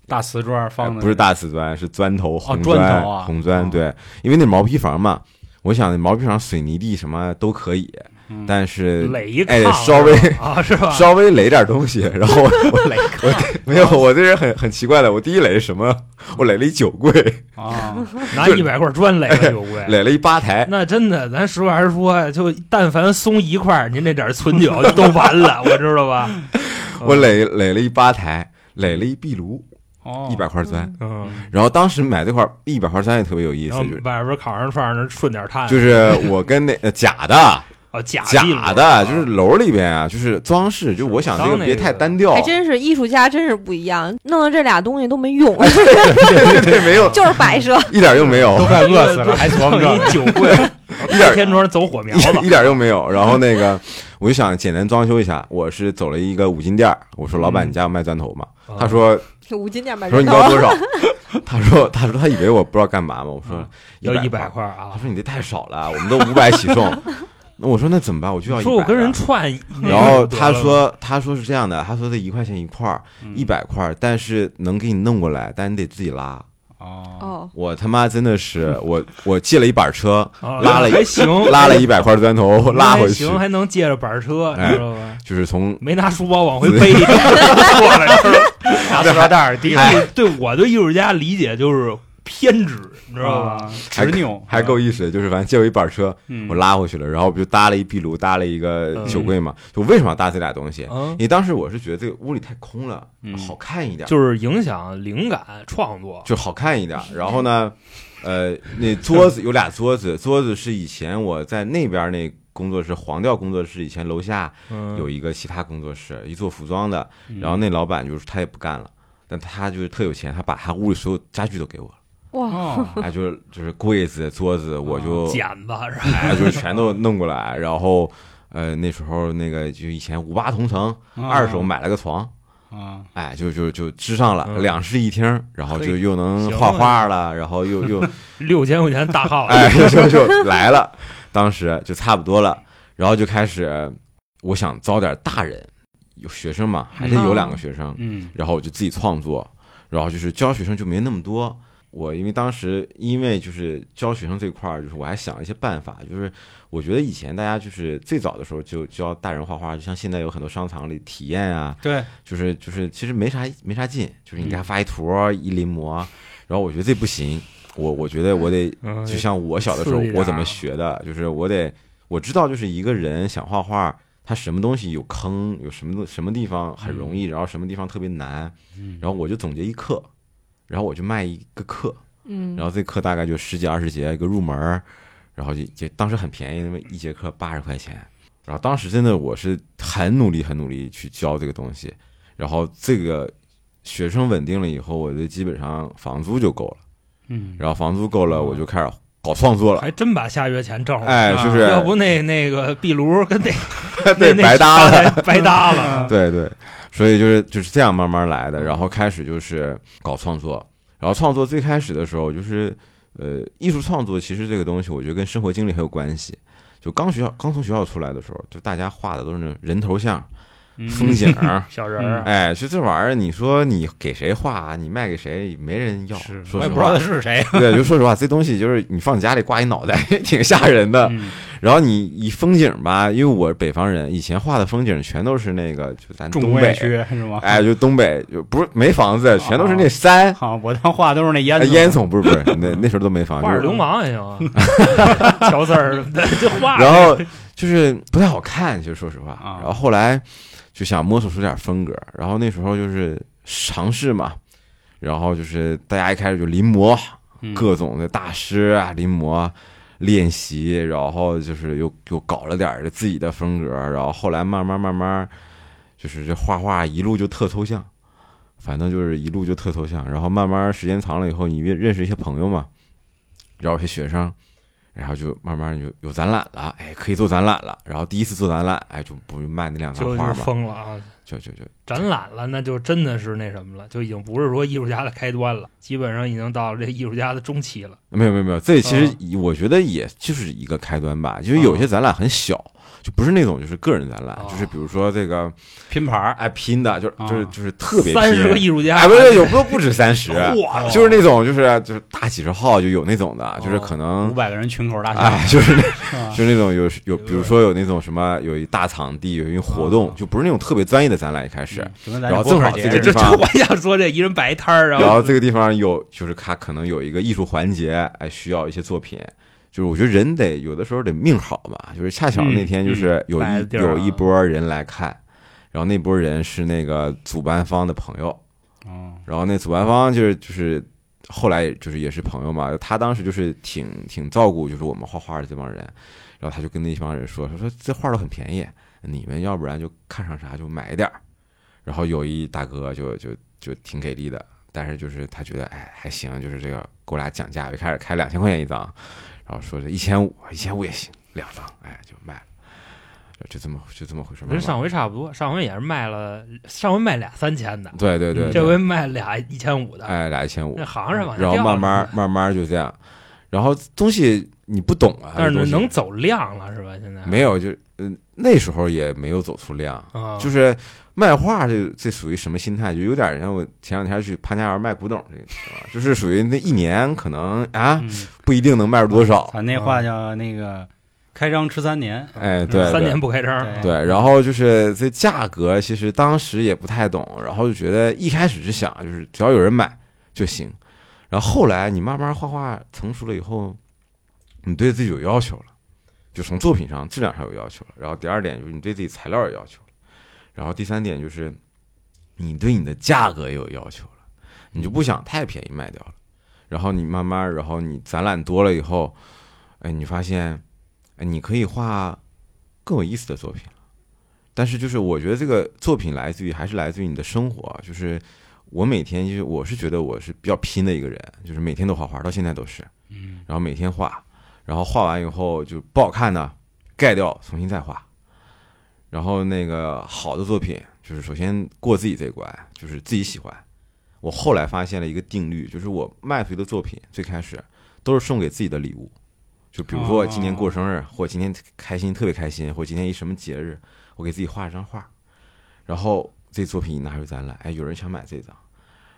[SPEAKER 1] 大瓷砖
[SPEAKER 4] 呃
[SPEAKER 1] 放的
[SPEAKER 4] 不是大瓷砖，是砖头红
[SPEAKER 1] 砖
[SPEAKER 4] 砖，
[SPEAKER 1] 头啊
[SPEAKER 4] 红
[SPEAKER 1] 哦
[SPEAKER 4] 砖对，因为那毛坯房嘛，我想那毛坯房水泥地什么都可以，
[SPEAKER 1] 嗯
[SPEAKER 4] 但是
[SPEAKER 2] 垒一
[SPEAKER 4] 哎
[SPEAKER 2] 炕
[SPEAKER 4] 稍微
[SPEAKER 2] 是吧啊是吧？
[SPEAKER 4] 稍微垒点东西，然后我我
[SPEAKER 1] 垒
[SPEAKER 4] 我 没有，我这人很很奇怪的，我第一垒是什么？我垒了一酒柜，
[SPEAKER 1] 啊，
[SPEAKER 2] 拿一百块砖垒了酒柜。
[SPEAKER 4] 垒了一吧台，
[SPEAKER 2] 那真的，咱实话实说，啊就但凡松一块儿，您这点儿存酒都完了，我知道吧？
[SPEAKER 4] 我垒垒了一吧台，垒了一壁炉，
[SPEAKER 1] 哦，
[SPEAKER 4] 一百块砖。
[SPEAKER 2] 嗯，
[SPEAKER 4] 然后当时买这块一百块砖也特别有意
[SPEAKER 2] 然
[SPEAKER 4] 思，
[SPEAKER 2] 后
[SPEAKER 4] 就是
[SPEAKER 2] 外边烤上串儿，那顺点儿炭，
[SPEAKER 4] 就是我跟那呃假的
[SPEAKER 2] 哦假地
[SPEAKER 4] 假
[SPEAKER 2] 了
[SPEAKER 4] 的，就是楼里边啊，就是装饰，就我想这个别太单调
[SPEAKER 3] 还，真是艺术家，真是不一样，弄的这俩东西都没用，
[SPEAKER 4] 对，没有
[SPEAKER 3] 就是摆设。
[SPEAKER 4] 一点用没有
[SPEAKER 1] 都，快饿死了，还琢磨
[SPEAKER 2] 一
[SPEAKER 1] 着，
[SPEAKER 2] 酒柜，
[SPEAKER 4] 一点
[SPEAKER 2] 天窗走火苗子
[SPEAKER 4] 一一点用没有。然后那个我就想简单装修一下，我是走了一个五金店儿，我说老
[SPEAKER 2] 嗯
[SPEAKER 4] 板你家有卖砖头吗？
[SPEAKER 2] 啊
[SPEAKER 4] 他说
[SPEAKER 3] 五金店买
[SPEAKER 4] 他说
[SPEAKER 3] 人
[SPEAKER 4] 你
[SPEAKER 3] 头
[SPEAKER 4] 要，多 少？他说他说他以为我不知道干嘛嘛，我说
[SPEAKER 2] 要一
[SPEAKER 4] 一
[SPEAKER 2] 百
[SPEAKER 4] 百
[SPEAKER 2] 块儿
[SPEAKER 4] 他
[SPEAKER 2] 啊！
[SPEAKER 4] 说你这太少了，我们都五百起送。那我说那怎么办？我就要一
[SPEAKER 2] 说我跟人串，
[SPEAKER 4] 然后他说他说是这样的，他说这一块钱一块儿，
[SPEAKER 1] 嗯
[SPEAKER 2] 嗯
[SPEAKER 4] 一百块儿，但是能给你弄过来，但你得自己拉。
[SPEAKER 1] 哦，
[SPEAKER 3] 哦，
[SPEAKER 4] 我他妈真的是我我借了一板车，
[SPEAKER 2] 啊
[SPEAKER 4] 拉了一
[SPEAKER 2] 还行，
[SPEAKER 4] 拉了一百块 砖头拉回去
[SPEAKER 2] 还，行，还能借着板车，你
[SPEAKER 4] 哎
[SPEAKER 2] 知道吧？
[SPEAKER 4] 就是从
[SPEAKER 2] 没拿书包往回 背，过来
[SPEAKER 1] 拿塑料袋儿递
[SPEAKER 4] 还
[SPEAKER 2] 对对，我对艺术家理解就是偏执，你知
[SPEAKER 1] 知
[SPEAKER 2] 道
[SPEAKER 1] 道
[SPEAKER 4] 啊
[SPEAKER 2] 吧？
[SPEAKER 1] 吧？执拗
[SPEAKER 4] 还够，意思，就是反正借我一板车，
[SPEAKER 1] 嗯
[SPEAKER 4] 我拉回去了，然后不就搭了一壁炉，搭了一个
[SPEAKER 2] 嗯
[SPEAKER 4] 酒柜嘛。就为什么要搭这俩东西？
[SPEAKER 2] 嗯
[SPEAKER 4] 因，为当时我是觉得这个屋里太空了
[SPEAKER 1] 嗯，
[SPEAKER 4] 好看一点，
[SPEAKER 2] 就是影响灵感创作。
[SPEAKER 4] 就好看一 点。然后呢，呃，那桌子有俩桌子，桌子是以前我在那边那工作室黄调工作室以前楼下
[SPEAKER 2] 嗯
[SPEAKER 4] 有一个嘻哈工作室，一做服装的，
[SPEAKER 1] 嗯
[SPEAKER 4] 然后那老板就是他也不干了，但他就是特有钱，他把他屋里所有家具都给我了，
[SPEAKER 3] 哇，
[SPEAKER 1] 哦，
[SPEAKER 2] 嗯
[SPEAKER 4] 哎，就是就是柜子、桌子，
[SPEAKER 2] 哦
[SPEAKER 4] 我就
[SPEAKER 2] 剪吧是吧？
[SPEAKER 4] 哎，就是全都弄过来，然后。呃，那时候那个就以前五八同城
[SPEAKER 1] 哦
[SPEAKER 4] 二手买了个床，
[SPEAKER 1] 啊，
[SPEAKER 4] 哎，就就就支上了
[SPEAKER 2] 嗯
[SPEAKER 4] 两室一厅，然后就
[SPEAKER 2] 嘿
[SPEAKER 4] 又能
[SPEAKER 2] 行啊
[SPEAKER 4] 画画了，然后又又
[SPEAKER 2] 六千块钱大号，
[SPEAKER 4] 哎， 就就来了，当时就差不多了，然后就开始，我想招点大人，有学生嘛，还是有两个学生，
[SPEAKER 1] 嗯
[SPEAKER 4] 然后我就自己创作，然后就是教学生就没那么多。我因为当时因为就是教学生这块儿，就是我还想了一些办法，就是我觉得以前大家就是最早的时候就教大人画画，就像现在有很多商场里体验啊，
[SPEAKER 1] 对，
[SPEAKER 4] 就是就是其实没啥没啥劲，就是你给他
[SPEAKER 1] 嗯
[SPEAKER 4] 发一图儿一临摹，然后我觉得这不行，我我觉得我得
[SPEAKER 2] 嗯
[SPEAKER 4] 就像我小的时候
[SPEAKER 2] 刺激点儿啊
[SPEAKER 4] 我怎么学的，就是我得我知道，就是一个人想画画，他什么东西有坑，有什么东什么地方很容易，然后什么地方特别难，
[SPEAKER 1] 嗯
[SPEAKER 4] 然后我就总结一课，然后我就卖一个课，
[SPEAKER 3] 嗯，
[SPEAKER 4] 然后这课大概就十几二十节一个入门儿，然后就就当时很便宜，那么一节课八十块钱。然后当时真的我是很努力很努力去教这个东西，然后这个学生稳定了以后，我就基本上房租就够了，
[SPEAKER 1] 嗯，
[SPEAKER 4] 然后房租够了，我就开始搞创作了。
[SPEAKER 2] 还真把下月钱挣了，
[SPEAKER 4] 哎
[SPEAKER 2] 啊
[SPEAKER 4] 是不是
[SPEAKER 2] 要不那那个壁炉跟那
[SPEAKER 4] 对
[SPEAKER 2] 那那
[SPEAKER 4] 白搭了嗯
[SPEAKER 2] 了， 白搭了。
[SPEAKER 4] 对对，所以就是就是这样慢慢来的，然后开始就是搞创作，然后创作最开始的时候就是呃，艺术创作其实这个东西，我觉得跟生活经历很有关系。就刚学校刚从学校出来的时候，就大家画的都是那种人头像、
[SPEAKER 1] 嗯
[SPEAKER 4] 风景儿，
[SPEAKER 2] 小人儿，
[SPEAKER 4] 哎，就这玩意儿，你说你给谁画啊，你卖给谁，没人要。
[SPEAKER 1] 是
[SPEAKER 4] 说
[SPEAKER 2] 我也
[SPEAKER 4] 实
[SPEAKER 2] 不知道
[SPEAKER 4] 话
[SPEAKER 2] 他，是谁，
[SPEAKER 4] 对，就说实话，这东西就是你放你家里挂一脑袋， 也挺吓人的。
[SPEAKER 1] 嗯
[SPEAKER 4] 然后你以风景吧，因为我是北方人，以前画的风景全都是那个，就咱
[SPEAKER 1] 重
[SPEAKER 4] 东
[SPEAKER 1] 工
[SPEAKER 4] 北
[SPEAKER 1] 业区啊是吗？
[SPEAKER 4] 哎，就东北就不是没房子，全都是那山、
[SPEAKER 1] 好，我当画都是那烟
[SPEAKER 4] 哎
[SPEAKER 1] 囱
[SPEAKER 4] 烟囱，不是不是， 那那时候都没房，
[SPEAKER 2] 画
[SPEAKER 4] 就
[SPEAKER 2] 着
[SPEAKER 4] 是
[SPEAKER 2] 流氓也行 啊，乔四儿就画着。
[SPEAKER 4] 然后就是不太好看，其实说实话。
[SPEAKER 1] 啊
[SPEAKER 4] 然后后来就想摸索出点风格，然后那时候就是尝试嘛，然后就是大家一开始就临摹
[SPEAKER 1] 嗯
[SPEAKER 4] 各种的大师啊，临摹。练习，然后就是又又搞了点儿自己的风格，然后后来慢慢慢慢，就是这画画一路就特抽象，反正就是一路就特抽象。然后慢慢时间长了以后，你认认识一些朋友嘛，然后一些学生，然后就慢慢就有展览了，哎，可以做展览了。然后第一次做展览，哎，就不是卖那两张
[SPEAKER 2] 就
[SPEAKER 4] 画
[SPEAKER 2] 就
[SPEAKER 4] 嘛，
[SPEAKER 2] 疯了啊！
[SPEAKER 4] 就就就
[SPEAKER 2] 展览了，那就真的是那什么了，就已经不是说艺术家的开端了，基本上已经到这艺术家的中期了。
[SPEAKER 4] 没有没有没有，这其
[SPEAKER 2] 嗯
[SPEAKER 4] 实我觉得也就是一个开端吧，就是有些展览很小。就不是那种就是个人展览，
[SPEAKER 2] 哦
[SPEAKER 4] 就是比如说这个
[SPEAKER 1] 拼盘儿，
[SPEAKER 4] 哎拼的，就是就是
[SPEAKER 1] 啊
[SPEAKER 4] 就是特别
[SPEAKER 2] 三十个
[SPEAKER 4] 拼，
[SPEAKER 2] 艺术家，
[SPEAKER 4] 哎不是有不不止三十，
[SPEAKER 2] 哇，哦
[SPEAKER 4] 就是那种就是就是大几十号就有那种的，就是可
[SPEAKER 1] 五
[SPEAKER 4] 能
[SPEAKER 1] 百个人群口大
[SPEAKER 4] 嗯哎
[SPEAKER 1] 小，
[SPEAKER 4] 就 是那
[SPEAKER 1] 是
[SPEAKER 2] 啊
[SPEAKER 1] 吧
[SPEAKER 4] 就是那种有有比如说有那种什么有一大场地有一个活
[SPEAKER 2] 啊
[SPEAKER 4] 动，就不是那种特别专业的展览一开始，
[SPEAKER 1] 嗯就跟咱
[SPEAKER 4] 然后
[SPEAKER 1] 这播
[SPEAKER 4] 正
[SPEAKER 1] 客
[SPEAKER 4] 好
[SPEAKER 1] 节
[SPEAKER 4] 这
[SPEAKER 1] 似
[SPEAKER 4] 个
[SPEAKER 1] 的
[SPEAKER 4] 地
[SPEAKER 2] 这
[SPEAKER 4] 方
[SPEAKER 2] 这我想说，这一人摆一摊
[SPEAKER 1] 啊
[SPEAKER 2] 儿，
[SPEAKER 4] 然
[SPEAKER 2] 然
[SPEAKER 4] 后这个地方有，就是它可能有一个艺术环节，哎，需要一些作品。就是我觉得人得有的时候得命好嘛，就是恰巧那天就是有一、
[SPEAKER 2] 摆地儿啊
[SPEAKER 4] 有一波人来看，然后那波人是那个主办方的朋友，
[SPEAKER 1] 哦
[SPEAKER 4] 然后那主办方就是就是后来就是也是朋友嘛，他当时就是挺挺照顾就是我们画画的这帮人，然后他就跟那帮人说，他说这画都很便宜，你们要不然就看上啥就买点儿。然后有一大哥就就就挺给力的，但是就是他觉得哎还行，就是这个给我俩讲价，就开始开两千块钱一张，然后说这一千五一千五也行，两张哎就卖了，就这么就这么回事儿。
[SPEAKER 2] 跟上
[SPEAKER 4] 慢慢
[SPEAKER 2] 回差不多，上回也是卖了，上回卖俩三千的，
[SPEAKER 4] 对对对，对
[SPEAKER 2] 这回卖俩一千五的，
[SPEAKER 4] 哎俩一千五
[SPEAKER 2] 那，行是往下
[SPEAKER 4] 然后
[SPEAKER 2] 掉
[SPEAKER 4] 慢
[SPEAKER 2] 了
[SPEAKER 4] 慢，慢慢就这样，然后东西你不懂啊，
[SPEAKER 2] 但
[SPEAKER 4] 这
[SPEAKER 2] 是
[SPEAKER 4] 东西
[SPEAKER 2] 能走量了是吧？现在
[SPEAKER 4] 没有就嗯那时候也没有走出量，
[SPEAKER 2] 啊，
[SPEAKER 4] 就是是卖画这这属于什么心态？就有点像我前两天去潘家园卖古董这个，就是属于那一年可能啊
[SPEAKER 1] 嗯
[SPEAKER 4] 不一定能卖出多少，嗯
[SPEAKER 1] 咱那话叫那个开张吃三年，
[SPEAKER 4] 哎对
[SPEAKER 2] 三
[SPEAKER 4] 对
[SPEAKER 2] 年不开张，啊
[SPEAKER 1] 对
[SPEAKER 4] 对，然后就是这价格其实当时也不太懂，然后就觉得一开始是想就是只要有人买就行，然后后来你慢慢画画成熟了以后，你对自己有要求了，就从作品上质量上有要求了，然后第二点就是你对自己材料有要求了，然后第三点就是你对你的价格也有要求了，你就不想太便宜卖掉了，然后你慢慢，然后你展览多了以后，哎，你发现，哎，你可以画更有意思的作品。但是就是我觉得这个作品来自于还是来自于你的生活啊，就是我每天就是我是觉得我是比较拼的一个人，就是每天都画画，到现在都是，
[SPEAKER 1] 嗯，
[SPEAKER 4] 然后每天画，然后画完以后就不好看呢，盖掉，重新再画。然后那个好的作品，就是首先过自己这一关，就是自己喜欢。我后来发现了一个定律，就是我卖出去的作品，最开始都是送给自己的礼物，就比如说
[SPEAKER 1] 哦
[SPEAKER 4] 今年过生日，或今天开心特别开心，或今天一什么节日，我给自己画一张画，然后这作品一拿回展览，哎，有人想买这张，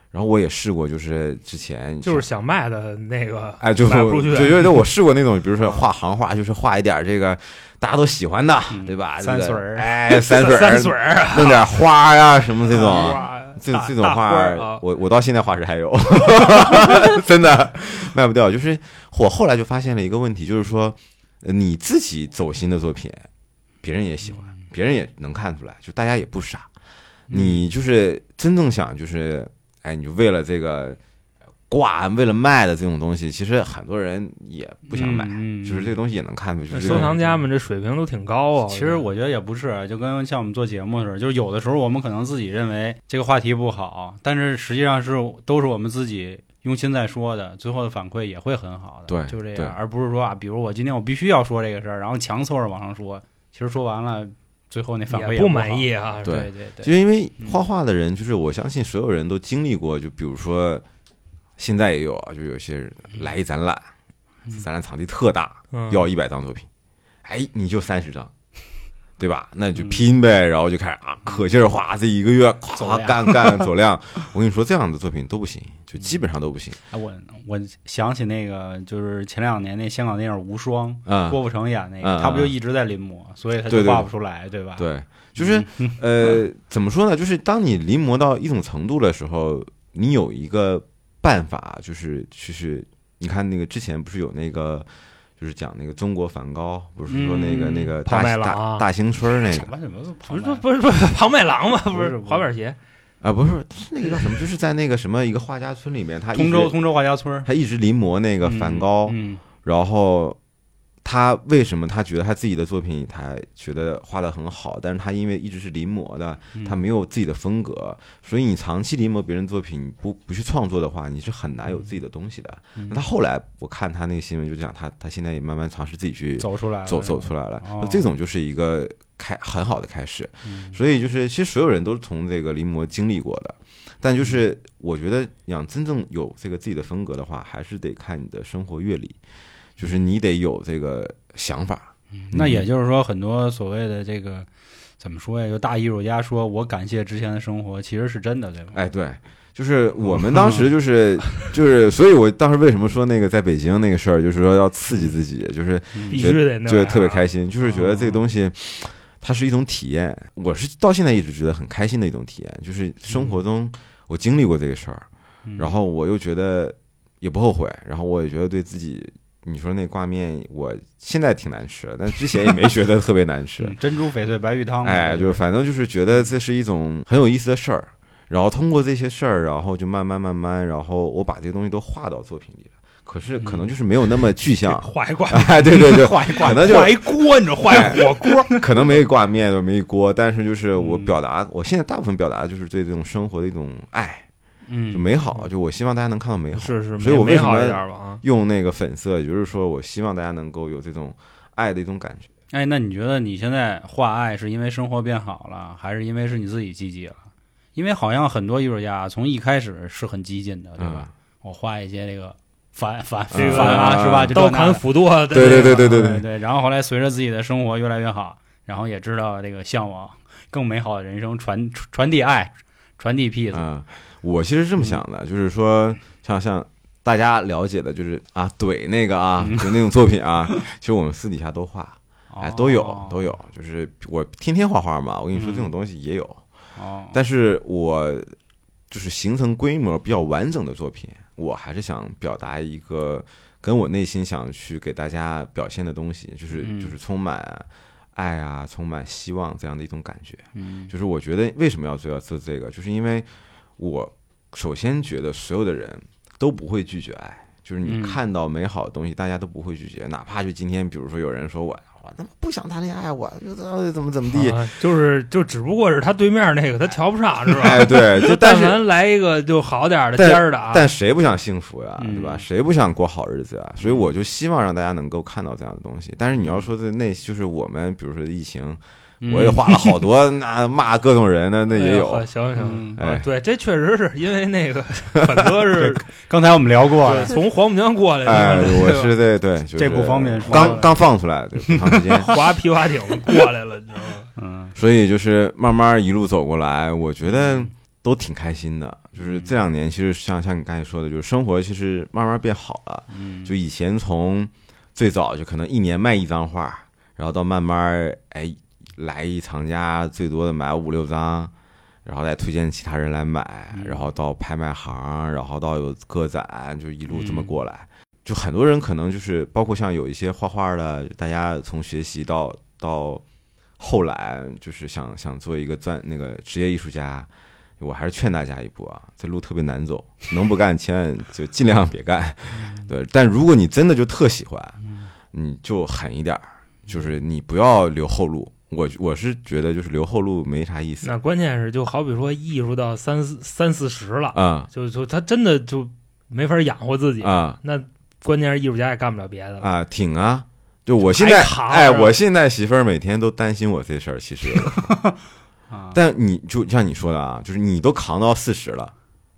[SPEAKER 4] 然后我也试过，就是之前
[SPEAKER 2] 就是想卖的那个，
[SPEAKER 4] 哎，就是
[SPEAKER 2] 卖不出去，
[SPEAKER 4] 对对对，我试过那种，比如说画行画，就是画一点这个大家都喜欢的，
[SPEAKER 2] 嗯
[SPEAKER 4] 对吧？
[SPEAKER 1] 山
[SPEAKER 4] 这个
[SPEAKER 1] 水儿
[SPEAKER 4] 哎，山水 儿，
[SPEAKER 2] 三水儿，
[SPEAKER 4] 弄点花呀、什么这种，
[SPEAKER 2] 哇
[SPEAKER 4] 这
[SPEAKER 2] 大
[SPEAKER 4] 这种
[SPEAKER 2] 大
[SPEAKER 4] 画
[SPEAKER 2] 花儿啊
[SPEAKER 4] 儿，我我到现在画室还有， 真的卖不掉。就是我后来就发现了一个问题，就是说呃你自己走心的作品，别人也喜欢，别人也能看出来，就大家也不傻，
[SPEAKER 1] 嗯
[SPEAKER 4] 你就是真正想就是，哎，你就为了这个挂，为了卖的这种东西，其实很多人也不想买，
[SPEAKER 1] 嗯
[SPEAKER 4] 就是这个东西也能看出，就是这
[SPEAKER 2] 收
[SPEAKER 4] 个
[SPEAKER 2] 藏家们这水平都挺高啊。
[SPEAKER 1] 其实我觉得也不是，就跟像我们做节目似的，就是有的时候我们可能自己认为这个话题不好，但是实际上是都是我们自己用心在说的，最后的反馈也会很好的。
[SPEAKER 4] 对
[SPEAKER 1] 就这
[SPEAKER 4] 对
[SPEAKER 1] 样，而不是说啊，比如我今天我必须要说这个事儿，然后强凑着往上说，其实说完了，最后那反馈
[SPEAKER 2] 也
[SPEAKER 1] 不
[SPEAKER 2] 不
[SPEAKER 1] 好
[SPEAKER 2] 满。意啊。
[SPEAKER 1] 对对
[SPEAKER 4] 对
[SPEAKER 1] 对，嗯
[SPEAKER 4] 就因为画画的人，就是我相信所有人都经历过，就比如说现在也有啊，就有些人来一展览，
[SPEAKER 1] 嗯
[SPEAKER 4] 展览场地特大，
[SPEAKER 2] 嗯
[SPEAKER 4] 要一百张作品，哎，你就三十张，对吧？那你就拼呗，然后就开始啊，可劲儿画，这一个月
[SPEAKER 1] 走
[SPEAKER 4] 夸
[SPEAKER 1] 量
[SPEAKER 4] 干干走量。我跟你说，这样的作品都不行，就基本上都不行
[SPEAKER 1] 哎我我想起那个，就是前两年那香港电影《无双》，
[SPEAKER 4] 啊。
[SPEAKER 1] 郭富城演那
[SPEAKER 4] 嗯
[SPEAKER 1] 个，他不就一直在临摹，所以他
[SPEAKER 4] 对
[SPEAKER 1] 就
[SPEAKER 4] 对
[SPEAKER 1] 画
[SPEAKER 4] 对
[SPEAKER 1] 不出来，对吧？嗯
[SPEAKER 4] 对，就是呃，怎么说呢？就是当你临摹到一种程度的时候，你有一个办法，就是就是你看那个之前不是有那个。就是讲那个中国梵高，不是说那个、
[SPEAKER 1] 嗯
[SPEAKER 4] 那个
[SPEAKER 2] 庞
[SPEAKER 4] 大
[SPEAKER 2] 麦郎
[SPEAKER 4] 大大兴村那
[SPEAKER 1] 什
[SPEAKER 4] 个
[SPEAKER 1] 么什么不
[SPEAKER 2] 不是不是不是不是庞麦郎嘛，不
[SPEAKER 1] 不是
[SPEAKER 2] 是
[SPEAKER 1] 不是
[SPEAKER 2] 滑板鞋，
[SPEAKER 4] 啊，不是是那个叫什么，就是在那个什么一个画家村里面，他一直
[SPEAKER 1] 通州通州画家村儿
[SPEAKER 4] 他一直临摹那个梵高，
[SPEAKER 1] 嗯，
[SPEAKER 4] 然后他为什么他觉得他自己的作品他觉得画的很好，但是他因为一直是临摹的，
[SPEAKER 1] 嗯
[SPEAKER 4] 他没有自己的风格，所以你长期临摹别人作品，你不不去创作的话，你是很难有自己的东西的。
[SPEAKER 1] 嗯
[SPEAKER 4] 那他后来我看他那个新闻就讲他他现在也慢慢尝试自己去
[SPEAKER 1] 走出来了，
[SPEAKER 4] 走走出来了，
[SPEAKER 1] 哦
[SPEAKER 4] 那这种就是一个开很好的开始。
[SPEAKER 1] 嗯
[SPEAKER 4] 所以就是，其实所有人都是从这个临摹经历过的，但就是我觉得，想真正有这个自己的风格的话，还是得看你的生活阅历，就是你得有这个想法。
[SPEAKER 1] 那
[SPEAKER 4] 嗯
[SPEAKER 1] 也就是说，很多所谓的这个怎么说呀？有大艺术家说我感谢之前的生活，其实是真的，对吧？
[SPEAKER 4] 哎，对，就是我们当时就是就是，所以我当时为什么说那个在北京那个事儿，就是说要刺激自己，就是
[SPEAKER 1] 嗯
[SPEAKER 2] 必
[SPEAKER 4] 觉
[SPEAKER 2] 须得那
[SPEAKER 4] 觉得
[SPEAKER 2] 样
[SPEAKER 4] 嗯特别
[SPEAKER 2] 啊，
[SPEAKER 4] 开心，就是觉得这个东西它是一种体验，我是到现在一直觉得很开心的一种体验，就是生活中我经历过这个事儿，
[SPEAKER 1] 嗯
[SPEAKER 4] 然后我又觉得也不后悔，然后我也觉得对自己，你说那挂面我现在挺难吃的，但之前也没觉得特别难吃
[SPEAKER 1] 嗯，珍珠翡翠白玉汤嘛，
[SPEAKER 4] 哎，
[SPEAKER 1] 对
[SPEAKER 4] 就
[SPEAKER 1] 吧
[SPEAKER 4] 反正就是觉得这是一种很有意思的事儿，然后通过这些事儿，然后就慢慢慢慢，然后我把这些东西都画到作品里了。可是可能就是没有那么具象
[SPEAKER 2] 嗯 画一挂，
[SPEAKER 4] 哎，对对对，
[SPEAKER 2] 画一挂，
[SPEAKER 4] 可能就哎
[SPEAKER 2] 画一锅，你知道，画一火锅，
[SPEAKER 4] 可能没挂面，没一锅，但是就是我表达，我现在大部分表达就是对这种生活的一种爱，就
[SPEAKER 1] 嗯，
[SPEAKER 4] 美好，啊就我希望大家能看到美好。
[SPEAKER 2] 啊是是，
[SPEAKER 4] 所以我为
[SPEAKER 2] 美
[SPEAKER 4] 什
[SPEAKER 2] 好一
[SPEAKER 4] 么
[SPEAKER 2] 点吧啊。
[SPEAKER 4] 用那个粉色，也就是说，我希望大家能够有这种爱的一种感觉。
[SPEAKER 1] 哎，那你觉得你现在画爱是因为生活变好了，还是因为是你自己积极了？因为好像很多艺术家啊从一开始是很激进的，
[SPEAKER 4] 嗯
[SPEAKER 1] 对吧？我画一些这个反反
[SPEAKER 4] 这
[SPEAKER 1] 反
[SPEAKER 2] 个
[SPEAKER 1] 啊，是
[SPEAKER 4] 嗯
[SPEAKER 1] 吧？就这
[SPEAKER 2] 刀
[SPEAKER 1] 那的
[SPEAKER 2] 砍斧剁，
[SPEAKER 4] 对对对对对
[SPEAKER 1] 对对。然后后来随着自己的生活越来越好，然后也知道这个向往更美好的人生，传传递爱，传递 peace，、
[SPEAKER 4] 嗯啊，我其实是这么想的，就是说，像像大家了解的，就是啊，怼那个啊，就那种作品啊， 其实我们私底下都画，哎，都有都
[SPEAKER 1] 有。
[SPEAKER 4] 有，就是我天天画画嘛，我跟你说，这种东西也有。
[SPEAKER 1] 哦，
[SPEAKER 4] 但是我就是形成规模比较完整的作品，我还是想表达一个跟我内心想去给大家表现的东西，就是
[SPEAKER 1] 嗯
[SPEAKER 4] 就是充满爱啊，充满希望这样的一种感觉。
[SPEAKER 1] 嗯
[SPEAKER 4] 就是我觉得为什么要做做这个，就是因为我首先觉得所有的人都不会拒绝爱，就是你
[SPEAKER 1] 嗯
[SPEAKER 4] 看到美好的东西，大家都不会拒绝，哪怕就今天，比如说有人说我我他妈不想谈恋爱，我就怎么怎么地，
[SPEAKER 2] 啊就是就只不过是他对面那个他瞧不 上
[SPEAKER 1] 啊
[SPEAKER 2] 是吧？
[SPEAKER 4] 哎，对，就
[SPEAKER 2] 就
[SPEAKER 4] 但
[SPEAKER 2] 但
[SPEAKER 4] 是
[SPEAKER 2] 凡来一个就好点儿的
[SPEAKER 4] 但
[SPEAKER 2] 尖儿的啊，
[SPEAKER 4] 但谁不想幸福呀，
[SPEAKER 1] 嗯
[SPEAKER 4] 对吧？谁不想过好日子呀？所以我就希望让大家能够看到这样的东西。但是你要说的那，就是我们，比如说疫情，
[SPEAKER 1] 嗯
[SPEAKER 4] 我也画了好多 那骂各种人的，那
[SPEAKER 2] 哎
[SPEAKER 4] 也
[SPEAKER 2] 呦
[SPEAKER 4] 有
[SPEAKER 2] 呵。行行，
[SPEAKER 1] 嗯
[SPEAKER 4] 哎
[SPEAKER 2] 啊，对，这确实是因为 那个很多是
[SPEAKER 1] 刚才我们聊过
[SPEAKER 2] 对
[SPEAKER 1] 了，
[SPEAKER 2] 从黄浦江过来的，
[SPEAKER 4] 哎，
[SPEAKER 2] 对吧。
[SPEAKER 4] 我是 对对，就是
[SPEAKER 1] 这不方便说
[SPEAKER 4] 刚刚放出来，对，不长时 间
[SPEAKER 2] 划皮划艇过来了，你知道吗？
[SPEAKER 1] 嗯
[SPEAKER 4] 所以就是慢慢一路走过来，我觉得都挺开心的。就是
[SPEAKER 1] 嗯
[SPEAKER 4] 这两年，其实像像你刚才说的，就是生活其实慢慢变好了。
[SPEAKER 1] 嗯，
[SPEAKER 4] 就以前从最早就可能一年卖一张画，然后到慢慢儿哎来一藏家最多的买五六张，然后再推荐其他人来买，
[SPEAKER 1] 嗯
[SPEAKER 4] 然后到拍卖行，然后到有个展，就一路这么过来。就很多人可能就是包括像有一些画画的，大家从学习到到后来就是想想做一个专那个职业艺术家。我还是劝大家一步啊，这路特别难走，能不干千万就尽量别干。
[SPEAKER 2] 嗯
[SPEAKER 4] 对，但如果你真的就特喜欢，你就狠一点儿，就是你不要留后路。我我是觉得就是留后路没啥意思
[SPEAKER 2] 那关键是就好比说艺术到三四三四十了，
[SPEAKER 4] 啊
[SPEAKER 2] 就就他真的就没法养活自己，
[SPEAKER 4] 啊
[SPEAKER 2] 那关键是艺术家也干不了别的了。
[SPEAKER 4] 啊，挺啊！就我现
[SPEAKER 2] 还
[SPEAKER 4] 在
[SPEAKER 2] 扛着
[SPEAKER 4] 哎，我现在媳妇儿每天都担心我这事儿，其实，
[SPEAKER 1] 啊
[SPEAKER 4] 但你就像你说的啊，就是你都扛到四十了，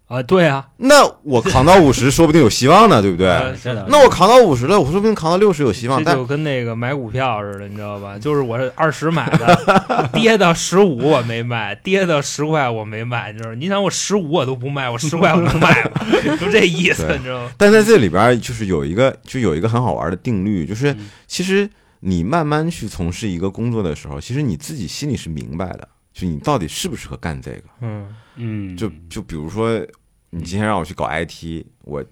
[SPEAKER 2] 啊，对啊，
[SPEAKER 4] 那我扛到五 十，说不定有希望呢，对不对？
[SPEAKER 2] 呃
[SPEAKER 1] 这倒是
[SPEAKER 4] 哎那我扛到五十了，我说不定扛到六十有希望，
[SPEAKER 2] 这
[SPEAKER 4] 但
[SPEAKER 2] 就跟那个买股票似的，你知道吧？就是我是二十买的， 跌到十五我没卖，跌到十块我没卖，你知道吗？你想我十五我都不卖，我十块我能卖吗？ 就这意思，
[SPEAKER 4] 对
[SPEAKER 2] 你知道吗？
[SPEAKER 4] 但在这里边儿就是有一个，就有一个很好玩的定律，就是
[SPEAKER 1] 嗯
[SPEAKER 4] 其实你慢慢去从事一个工作的时候，其实你自己心里是明白的，就你到底适不适合干这个。
[SPEAKER 2] 嗯，
[SPEAKER 1] 嗯，
[SPEAKER 4] 就就比如说，你今天让我去搞 IT，我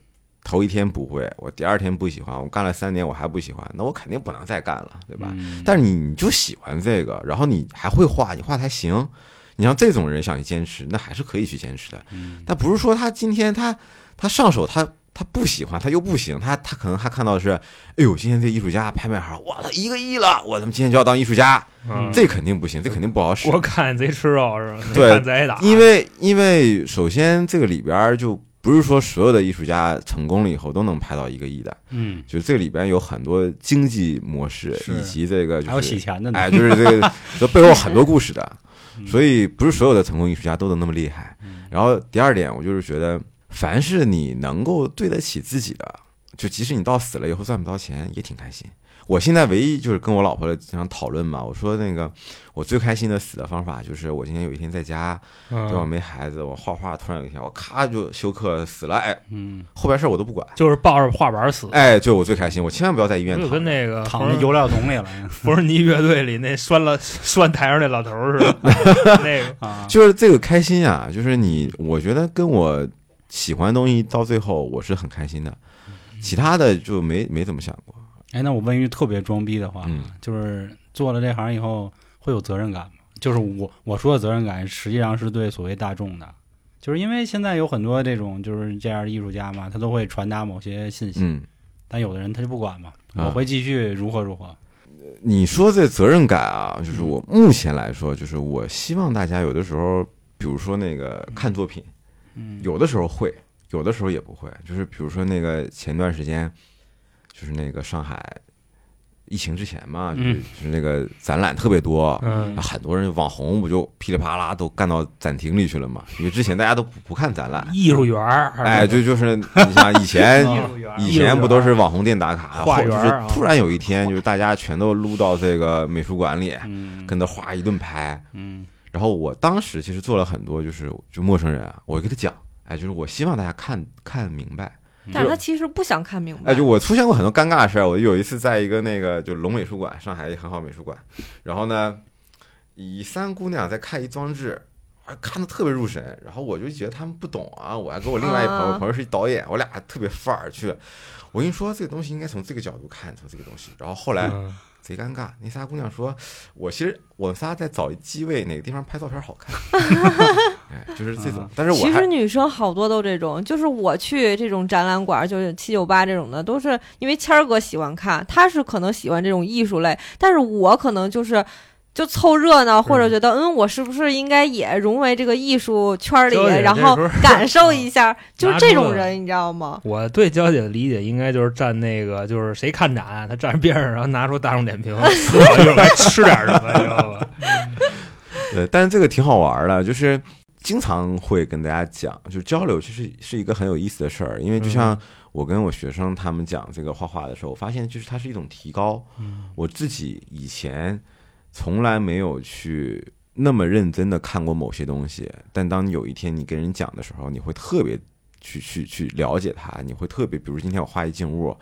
[SPEAKER 4] 头一天不会，我第二天不喜欢，我干了三年我还不喜欢，那我肯定不能再干了，对吧？
[SPEAKER 1] 嗯
[SPEAKER 4] 但是你你就喜欢这个，然后你还会画，你画得还行。你像这种人想去坚持，那还是可以去坚持的。
[SPEAKER 1] 嗯
[SPEAKER 4] 但不是说他今天他他上手他他不喜欢他又不行，他他可能还看到的是，哎呦，今天这艺术家拍卖行，哇，他一个亿了，我他妈今天就要当艺术家，
[SPEAKER 2] 嗯
[SPEAKER 4] 这肯定不行，这肯定不好使。
[SPEAKER 2] 我看贼吃肉是吧？
[SPEAKER 4] 对
[SPEAKER 2] 没看贼挨打，
[SPEAKER 4] 因为因为首先这个里边儿就不是说所有的艺术家成功了以后都能拍到一个亿的，
[SPEAKER 1] 嗯，
[SPEAKER 4] 就这里边有很多经济模式
[SPEAKER 1] 是
[SPEAKER 4] 以及这个
[SPEAKER 1] 还
[SPEAKER 4] 就
[SPEAKER 1] 有洗
[SPEAKER 4] 是
[SPEAKER 1] 钱的呢，
[SPEAKER 4] 哎，就是这个 这背后很多故事的，
[SPEAKER 1] 嗯
[SPEAKER 4] 所以不是所有的成功艺术家都能那么厉害
[SPEAKER 1] 嗯。
[SPEAKER 4] 然后第二点，我就是觉得，凡是你能够对得起自己的，就即使你到死了以后赚不到钱，也挺开心。我现在唯一就是跟我老婆经常讨论嘛，我说那个我最开心的死的方法就是我今天有一天在
[SPEAKER 1] 啊
[SPEAKER 4] 家，
[SPEAKER 2] 嗯
[SPEAKER 4] 对吧？没孩子，我画画突然有一天我咔就休克死了，哎，
[SPEAKER 1] 嗯，
[SPEAKER 4] 后边事儿我都不管，
[SPEAKER 2] 就是抱着画板死，
[SPEAKER 4] 哎，就我最开心，我千万不要在医院
[SPEAKER 2] 就
[SPEAKER 4] 躺
[SPEAKER 2] 跟
[SPEAKER 4] 着。
[SPEAKER 2] 那个
[SPEAKER 1] 躺进油料桶里了
[SPEAKER 2] 弗尔尼乐队里那拴了拴台上那老头儿似 的，那个
[SPEAKER 1] 啊，
[SPEAKER 4] 就是这个开心啊，就是你，我觉得跟我喜欢的东西到最后我是很开心的，其他的就没没怎么想过。
[SPEAKER 1] 哎，那我问一句特别装逼的话，
[SPEAKER 4] 嗯
[SPEAKER 1] 就是做了这行以后会有责任感吗？就是我我说的责任感，实际上是对所谓大众的，就是因为现在有很多这种就是这样的艺术家嘛，他都会传达某些信息，
[SPEAKER 4] 嗯，
[SPEAKER 1] 但有的人他就不管嘛，
[SPEAKER 4] 啊
[SPEAKER 1] 我会继续如何如何。
[SPEAKER 4] 你说这责任感啊，就是我目前来说，就是我希望大家有的时候，比如说那个看作品，
[SPEAKER 1] 嗯，
[SPEAKER 4] 有的时候会，有的时候也不会。就是比如说那个前段时间，就是那个上海疫情之前嘛，就
[SPEAKER 1] 嗯
[SPEAKER 4] 是、就是那个展览特别多，
[SPEAKER 2] 嗯
[SPEAKER 4] 很多人网红不就噼里啪啦都干到展厅里去了嘛？因为之前大家都不不看展览，
[SPEAKER 2] 艺术园儿，
[SPEAKER 4] 哎，就就是你想 以前
[SPEAKER 1] 啊
[SPEAKER 2] 艺术园儿，
[SPEAKER 4] 哎以前不都是网红店打卡，
[SPEAKER 2] 画
[SPEAKER 4] 后
[SPEAKER 2] 园
[SPEAKER 4] 就
[SPEAKER 2] 啊
[SPEAKER 4] 是突然有一天就是大家全都撸到这个美术馆里，
[SPEAKER 1] 嗯
[SPEAKER 4] 跟他画一顿拍，
[SPEAKER 1] 嗯
[SPEAKER 4] 然后我当时其实做了很多，就是就陌生人啊，我给他讲，哎，就是我希望大家看看明白，
[SPEAKER 3] 但是他其实不想看明白。
[SPEAKER 4] 哎，就我出现过很多尴尬的事儿。我有一次在一个那个就龙美术馆，上海一个很好美术馆，然后呢，以三姑娘在看一装置，啊，看的特别入神，然后我就觉得他们不懂啊，我还跟我另外一朋友，
[SPEAKER 3] 啊
[SPEAKER 4] 朋友是一导演，我俩特别范儿去。我跟你说，这个东西应该从这个角度看，从这个东西。然后后来
[SPEAKER 2] 嗯
[SPEAKER 4] 贼尴尬，那仨姑娘说：“我其实我们仨在找机位，哪个地方拍照片好看。”哎，就是这种
[SPEAKER 1] 啊。
[SPEAKER 4] 但是我
[SPEAKER 3] 其实
[SPEAKER 4] 还
[SPEAKER 3] 女生好多都这种，就是我去这种展览馆，就是七九八这种的，都是因为谦儿哥喜欢看，他是可能喜欢这种艺术类，但是我可能就是。就凑热闹，或者觉得，嗯，我是不是应该也融为这个艺术圈儿里，
[SPEAKER 2] 交姐
[SPEAKER 3] 然后
[SPEAKER 2] 这时候
[SPEAKER 3] 感受一 下，就是
[SPEAKER 2] 拿
[SPEAKER 3] 这
[SPEAKER 2] 出
[SPEAKER 3] 种
[SPEAKER 2] 了
[SPEAKER 3] 人，你知道吗？
[SPEAKER 2] 我对娇姐的理解应该就是站那个，就是谁看展，她站边上，然后拿出大众点 评，思考一会儿该吃点 什么，你知道吧？
[SPEAKER 4] 对，但是这个挺好玩的，就是经常会跟大家讲，就交流其实是一个很有意思的事儿，因为就像我跟我学生他们讲这个画画的时候，我发现就是它是一种提高。我自己以前从来没有去那么认真的看过某些东西，但当你有一天你跟人讲的时候，你会特别去去去了解它，你会特别，比如今天我画一静物，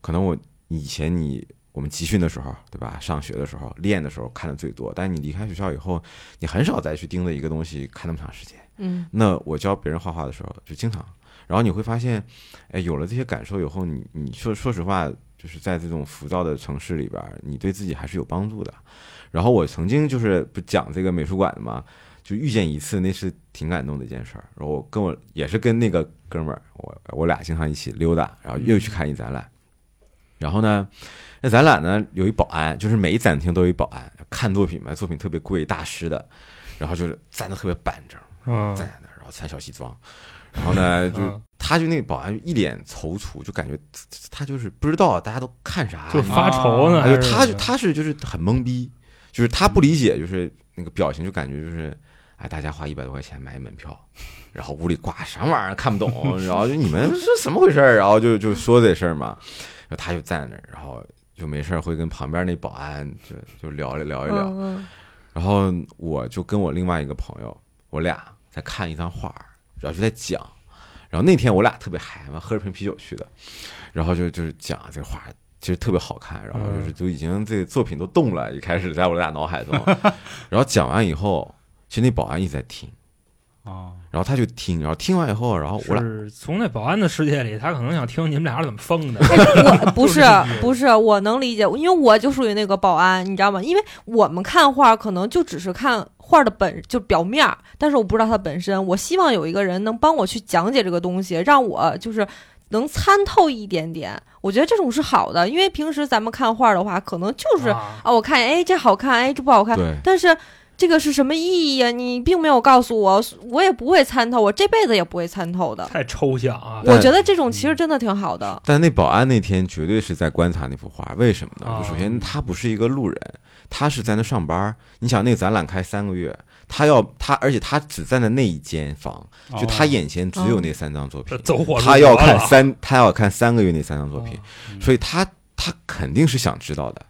[SPEAKER 4] 可能我以前你。我们集训的时候，对吧？上学的时候练的时候看的最多，但你离开学校以后，你很少再去盯着一个东西看那么长时间。
[SPEAKER 3] 嗯，
[SPEAKER 4] 那我教别人画画的时候，就经常，然后你会发现，哎，有了这些感受以后，你你说说实话，就是在这种浮躁的城市里边儿，你对自己还是有帮助的。然后我曾经就是不讲这个美术馆的嘛，就遇见一次，那是挺感动的一件事儿。然后我跟我也是跟那个哥们儿，我我俩经常一起溜达，然后又去看一展览。然后呢，那展览呢有一保安，就是每一展厅都有一保安看作品嘛，作品特别贵，大师的，然后就是站得特别板正。
[SPEAKER 2] 嗯
[SPEAKER 4] 站在那儿，然后穿小西装，然后呢，哎就
[SPEAKER 2] 嗯
[SPEAKER 4] 他就那保安一脸踌躇，就感觉他就是不知道大家都看啥，
[SPEAKER 2] 就是发愁
[SPEAKER 4] 你
[SPEAKER 2] 呢，还
[SPEAKER 4] 知道吗哎就是他就他是就是很懵逼，就是他不理解，就是那个表情就感觉就是，哎，大家花一百多块钱买门票。然后屋里挂啥玩意儿看不懂，然后就你们是怎么回事儿？然后就就说这事儿嘛，然后他就站那儿，然后就没事儿会跟旁边那保安就就聊一聊一聊，
[SPEAKER 3] 嗯
[SPEAKER 4] 然后我就跟我另外一个朋友，我俩在看一张画儿，然后就在讲。然后那天我俩特别嗨嘛，喝着瓶啤酒去的，然后就就是讲这个画儿其实特别好看，然后就是就已经这作品都动了，一开始在我俩脑海中。 然后讲完以后，其实那保安一直在听，
[SPEAKER 1] 哦，
[SPEAKER 4] 然后他就听，然后听完以后，然后我俩
[SPEAKER 2] 是从那保安的世界里，他可能想听你们俩是怎么疯 的。
[SPEAKER 3] 我不
[SPEAKER 2] 就是
[SPEAKER 3] 是
[SPEAKER 2] 这个
[SPEAKER 3] 不是，我能理解，因为我就属于那个保安，你知道吗？因为我们看画可能就只是看画的本，就表面儿，但是我不知道它本身。我希望有一个人能帮我去讲解这个东西，让我就是能参透一点点。我觉得这种是好的，因为平时咱们看画的话，可能就是啊
[SPEAKER 2] 啊
[SPEAKER 3] 我看哎这好看，哎这不好看，
[SPEAKER 4] 对
[SPEAKER 3] 但是。这个是什么意义呀、你并没有告诉我，我也不会参透，我这辈子也不会参透的。
[SPEAKER 2] 太抽象啊！
[SPEAKER 4] 对
[SPEAKER 3] 我觉得这种其实真的挺好的。
[SPEAKER 4] 但那保安那天绝对是在观察那幅画，为什么呢？
[SPEAKER 2] 啊
[SPEAKER 4] 就首先他不是一个路人，他是在那上班儿。你想，那个展览开三个月，他要他，而且他只站在那一间房，就他眼前只有那三张作品，
[SPEAKER 2] 这哦走火入
[SPEAKER 4] 他要
[SPEAKER 2] 魔
[SPEAKER 4] 看
[SPEAKER 2] 了
[SPEAKER 4] 三，他要看三个月那三张作品，
[SPEAKER 1] 嗯
[SPEAKER 4] 所以他他肯定是想知道的。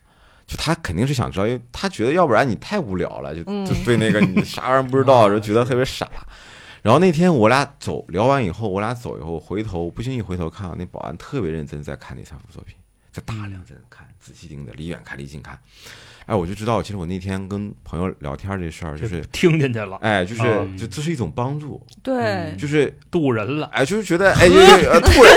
[SPEAKER 4] 就他肯定是想知道，因为他觉得要不然你太无聊了，就
[SPEAKER 3] 嗯
[SPEAKER 4] 就对那个你啥玩意儿不知道，就觉得特别傻。然后那天我俩走聊完以后，我俩走以后回头不经意回头看啊到那保安特别认真在看那三幅作品，在大量在看，仔细盯着，离远看离近看。哎，我就知道，其实我那天跟朋友聊天这事儿，就是
[SPEAKER 2] 听进去了，
[SPEAKER 4] 哎，就是
[SPEAKER 1] 嗯
[SPEAKER 4] 就这是一种帮助，
[SPEAKER 3] 对，
[SPEAKER 4] 就是
[SPEAKER 2] 渡人了，
[SPEAKER 4] 哎，就是觉得哎，就是呃突然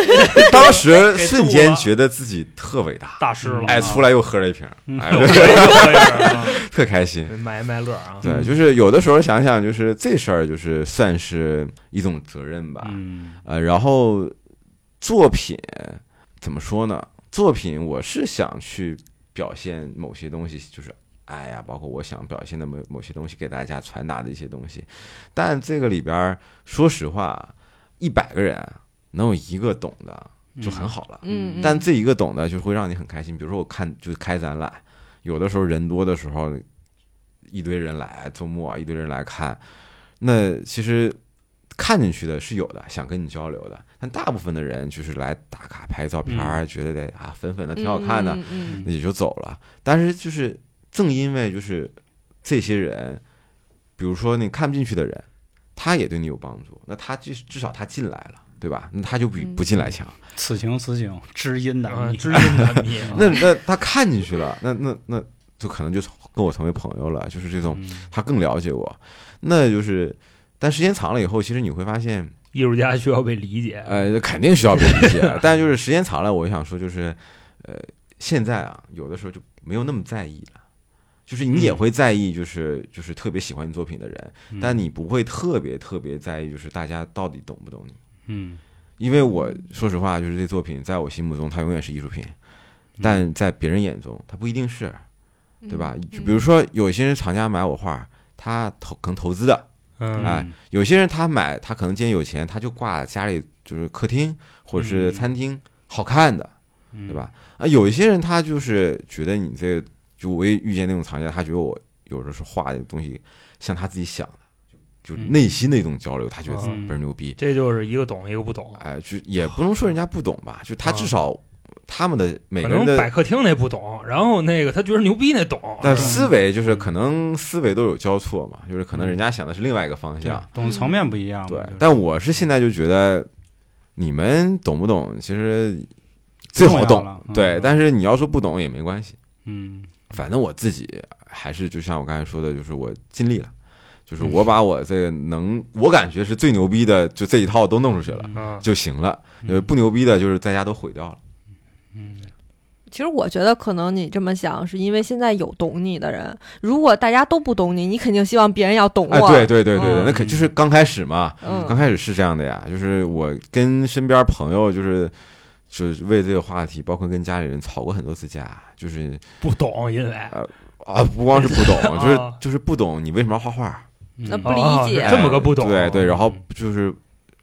[SPEAKER 4] 当时瞬间觉得自己特伟大，
[SPEAKER 2] 大师了。啊
[SPEAKER 4] 哎，出来又喝了一瓶，哎，
[SPEAKER 2] 可以可以啊
[SPEAKER 4] 特开 心。
[SPEAKER 2] 买卖乐啊！
[SPEAKER 4] 对，就是有的时候想想，就是这事儿，就是算是一种责任吧。
[SPEAKER 1] 嗯
[SPEAKER 4] 呃，然后作品怎么说呢？作品我是想去表现某些东西，就是爱呀、包括我想表现的某某些东西给大家传达的一些东西。但这个里边儿，说实话，一百个人能有一个懂的就很好了。
[SPEAKER 3] 嗯，
[SPEAKER 4] 但
[SPEAKER 3] 嗯
[SPEAKER 4] 这一个懂的就会让你很开心。比如说我看就是开展览，有的时候人多的时候，一堆人来，周末啊一堆人来看，那其实看进去的是有的，想跟你交流的，但大部分的人就是来打卡拍照片儿，觉得得啊粉粉的挺好看的，
[SPEAKER 3] 嗯嗯嗯
[SPEAKER 4] 那也就走了。但是就是正因为就是这些人，比如说你看不进去的人，他也对你有帮助，那他至至少他进来了，对吧？那他就比
[SPEAKER 3] 嗯
[SPEAKER 4] 不进来强。
[SPEAKER 1] 此情此景，知音难
[SPEAKER 2] 嗯，
[SPEAKER 1] 觅。
[SPEAKER 2] 知音难觅 啊。
[SPEAKER 4] 那那他看进去了，那那那就可能就跟我成为朋友了，就是这种
[SPEAKER 1] 嗯
[SPEAKER 4] 他更了解我，那就是。但时间长了以后，其实你会发现，
[SPEAKER 2] 艺术家需要被理解，
[SPEAKER 4] 呃，肯定需要被理 解。但就是时间长了，我想说，就是，呃，现在啊，有的时候就没有那么在意了，就是你也会在意，就是就是特别喜欢你作品的人，
[SPEAKER 1] 嗯
[SPEAKER 4] 但你不会特别特别在意，就是大家到底懂不懂你。
[SPEAKER 1] 嗯
[SPEAKER 4] 因为我说实话，就是这作品在我心目中它永远是艺术品，
[SPEAKER 1] 嗯
[SPEAKER 4] 但在别人眼中它不一定是，对吧？就比如说有些人厂家买我画，他投可能投资的，
[SPEAKER 2] 嗯
[SPEAKER 4] 哎，有些人他买他可能今天有钱，他就挂家里就是客厅或者是餐厅好看的，
[SPEAKER 1] 嗯
[SPEAKER 4] 对？吧？啊，有一些人他就是觉得你这个，就我也遇见那种藏家，他觉得我有的时候画的东西像他自己想的，就就
[SPEAKER 1] 嗯
[SPEAKER 4] 内心的一种交流，他觉得自己
[SPEAKER 1] 嗯
[SPEAKER 4] 倍儿牛逼，
[SPEAKER 2] 这就是一个懂一个不懂，
[SPEAKER 1] 哦
[SPEAKER 4] 哎，就也不能说人家不懂吧，就他
[SPEAKER 2] 啊
[SPEAKER 4] 至少他们的每
[SPEAKER 2] 可
[SPEAKER 4] 个人
[SPEAKER 2] 能
[SPEAKER 4] 的
[SPEAKER 2] 摆客厅那不懂，然后那个他觉得牛逼那
[SPEAKER 1] 啊
[SPEAKER 2] 懂，
[SPEAKER 4] 但
[SPEAKER 2] 是吧
[SPEAKER 4] 思维就是可能思维都有交错嘛，就是可能人家想的是另外一个方向，
[SPEAKER 1] 懂层嗯面不一样嘛。
[SPEAKER 4] 嗯对
[SPEAKER 1] 就。是
[SPEAKER 4] 但我是现在就觉得你们懂不懂，其实最好
[SPEAKER 1] 重要
[SPEAKER 4] 懂
[SPEAKER 1] 了，嗯
[SPEAKER 4] 对，但是你要说不懂也没关系。
[SPEAKER 1] 嗯
[SPEAKER 4] 反正我自己还是就像我刚才说的，就是我尽力了，就是
[SPEAKER 1] 嗯
[SPEAKER 4] 我把我这个能，我感觉是最牛逼的，就这一套都弄出去了
[SPEAKER 2] 嗯，
[SPEAKER 4] 就行了。
[SPEAKER 1] 嗯
[SPEAKER 4] 呃，不牛逼的，就是在家都毁掉了。
[SPEAKER 1] 嗯
[SPEAKER 3] 其实我觉得，可能你这么想，是因为现在有懂你的人。如果大家都不懂你，你肯定希望别人要懂我。
[SPEAKER 4] 哎，对对对对
[SPEAKER 3] 嗯，
[SPEAKER 4] 对那可就是刚开始嘛，
[SPEAKER 3] 嗯
[SPEAKER 4] 刚开始是这样的呀，就是我跟身边朋友就是。就是为这个话题，包括跟家里人吵过很多次架，就是
[SPEAKER 2] 不懂，因为
[SPEAKER 4] 啊，不光是不
[SPEAKER 3] 哦
[SPEAKER 4] 懂，就是
[SPEAKER 2] 啊
[SPEAKER 4] 就是不懂你为什么要画画，
[SPEAKER 1] 嗯
[SPEAKER 3] 那不理
[SPEAKER 2] 哦
[SPEAKER 3] 解
[SPEAKER 2] 是这么个不懂，
[SPEAKER 4] 对对，然后
[SPEAKER 1] 嗯
[SPEAKER 4] 就是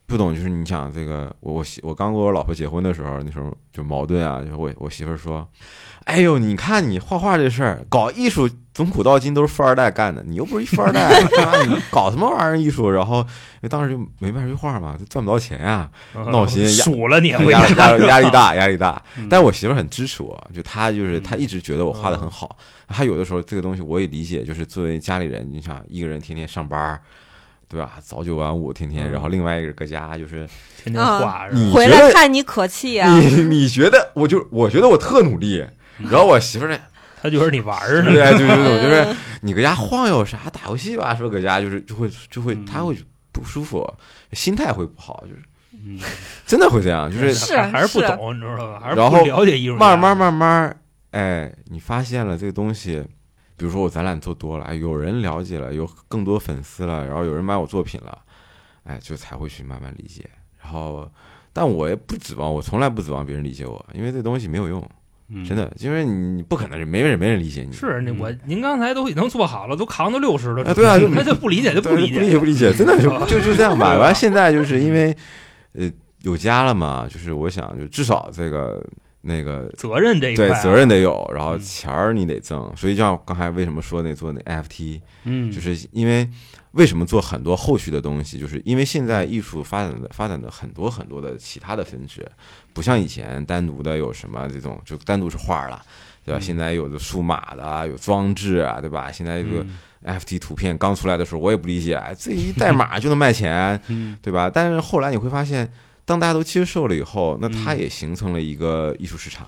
[SPEAKER 4] 不懂，就是你想这个，我我媳我刚跟我老婆结婚的时候，那时候就矛盾啊，就是我我媳妇儿说，哎呦，你看你画画这事儿，搞艺术从古到今都是富二代干的，你又不是一富二代，对吧你搞什么玩意儿艺术？然后因为当时就没卖出去画嘛，就赚不到钱呀、
[SPEAKER 2] 嗯
[SPEAKER 4] 闹心压
[SPEAKER 2] 数了你
[SPEAKER 4] 压
[SPEAKER 2] 回
[SPEAKER 4] 力
[SPEAKER 2] 家
[SPEAKER 4] 压力压力大，压力大
[SPEAKER 1] 嗯。
[SPEAKER 4] 但我媳妇儿很支持我，就她就是她
[SPEAKER 1] 嗯
[SPEAKER 4] 一直觉得我画的很好。她有的时候这个东西我也理解，就是作为家里人，你想一个人天天上班儿，对吧？早九晚五天天，
[SPEAKER 2] 嗯
[SPEAKER 4] 然后另外一个人搁家，就是
[SPEAKER 2] 天天画是吧？
[SPEAKER 4] 你
[SPEAKER 3] 回
[SPEAKER 4] 觉
[SPEAKER 3] 来
[SPEAKER 4] 得
[SPEAKER 3] 看你可气啊！
[SPEAKER 4] 你你觉得我就我觉得我特努力，然后我媳妇儿呢，
[SPEAKER 2] 他觉得你玩儿
[SPEAKER 4] 对
[SPEAKER 2] 呢，
[SPEAKER 4] 对对对，就是
[SPEAKER 3] 嗯
[SPEAKER 4] 你搁家晃悠啥，打游戏吧，说搁家就是就会就会
[SPEAKER 1] 嗯
[SPEAKER 4] 她会不舒服，心态会不好，就是
[SPEAKER 1] 嗯
[SPEAKER 4] 真的会这样，就是
[SPEAKER 3] 是
[SPEAKER 2] 嗯还是不
[SPEAKER 3] 是
[SPEAKER 2] 懂，你知道吧？还是
[SPEAKER 4] 然
[SPEAKER 2] 不
[SPEAKER 4] 后
[SPEAKER 2] 了解艺术家，
[SPEAKER 4] 慢慢慢慢儿，哎，你发现了这个东西，比如说我展览做多了，哎，有人了解了，有更多粉丝了，然后有人买我作品了，哎，就才会去慢慢理解。然后，但我也不指望，我从来不指望别人理解我，因为这东西没有用，
[SPEAKER 1] 嗯
[SPEAKER 4] 真的，因为你不可能没人没人理解你。
[SPEAKER 2] 是你
[SPEAKER 1] 嗯
[SPEAKER 2] 我您刚才都已经做好了，都扛到六十了，
[SPEAKER 4] 啊对啊就
[SPEAKER 2] 他就不理解就
[SPEAKER 4] 对，
[SPEAKER 2] 不理
[SPEAKER 4] 不理
[SPEAKER 2] 解，
[SPEAKER 4] 解，不理解，真 的就就就这样吧。完，现在就是因为，呃，有家了嘛，就是我想，就至少这个那个
[SPEAKER 2] 责任这一块
[SPEAKER 4] 对
[SPEAKER 2] 啊，
[SPEAKER 4] 责任得有，然后
[SPEAKER 1] 嗯
[SPEAKER 4] 钱儿你得挣，所以就像刚才为什么说那做那 NFT，
[SPEAKER 1] 嗯
[SPEAKER 4] 就是因为为什么做很多后续的东西，就是因为现在艺术发展的发展的很多很多的其他的分支，不像以前单独的有什么这种就单独是画儿了，对吧？
[SPEAKER 1] 嗯
[SPEAKER 4] 现在有的数码的啊，有装置啊，对吧？现在这个
[SPEAKER 1] 嗯
[SPEAKER 4] NFT 图片刚出来的时候，我也不理解，哎这一代码就能卖钱，
[SPEAKER 1] 嗯
[SPEAKER 4] 对吧？但是后来你会发现，当大家都接受了以后，那它
[SPEAKER 1] 嗯
[SPEAKER 4] 也形成了一个艺术市场。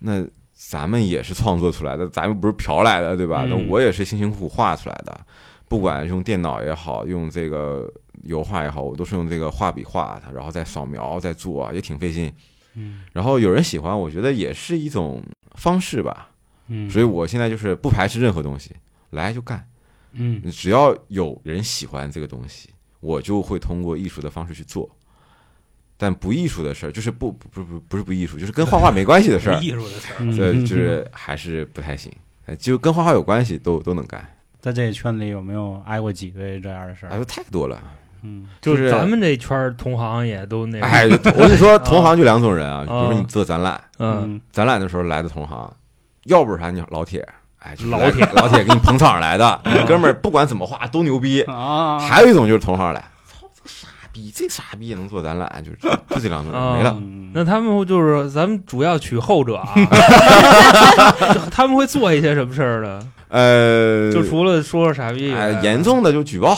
[SPEAKER 4] 那咱们也是创作出来的，咱们不是嫖来的，对吧？那
[SPEAKER 1] 嗯
[SPEAKER 4] 我也是辛辛苦苦画出来的，不管用电脑也好，用这个油画也好，我都是用这个画笔画的，然后再扫描再做，啊也挺费劲。
[SPEAKER 1] 嗯
[SPEAKER 4] 然后有人喜欢，我觉得也是一种方式吧。
[SPEAKER 1] 嗯，
[SPEAKER 4] 所以我现在就是不排斥任何东西，来就干。
[SPEAKER 1] 嗯
[SPEAKER 4] 只要有人喜欢这个东西，我就会通过艺术的方式去做。但不艺术的事儿，就是不不不不不是不艺术，就是跟画画没关系 的事儿，
[SPEAKER 2] 艺术的事儿，
[SPEAKER 1] 嗯
[SPEAKER 4] 这 就是还是不太行。呃就跟画画有关系，都都能干，
[SPEAKER 1] 在这个圈里有没有挨过几对这样的事
[SPEAKER 4] 哎
[SPEAKER 1] 儿？
[SPEAKER 4] 呦，太多了。
[SPEAKER 1] 嗯
[SPEAKER 4] 就是
[SPEAKER 2] 咱们这圈儿同行也都那，
[SPEAKER 4] 哎，我跟你说，同行就两种人啊，比如说你做展览，
[SPEAKER 2] 嗯，
[SPEAKER 4] 展览的时候来的同行，要不是啥你老铁，哎，就是来
[SPEAKER 2] 老铁
[SPEAKER 4] 老铁给你捧场来 的，哥们儿不管怎么画都牛逼。
[SPEAKER 1] 啊，
[SPEAKER 4] 还有一种就是同行来，操，这个傻逼，这傻逼也能做展览，就是就这两种
[SPEAKER 2] 啊
[SPEAKER 4] 人没了。
[SPEAKER 1] 嗯
[SPEAKER 2] 那他们就是咱们主要取后者 啊， 他们会做一些什么事儿呢？
[SPEAKER 4] 呃，
[SPEAKER 2] 就除了说说傻逼以外，
[SPEAKER 4] 哎，严重的就举报，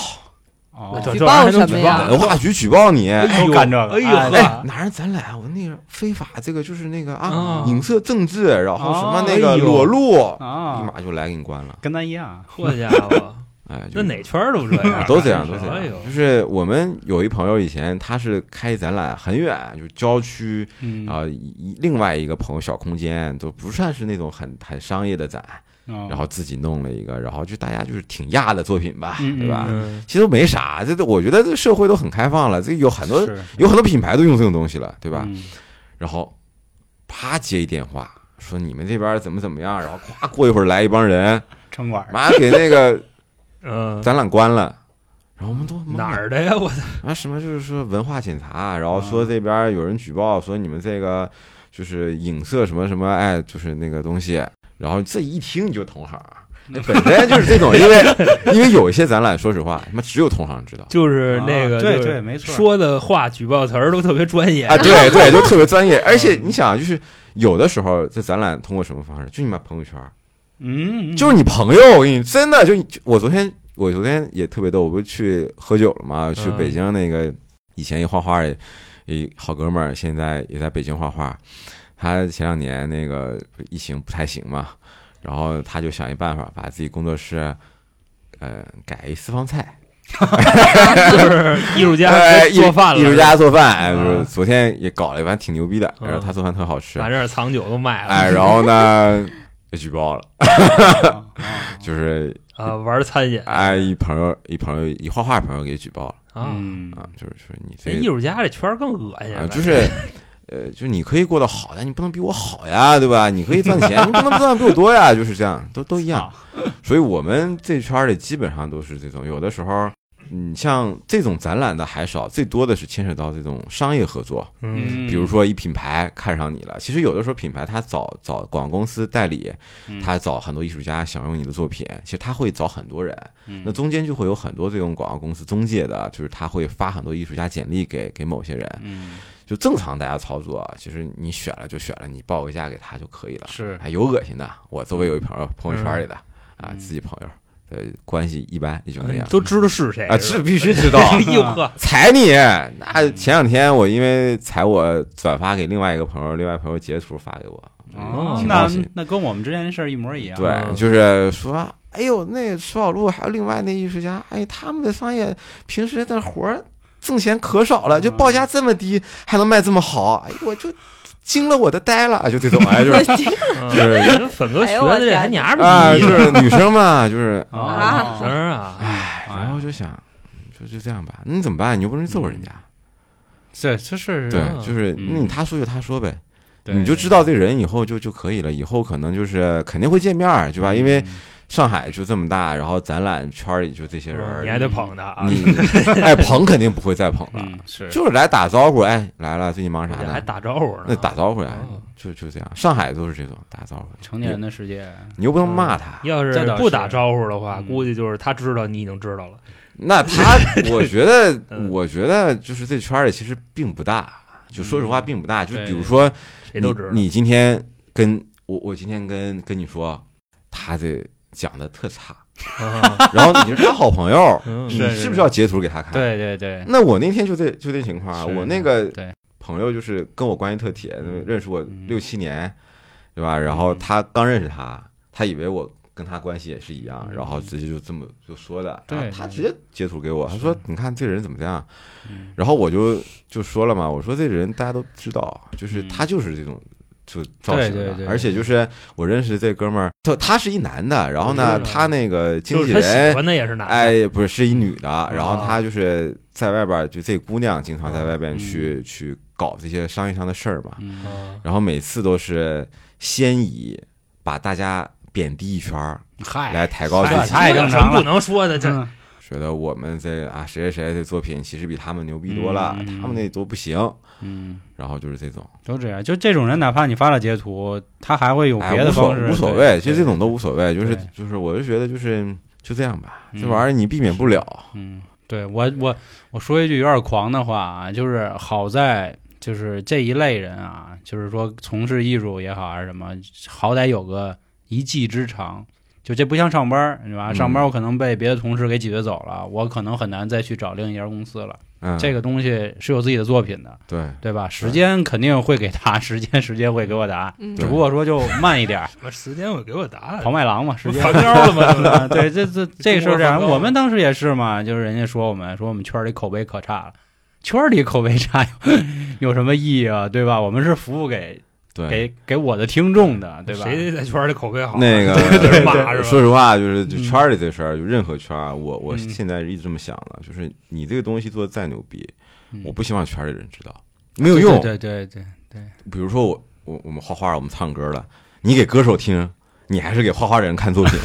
[SPEAKER 1] 哦
[SPEAKER 2] 这
[SPEAKER 3] 举
[SPEAKER 2] 这玩意儿还
[SPEAKER 3] 报
[SPEAKER 2] 能
[SPEAKER 3] 什么
[SPEAKER 2] 举
[SPEAKER 3] 呀
[SPEAKER 2] 报
[SPEAKER 4] 文化局举报你。嗯哎，
[SPEAKER 2] 哎呦
[SPEAKER 1] 都干这个
[SPEAKER 2] 哎呦
[SPEAKER 1] 哎
[SPEAKER 2] 呵，
[SPEAKER 4] 拿着咱啊俩，我那个非法这个就是那个
[SPEAKER 2] 啊
[SPEAKER 4] 啊，影射政治，然后什么
[SPEAKER 1] 哦
[SPEAKER 4] 那个
[SPEAKER 1] 哎呦
[SPEAKER 4] 裸露，立
[SPEAKER 1] 啊，
[SPEAKER 4] 马就来给你关了。
[SPEAKER 1] 跟咱一样，
[SPEAKER 2] 好家 伙，
[SPEAKER 4] 哎，就
[SPEAKER 2] 那哪圈儿都这样，
[SPEAKER 4] 都这样，都这
[SPEAKER 2] 哎
[SPEAKER 4] 样
[SPEAKER 2] 呦。
[SPEAKER 4] 就是我们有一朋友以前他是开展览，很远，就郊区啊
[SPEAKER 1] 嗯
[SPEAKER 4] 啊，一另外一个朋友小空间，都不算是那种很很商业的展，
[SPEAKER 1] 然
[SPEAKER 4] 然后自己弄了一个，然后就大家就是挺亚的作品吧，
[SPEAKER 1] 嗯
[SPEAKER 4] 对吧？
[SPEAKER 2] 嗯
[SPEAKER 4] 其实都没啥，这都我觉得这社会都很开放了，这有很多
[SPEAKER 1] 是
[SPEAKER 4] 有很多品牌都用这种东西了，对吧？
[SPEAKER 1] 嗯
[SPEAKER 4] 然后啪接一电话，说你们这边怎么怎么样，然后咵过一会儿来一帮人，
[SPEAKER 1] 城管儿，
[SPEAKER 4] 妈给 那个
[SPEAKER 2] 嗯，
[SPEAKER 4] 展览关了，然后我们都懵了
[SPEAKER 2] 哪儿的呀？我操！
[SPEAKER 4] 啊？什么就是说文化检
[SPEAKER 1] 啊
[SPEAKER 4] 查，然后说这边有人举报说你们这个就是影射什么什么，哎，就是那个东西，然后这一听你就同行啊。那本身就是这种，因为因为有一些展览，说实话，他妈只有同行知道
[SPEAKER 2] 就是那个，
[SPEAKER 1] 啊对
[SPEAKER 2] 就是
[SPEAKER 1] 对没错
[SPEAKER 2] 说的话、举报词儿都特别专业
[SPEAKER 4] 啊，对对，就特别专业。而且你想，啊就是有的时候这展览通过什么方式，就你妈朋友圈，
[SPEAKER 1] 嗯，嗯
[SPEAKER 4] 就是你朋友，我跟你真的就你我昨天我昨天也特别逗，我不是去喝酒了嘛，去
[SPEAKER 2] 嗯
[SPEAKER 4] 北京那个以前一画画的一好哥们儿，现在也在北京画画。他前两年那个疫情不太行嘛，然后他就想一办法把自己工作室，呃，改一私房菜，
[SPEAKER 2] 就是艺术家
[SPEAKER 4] 哎艺
[SPEAKER 2] 做饭了，
[SPEAKER 4] 艺术家做饭，哎，就是
[SPEAKER 2] 啊
[SPEAKER 4] 昨天也搞了一盘挺牛逼的，然后
[SPEAKER 2] 嗯
[SPEAKER 4] 他做饭特好吃，
[SPEAKER 2] 把这儿藏酒都卖了，
[SPEAKER 4] 哎，然后呢被举报了，
[SPEAKER 1] 啊啊
[SPEAKER 4] 就是
[SPEAKER 2] 啊，玩餐饮
[SPEAKER 4] 哎一朋友一朋友一画画朋友给举报了。
[SPEAKER 2] 啊，
[SPEAKER 1] 嗯
[SPEAKER 4] 啊，就是说你
[SPEAKER 2] 这
[SPEAKER 4] 这
[SPEAKER 2] 艺术家这圈儿更恶心
[SPEAKER 4] 啊，
[SPEAKER 2] 了，
[SPEAKER 4] 就是 呃，就是你可以过得好，但你不能比我好呀，对吧？你可以赚钱，你不能赚的比我多呀，就是这样，都都一样。所以我们这圈儿里基本上都是这种，有的时候。你像这种展览的还少，最多的是牵扯到这种商业合作，
[SPEAKER 2] 嗯，
[SPEAKER 4] 比如说一品牌看上你了，其实有的时候品牌他找找广告公司代理，
[SPEAKER 1] 嗯
[SPEAKER 4] 他找很多艺术家想用你的作品，其实他会找很多人，
[SPEAKER 1] 嗯
[SPEAKER 4] 那中间就会有很多这种广告公司中介的，就是他会发很多艺术家简历给给某些人，
[SPEAKER 1] 嗯
[SPEAKER 4] 就正常大家操作，其实你选了就选了，你报个价给他就可以了。
[SPEAKER 1] 是
[SPEAKER 4] 哎，有恶心的，我周围有一朋友朋友圈里的啊，
[SPEAKER 1] 嗯
[SPEAKER 4] 自己朋友呃关系一般，也就那样
[SPEAKER 2] 都知道是谁
[SPEAKER 4] 啊，
[SPEAKER 2] 是
[SPEAKER 4] 这
[SPEAKER 2] 吧
[SPEAKER 4] 必须知道。
[SPEAKER 2] 哎呦呵，
[SPEAKER 4] 踩你！那
[SPEAKER 1] 嗯
[SPEAKER 4] 前两天我因为踩我转发给另外一个朋友，另外朋友截图发给我，嗯
[SPEAKER 1] 哦
[SPEAKER 4] 哎挺，
[SPEAKER 1] 那嗯
[SPEAKER 4] 高兴。
[SPEAKER 1] 那跟我们之间的事儿一模一样，
[SPEAKER 4] 对，就是说，哎呦，那石宝路还有另外那艺术家，哎，他们的商业平时的活儿挣钱可少了，就
[SPEAKER 1] 嗯
[SPEAKER 4] 报价这么低，还能卖这么好，哎，我就惊了我的呆了，就这种， 哎，就是
[SPEAKER 2] 嗯
[SPEAKER 4] 就是
[SPEAKER 2] 人粉哥
[SPEAKER 3] 哎
[SPEAKER 2] 学
[SPEAKER 3] 呦我
[SPEAKER 2] 的这还
[SPEAKER 3] 天
[SPEAKER 2] 娘们
[SPEAKER 4] 啊，
[SPEAKER 2] 儿逼
[SPEAKER 4] 就
[SPEAKER 2] 呢
[SPEAKER 4] 是女生嘛，就是，
[SPEAKER 1] 啊
[SPEAKER 2] 声，儿啊，
[SPEAKER 4] 哎，然后就想，就就这样吧，那你怎么办？你又不能揍人家，
[SPEAKER 1] 这这是
[SPEAKER 4] 对
[SPEAKER 2] 啊，
[SPEAKER 4] 就是
[SPEAKER 1] 嗯
[SPEAKER 4] 那你他说就他说呗，
[SPEAKER 1] 对
[SPEAKER 4] 你就知道这人以后就就可以了，以后可能就是肯定会见面儿，
[SPEAKER 2] 嗯
[SPEAKER 4] 对吧？因为上海就这么大，然后展览圈儿里就这些人儿
[SPEAKER 2] 你，还得捧他啊，
[SPEAKER 4] 你 哎捧肯定不会再捧了，
[SPEAKER 1] 嗯是
[SPEAKER 4] 就是来打招呼，哎来了，最近忙啥
[SPEAKER 2] 人家还
[SPEAKER 4] 呢？
[SPEAKER 2] 打招呼呢，
[SPEAKER 4] 那打招呼呀
[SPEAKER 2] 哦，
[SPEAKER 4] 就就这样，上海都是这种打招呼，
[SPEAKER 1] 成年人的世界，
[SPEAKER 4] 你又不能 骂他，
[SPEAKER 2] 要
[SPEAKER 1] 这
[SPEAKER 2] 是
[SPEAKER 1] 倒
[SPEAKER 2] 不
[SPEAKER 1] 是
[SPEAKER 2] 打招呼的话，
[SPEAKER 1] 嗯
[SPEAKER 2] 估计就是他知道你已经知道了。
[SPEAKER 4] 那 他我觉得
[SPEAKER 2] 嗯
[SPEAKER 4] 我觉得就是这圈儿里其实并不大，就说实话并不大，就
[SPEAKER 1] 对
[SPEAKER 4] 比如说
[SPEAKER 2] 谁嗯都知道。
[SPEAKER 4] 你。你今天跟我，我今天跟跟你说，他这讲的特差，
[SPEAKER 2] 啊，
[SPEAKER 4] 然后你是他好朋友
[SPEAKER 2] 嗯
[SPEAKER 4] 你
[SPEAKER 1] 是
[SPEAKER 4] 是不是要截图给他看？。
[SPEAKER 1] 对对对，
[SPEAKER 4] 那我那天就这就这情况啊，
[SPEAKER 1] 是
[SPEAKER 4] 我那个
[SPEAKER 1] 对
[SPEAKER 4] 朋友就是跟我关系特铁，那认识我
[SPEAKER 1] 嗯
[SPEAKER 4] 六七年，对吧？然后他刚认识他，他以为我跟他关系也是一样，然后直接就这么就说的，
[SPEAKER 1] 嗯对
[SPEAKER 4] 然后他
[SPEAKER 1] 对
[SPEAKER 4] 直接截图给我，他说：“你看这人怎么这样
[SPEAKER 1] 嗯？”
[SPEAKER 4] 然后我就就说了嘛，我说这人大家都知道，就是
[SPEAKER 1] 嗯
[SPEAKER 4] 他就是这种。就造型
[SPEAKER 1] 对对
[SPEAKER 4] 的，
[SPEAKER 1] 对
[SPEAKER 4] 而且就是我认识这哥们儿，他他是一男的，然后
[SPEAKER 2] 我
[SPEAKER 4] 呢，
[SPEAKER 2] 知道
[SPEAKER 4] 他那个经
[SPEAKER 2] 就
[SPEAKER 4] 纪
[SPEAKER 2] 是他
[SPEAKER 4] 人
[SPEAKER 2] 喜欢的也是男的，
[SPEAKER 4] 哎，不是，是一女的，
[SPEAKER 1] 哦
[SPEAKER 4] 然后她就是在外边儿，就这姑娘经常在外边去、去搞这些商业上的事儿嘛，
[SPEAKER 1] 嗯
[SPEAKER 2] 嗯，
[SPEAKER 4] 然后每次都是先以把大家贬低一圈儿
[SPEAKER 1] 嗨，
[SPEAKER 4] 来抬高自
[SPEAKER 1] 哎
[SPEAKER 4] 己，
[SPEAKER 1] 太
[SPEAKER 2] 有
[SPEAKER 1] 正
[SPEAKER 2] 什
[SPEAKER 1] 常
[SPEAKER 2] 么
[SPEAKER 1] 了
[SPEAKER 2] 不能说的，这
[SPEAKER 1] 嗯
[SPEAKER 4] 觉得我们这啊谁谁谁的作品其实比他们牛逼多了，
[SPEAKER 1] 嗯嗯嗯
[SPEAKER 4] 他们那都不行，
[SPEAKER 1] 嗯，
[SPEAKER 4] 然后就是这种，
[SPEAKER 1] 都这样，就这种人，哪怕你发了截图，他还会有
[SPEAKER 4] 哎，
[SPEAKER 1] 别的
[SPEAKER 4] 无所
[SPEAKER 1] 方式，
[SPEAKER 4] 无所
[SPEAKER 1] 对
[SPEAKER 4] 谓，其实这，种都无所谓，就是
[SPEAKER 1] 对
[SPEAKER 4] 就是，我就觉得就是就这样吧，
[SPEAKER 1] 嗯
[SPEAKER 4] 这玩意儿你避免不了，
[SPEAKER 1] 嗯，对我我我说一句有点狂的话啊，就是好在。就是这一类人啊，就是说从事艺术也好还是什么，好歹有个一技之长。就这不像上班儿，对吧？
[SPEAKER 4] 嗯
[SPEAKER 1] 上班我可能被别的同事给挤兑走了，我可能很难再去找另一家公司了。
[SPEAKER 4] 嗯，
[SPEAKER 1] 这
[SPEAKER 4] 个
[SPEAKER 1] 个东西是有自己的作品的，
[SPEAKER 4] 对。
[SPEAKER 1] 对吧？时间肯定会给他， 时间时间会给我答案，
[SPEAKER 3] 嗯
[SPEAKER 1] 只不过说就慢一点儿，
[SPEAKER 2] 什么时间我给我答案，
[SPEAKER 1] 跑麦郎 嘛，时间
[SPEAKER 2] 跑。调了吗？
[SPEAKER 1] 啊对，这这这事儿这样，
[SPEAKER 2] 中国放高
[SPEAKER 1] 我们当时也是嘛，就是人家说我们说我们圈里口碑 可差了，圈里口碑差有有什么意义啊？对吧？我们是服务给
[SPEAKER 4] 对，
[SPEAKER 1] 给给我的听众的，对吧？
[SPEAKER 2] 谁在圈里口碑好啊？
[SPEAKER 4] 那个
[SPEAKER 2] 就是骂是吧？
[SPEAKER 4] 说实话，就是就
[SPEAKER 1] 嗯
[SPEAKER 4] 圈儿里这事儿，就任何圈儿，我我
[SPEAKER 1] 嗯
[SPEAKER 4] 现在一直这么想的，就是你这个东西做的再牛逼，
[SPEAKER 1] 嗯
[SPEAKER 4] 我不希望圈儿里人知道，没有用。
[SPEAKER 1] 对对对对
[SPEAKER 4] 比如说我我我们画画，我们唱歌了，你给歌手听，你还是给画画人看作 品，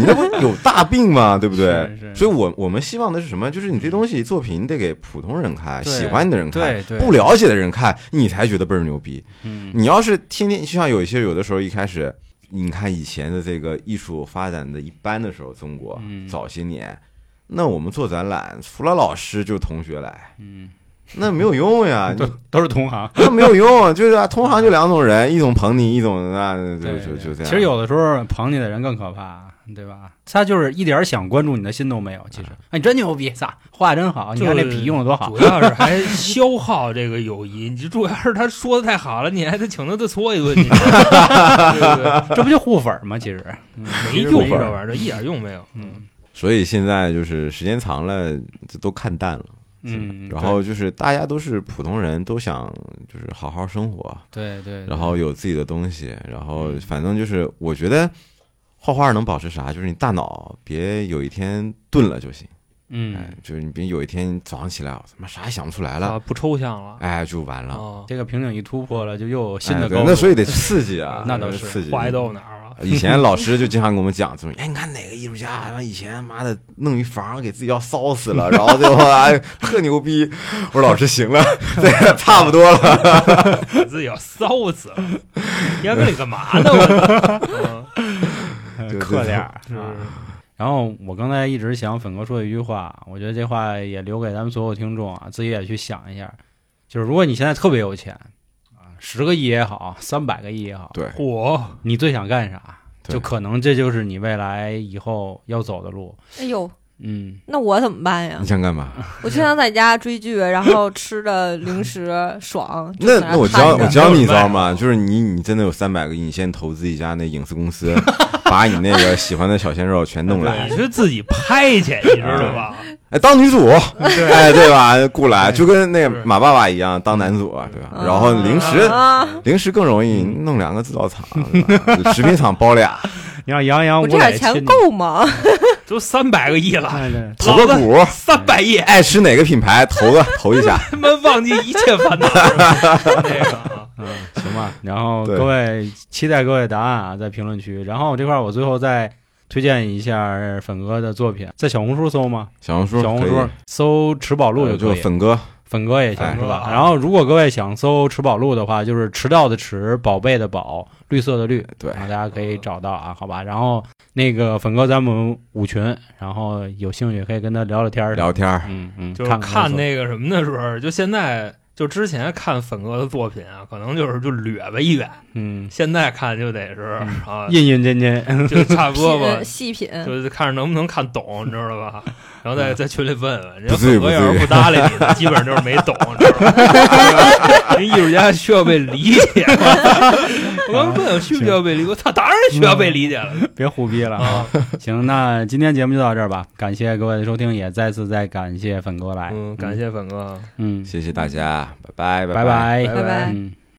[SPEAKER 4] 你这不有大病吗？对不对
[SPEAKER 1] 是？是
[SPEAKER 4] 所以我我们希望的是什么？就是你这东西作品，你得给普通人看，
[SPEAKER 1] 对
[SPEAKER 4] 喜欢你的人看
[SPEAKER 1] 对，对
[SPEAKER 4] 不了解的人看，你才觉得倍儿牛逼。
[SPEAKER 1] 嗯
[SPEAKER 4] 你要是天天就像有一些有的时候一开始，你看以前的这个艺术发展的一般的时候，中国
[SPEAKER 1] 嗯
[SPEAKER 4] 早些年，那我们做展览除了老师就同学来，
[SPEAKER 1] 嗯，
[SPEAKER 4] 那没有 用呀，
[SPEAKER 1] 都
[SPEAKER 4] 你
[SPEAKER 1] 都是同行。
[SPEAKER 4] 那没有用，就是啊，同行就两种人，一种捧你，一种那就就就这样。
[SPEAKER 1] 其实有的时候捧你的人更可怕，对吧？他就是一点儿想关注你的心都没有。其实，
[SPEAKER 4] 啊
[SPEAKER 1] 哎，你真牛逼，操，画得真好，啊你看这笔用的多好。
[SPEAKER 2] 主要是还消耗这个友谊。你主要是他说的太好了，你还得请他再搓一顿，你知道吗 对不对？
[SPEAKER 1] 这不就互粉儿吗？其 实，嗯
[SPEAKER 2] 没
[SPEAKER 4] 不
[SPEAKER 2] 用
[SPEAKER 4] 玩
[SPEAKER 2] 这玩意儿，一点用没有。
[SPEAKER 1] 嗯
[SPEAKER 4] 所以现在就是时间长了，这都看淡了。
[SPEAKER 1] 嗯，
[SPEAKER 4] 然后就是大家都是普通人，都想就是好好生活，
[SPEAKER 1] 对对，对嗯
[SPEAKER 4] 然后有自己的东西，然后反正就是我觉得画画能保持啥，就是你大脑别有一天钝了就行。哎
[SPEAKER 1] 嗯，，
[SPEAKER 4] 就是你别有一天早上起来，我他妈啥也想不出来了，
[SPEAKER 1] 哦
[SPEAKER 2] 啊，不抽象了
[SPEAKER 4] 哎，就完了。
[SPEAKER 2] 啊，
[SPEAKER 1] 这个瓶颈一突破了，就又有哦新
[SPEAKER 4] 哎
[SPEAKER 1] 的
[SPEAKER 4] 对
[SPEAKER 1] 高
[SPEAKER 4] 那
[SPEAKER 1] 度。，
[SPEAKER 4] 所以得刺激啊
[SPEAKER 2] 那
[SPEAKER 1] 倒是
[SPEAKER 4] 刺激。
[SPEAKER 2] 画一豆腐脑儿啊，
[SPEAKER 4] 以前老师就经常跟我们 讲，就是哎，你看哪个艺术家，完以前妈的弄一房给自己要烧死了，然后最后 哎特牛逼。我说老师行了，这个差不 多了。
[SPEAKER 2] 给自己要骚死了。烟哥，你干嘛呢？ 我
[SPEAKER 4] 对
[SPEAKER 1] 刻点儿
[SPEAKER 2] 嗯
[SPEAKER 1] 啊。
[SPEAKER 2] 是
[SPEAKER 1] 然后我刚才一直想粉哥说一句话，我觉得这话也留给咱们所有听众啊，自己也去想一下。就是如果你现在特别有钱啊，十个亿也好，三百个亿也好，
[SPEAKER 4] 对，
[SPEAKER 2] 火
[SPEAKER 1] 你最想干啥？
[SPEAKER 4] 对
[SPEAKER 1] 就可能这就是你未来以后要走的路。
[SPEAKER 3] 哎呦，
[SPEAKER 1] 嗯，
[SPEAKER 3] 那我怎么办呀
[SPEAKER 4] 你？想干嘛？
[SPEAKER 3] 我就想在家追剧，然后吃着零食爽。就
[SPEAKER 4] 那
[SPEAKER 3] 在
[SPEAKER 4] 那我
[SPEAKER 3] 看
[SPEAKER 4] 教
[SPEAKER 3] 着
[SPEAKER 4] 我教你
[SPEAKER 2] 没
[SPEAKER 4] 一
[SPEAKER 2] 有人
[SPEAKER 4] 招
[SPEAKER 2] 卖
[SPEAKER 4] 嘛，就是你你真的有三百个亿，你先投资一家那影视公司，把你那个喜欢的小鲜肉全弄来，
[SPEAKER 2] 你是自己拍去，你知道吧？
[SPEAKER 4] 哎，当女主，哎，对吧？雇来就跟那个
[SPEAKER 2] 是
[SPEAKER 4] 马爸爸一样，当男主，啊对吧？然
[SPEAKER 1] 哦
[SPEAKER 4] 后零食
[SPEAKER 3] 嗯啊，
[SPEAKER 4] 零食更容易，
[SPEAKER 1] 嗯
[SPEAKER 4] 弄两个制造厂，啊对吧食品厂 包俩，
[SPEAKER 1] 你让杨洋
[SPEAKER 4] 啊
[SPEAKER 3] 我
[SPEAKER 1] 吴
[SPEAKER 3] 这
[SPEAKER 1] 磊
[SPEAKER 3] 点
[SPEAKER 1] 亲
[SPEAKER 3] 钱
[SPEAKER 1] 你，
[SPEAKER 3] 够吗？
[SPEAKER 2] 都三百个亿了，
[SPEAKER 1] 哎对
[SPEAKER 4] 投个股，
[SPEAKER 2] 三百亿，
[SPEAKER 4] 爱吃哪个品牌投个投一下。
[SPEAKER 2] 他妈忘记一切烦恼。 那个啊，
[SPEAKER 1] 嗯，行吧。然后
[SPEAKER 4] 对
[SPEAKER 1] 各位期待各位答案啊，在评论区。然后这块儿我最后再推荐一下粉哥的作品，在小红书搜吗？
[SPEAKER 4] 小红书，
[SPEAKER 1] 小红
[SPEAKER 4] 可以
[SPEAKER 1] 书搜池宝路
[SPEAKER 4] 呃
[SPEAKER 1] 就可
[SPEAKER 4] 就
[SPEAKER 1] 以，
[SPEAKER 4] 粉哥，
[SPEAKER 1] 粉哥也行
[SPEAKER 4] 哎
[SPEAKER 1] 是吧？
[SPEAKER 2] 啊
[SPEAKER 1] 然后如果各位想搜池宝路的话，就是迟到的迟，宝贝的宝，绿色的绿，
[SPEAKER 4] 对
[SPEAKER 1] 然后大家可以找到啊，好吧？然后那个粉哥，咱们舞群，然后有兴趣可以跟他聊聊天儿，
[SPEAKER 4] 聊天儿，
[SPEAKER 1] 嗯嗯，
[SPEAKER 2] 就是
[SPEAKER 1] 看
[SPEAKER 2] 看那个什么的时候，就现在就之前看粉哥的作品啊，可能就是就略吧一远，
[SPEAKER 1] 嗯，
[SPEAKER 2] 现在看就得是
[SPEAKER 1] 嗯
[SPEAKER 2] 啊，
[SPEAKER 1] 印印真真，
[SPEAKER 2] 就差不多吧
[SPEAKER 3] 品， 细品，
[SPEAKER 2] 就是看着能不能看懂，你知道吧？然后再在群里问问，人
[SPEAKER 4] 嗯
[SPEAKER 2] 家
[SPEAKER 4] 不至于
[SPEAKER 2] 粉哥要
[SPEAKER 4] 不至
[SPEAKER 2] 是
[SPEAKER 4] 于
[SPEAKER 2] 不搭理 你，基本上就是没懂，你知道吧？ 人艺术家需要被理解。 我刚问我需不需要被理解，他当然需要被理解了
[SPEAKER 1] 别胡逼了。
[SPEAKER 2] 啊。
[SPEAKER 1] 行，那今天节目就到这儿吧，感谢各位的收听，也再次再
[SPEAKER 4] 啊
[SPEAKER 1] 感谢粉哥来，
[SPEAKER 2] 嗯嗯，感，谢粉哥，
[SPEAKER 1] 嗯，
[SPEAKER 4] 谢谢大家，拜拜，
[SPEAKER 1] 拜
[SPEAKER 4] 拜。
[SPEAKER 1] 拜，
[SPEAKER 2] 拜
[SPEAKER 3] 拜
[SPEAKER 1] 嗯。